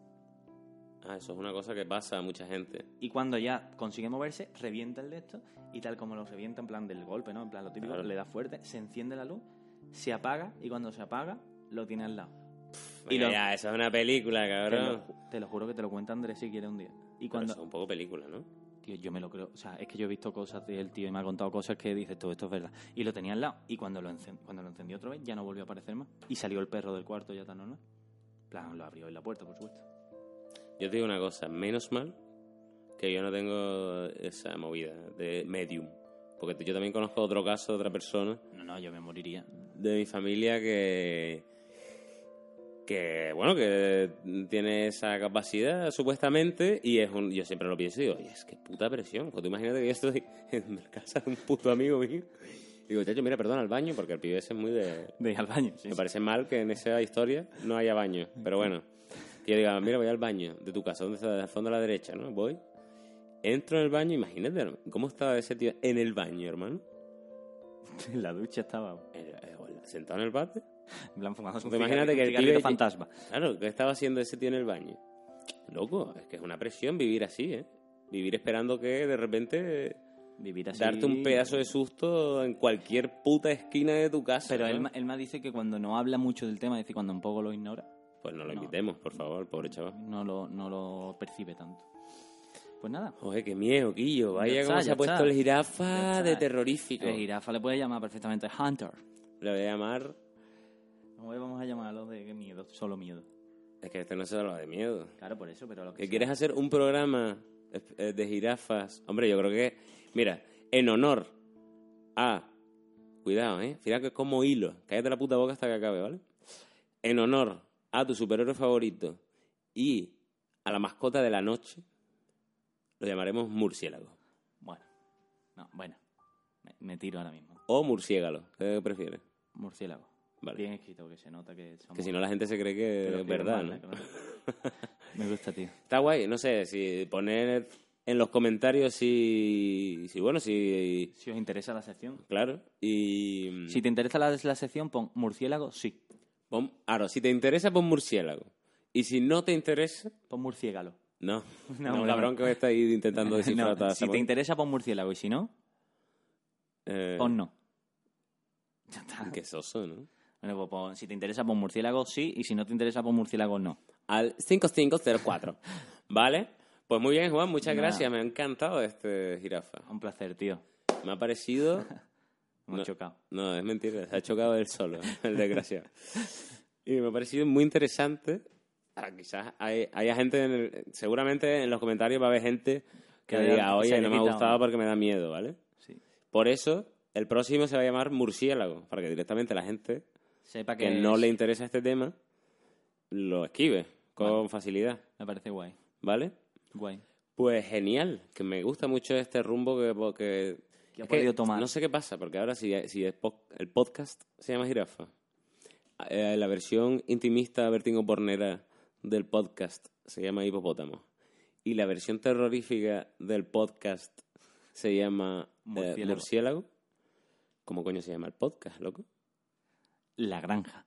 Ah, eso es una cosa que pasa a mucha gente. Y cuando ya consigue moverse, revienta el de esto y tal como lo revienta en plan del golpe, ¿no? En plan lo típico, Claro. le da fuerte, se enciende la luz, se apaga y cuando se apaga, lo tiene al lado. Y Y lo- ya, eso es una película, Te lo, cabrón. ju- te lo juro que te lo cuenta Andrés si quiere un día. Y Pero cuando... eso es un poco película, ¿no? Tío, yo me lo creo. O sea, es que yo he visto cosas del tío y me ha contado cosas que dices, todo esto es verdad. Y lo tenía al lado. Y cuando lo, encen- cuando lo encendió otra vez, ya no volvió a aparecer más. Y salió el perro del cuarto ya tan normal. En plan, lo abrió en la puerta, por supuesto. Yo te digo una cosa, menos mal que yo no tengo esa movida de medium. Porque yo también conozco otro caso de otra persona No, no, yo me moriría. de mi familia que. que, bueno, que tiene esa capacidad supuestamente. Y es un. Yo siempre lo pienso y digo, oye, es que puta presión. Pues tú imagínate que yo estoy en casa de un puto amigo mío. Y digo, chacho, mira, perdón al baño, porque el pibe ese es muy de. De ir al baño. sí, Me sí. parece mal que en esa historia no haya baño, pero bueno. Que yo diga, mira, voy al baño de tu casa, donde está? Al fondo a la derecha, ¿no? Voy, entro en el baño, imagínate, ¿cómo estaba ese tío en el baño, hermano? En la ducha estaba. Eh, eh, hola, Sentado en el bate. En plan, fumando un Pues imagínate que cigarrillo- un el cigarrillo pibe- fantasma. Claro, ¿qué estaba haciendo ese tío en el baño? Loco, es que es una presión vivir así, ¿eh? Vivir esperando que de repente eh, Vivir así. darte un pedazo de susto en cualquier puta esquina de tu casa. Pero ¿no? él, ma- él me dice que cuando no habla mucho del tema, dice cuando un poco lo ignora, Pues no lo No. invitemos, por favor, pobre chaval. no lo, no lo percibe tanto. Pues nada. Oye, qué miedo, Quillo. Ya Vaya está, cómo se ya ha puesto está. el Ya jirafa está. de terrorífico. El jirafa le puede llamar perfectamente Hunter. Le voy a llamar. ¿Cómo le vamos a llamarlo de miedo? Solo miedo. Es que este no se habla de miedo. Claro, por eso, pero lo que. ¿Que sea. quieres hacer un programa eh, de jirafas? Hombre, yo creo que. Mira, en honor a. Cuidado, ¿eh? Fíjate que es como hilo. Cállate la puta boca hasta que acabe, ¿vale? En honor a tu superhéroe favorito y a la mascota de la noche, lo llamaremos murciélago. Bueno. No, bueno. Me, me tiro ahora mismo. O murciégalo. ¿Qué prefieres? Murciélago. Vale. Bien escrito, que se nota que somos. Que si no, la gente se cree que que lo es escriben verdad, mal, ¿no? ¿eh? Claro. Me gusta, tío. Está guay, no sé, si poner en los comentarios si, si bueno, si... Si os interesa la sección. Claro, y... Si te interesa la, la sección, pon murciélago, sí. pon- ahora, si te interesa, pon murciélago. Y si no te interesa... Pon murciégalo. No, No, no, no. cabrón que me estáis intentando descifrar No, toda esa si te mo- interesa, pon murciélago. Y si no, Eh, pon no. Ya está. Qué soso, ¿no? Bueno, pues pon- si te interesa, pon murciélago, sí. Y si no te interesa, pon murciélago, no. Al 5504, ¿vale? Pues muy bien, Juan, muchas Nada. gracias, me ha encantado este jirafa. Un placer, tío. Me ha parecido... Me No. ha chocado. No, es mentira, se ha chocado él solo, el desgraciado. Y me ha parecido muy interesante. Ah, quizás hay, haya gente, en el- seguramente en los comentarios va a haber gente que Que haya- que diga, se oye, haya no me ha quitado, gustado ¿no?". porque me da miedo, ¿vale? Sí. Por eso, el próximo se va a llamar murciélago, para que directamente la gente Sepa que, que no es- le interesa este tema lo esquive con facilidad, Me parece guay. ¿vale? Guay. Pues genial, que me gusta mucho este rumbo que... que Que ha es podido tomar. No sé qué pasa, porque ahora si, si el, po- el podcast se llama Jirafa, eh, la versión intimista vertigo pornera del podcast se llama Hipopótamo, y la versión terrorífica del podcast se llama eh, Murciélago. Murciélago. ¿Cómo coño se llama el podcast, loco? La granja.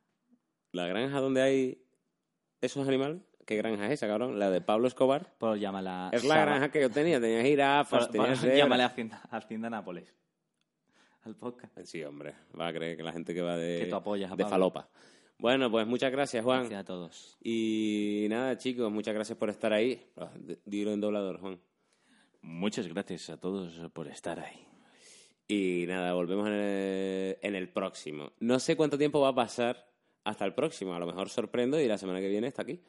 ¿La granja donde hay esos animales? ¿Qué granja es esa, cabrón? ¿La de Pablo Escobar? Por llámala. Es la Ah, Saba- granja que yo tenía, tenía jirafas, Por- tenía por- cebras. llámale a Hacienda, a Hacienda Nápoles. Al podcast. Eh, Sí, hombre, va a creer que la gente que va de, Que tú apoyas a de Pablo. falopa. Bueno, pues muchas gracias, Juan. Gracias a todos. Y nada, chicos, muchas gracias por estar ahí. Ah, d- Dilo en doblador, Juan. Muchas gracias a todos por estar ahí. Y nada, volvemos en el, en el próximo. No sé cuánto tiempo va a pasar hasta el próximo. A lo mejor sorprendo y la semana que viene está aquí.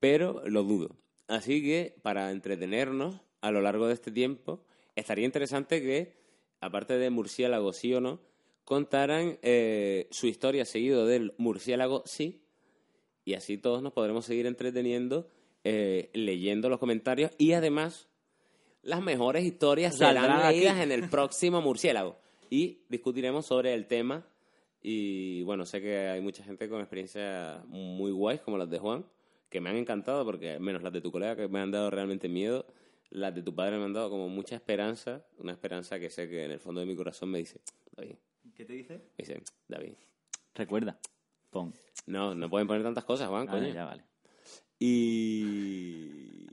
Pero lo dudo. Así que para entretenernos a lo largo de este tiempo, estaría interesante que, aparte de murciélago sí o no, contaran eh, su historia seguido del murciélago sí. Y así todos nos podremos seguir entreteniendo eh, leyendo los comentarios y además las mejores historias Saldrán serán aquí. leídas en el próximo murciélago. Y discutiremos sobre el tema Y bueno, sé que hay mucha gente con experiencias muy guays, como las de Juan, que me han encantado, porque menos las de tu colega, que me han dado realmente miedo, las de tu padre me han dado como mucha esperanza, una esperanza que sé que en el fondo de mi corazón me dice, David, ¿Qué te dice? me dice, David. Recuerda, pon. No, no pueden poner tantas cosas, Juan, Ah, coño. ya vale. Y...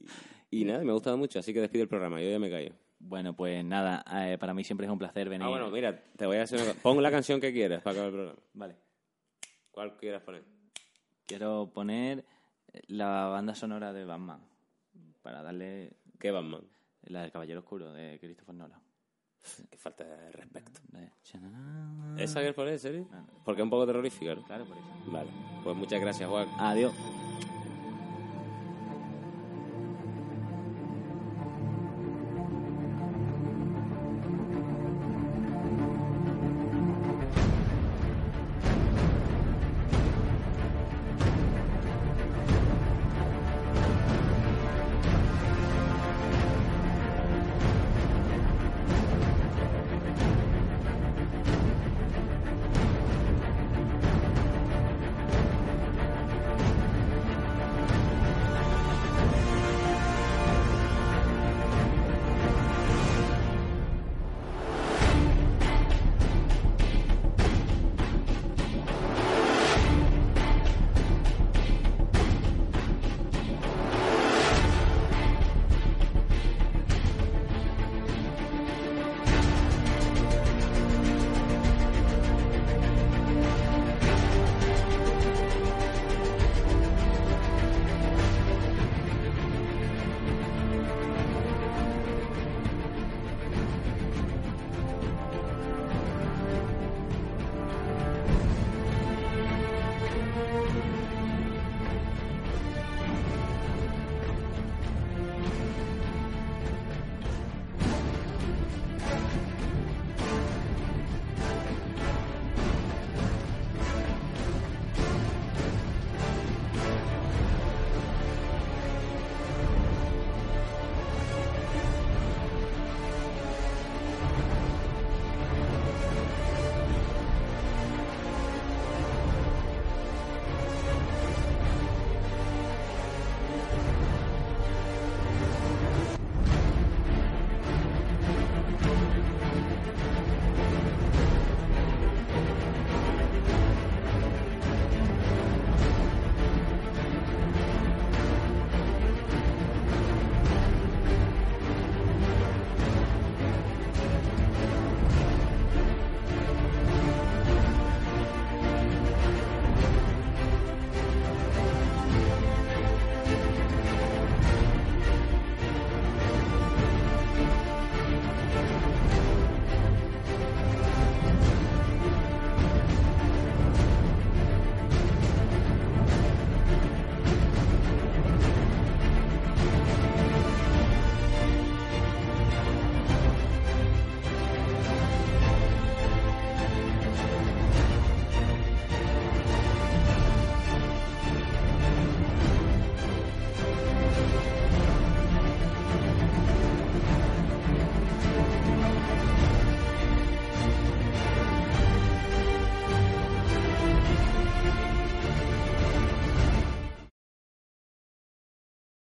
Y nada, me ha gustado mucho, así que despido el programa, yo ya me callo. Bueno, pues nada, eh, para mí siempre es un placer venir. Ah, bueno, mira, te voy a hacer una... co- Pon la canción que quieras para acabar el programa. Vale. ¿Cuál quieras poner? Quiero poner eh, la banda sonora de Batman para darle ¿Qué Batman? la del Caballero Oscuro de Christopher Nolan. Qué falta de respeto. Ah. De- ¿Esa quieres poner, en serio? Porque es un poco terrorífica, ¿no? Claro, por eso. Vale. Pues muchas gracias, Juan. Adiós.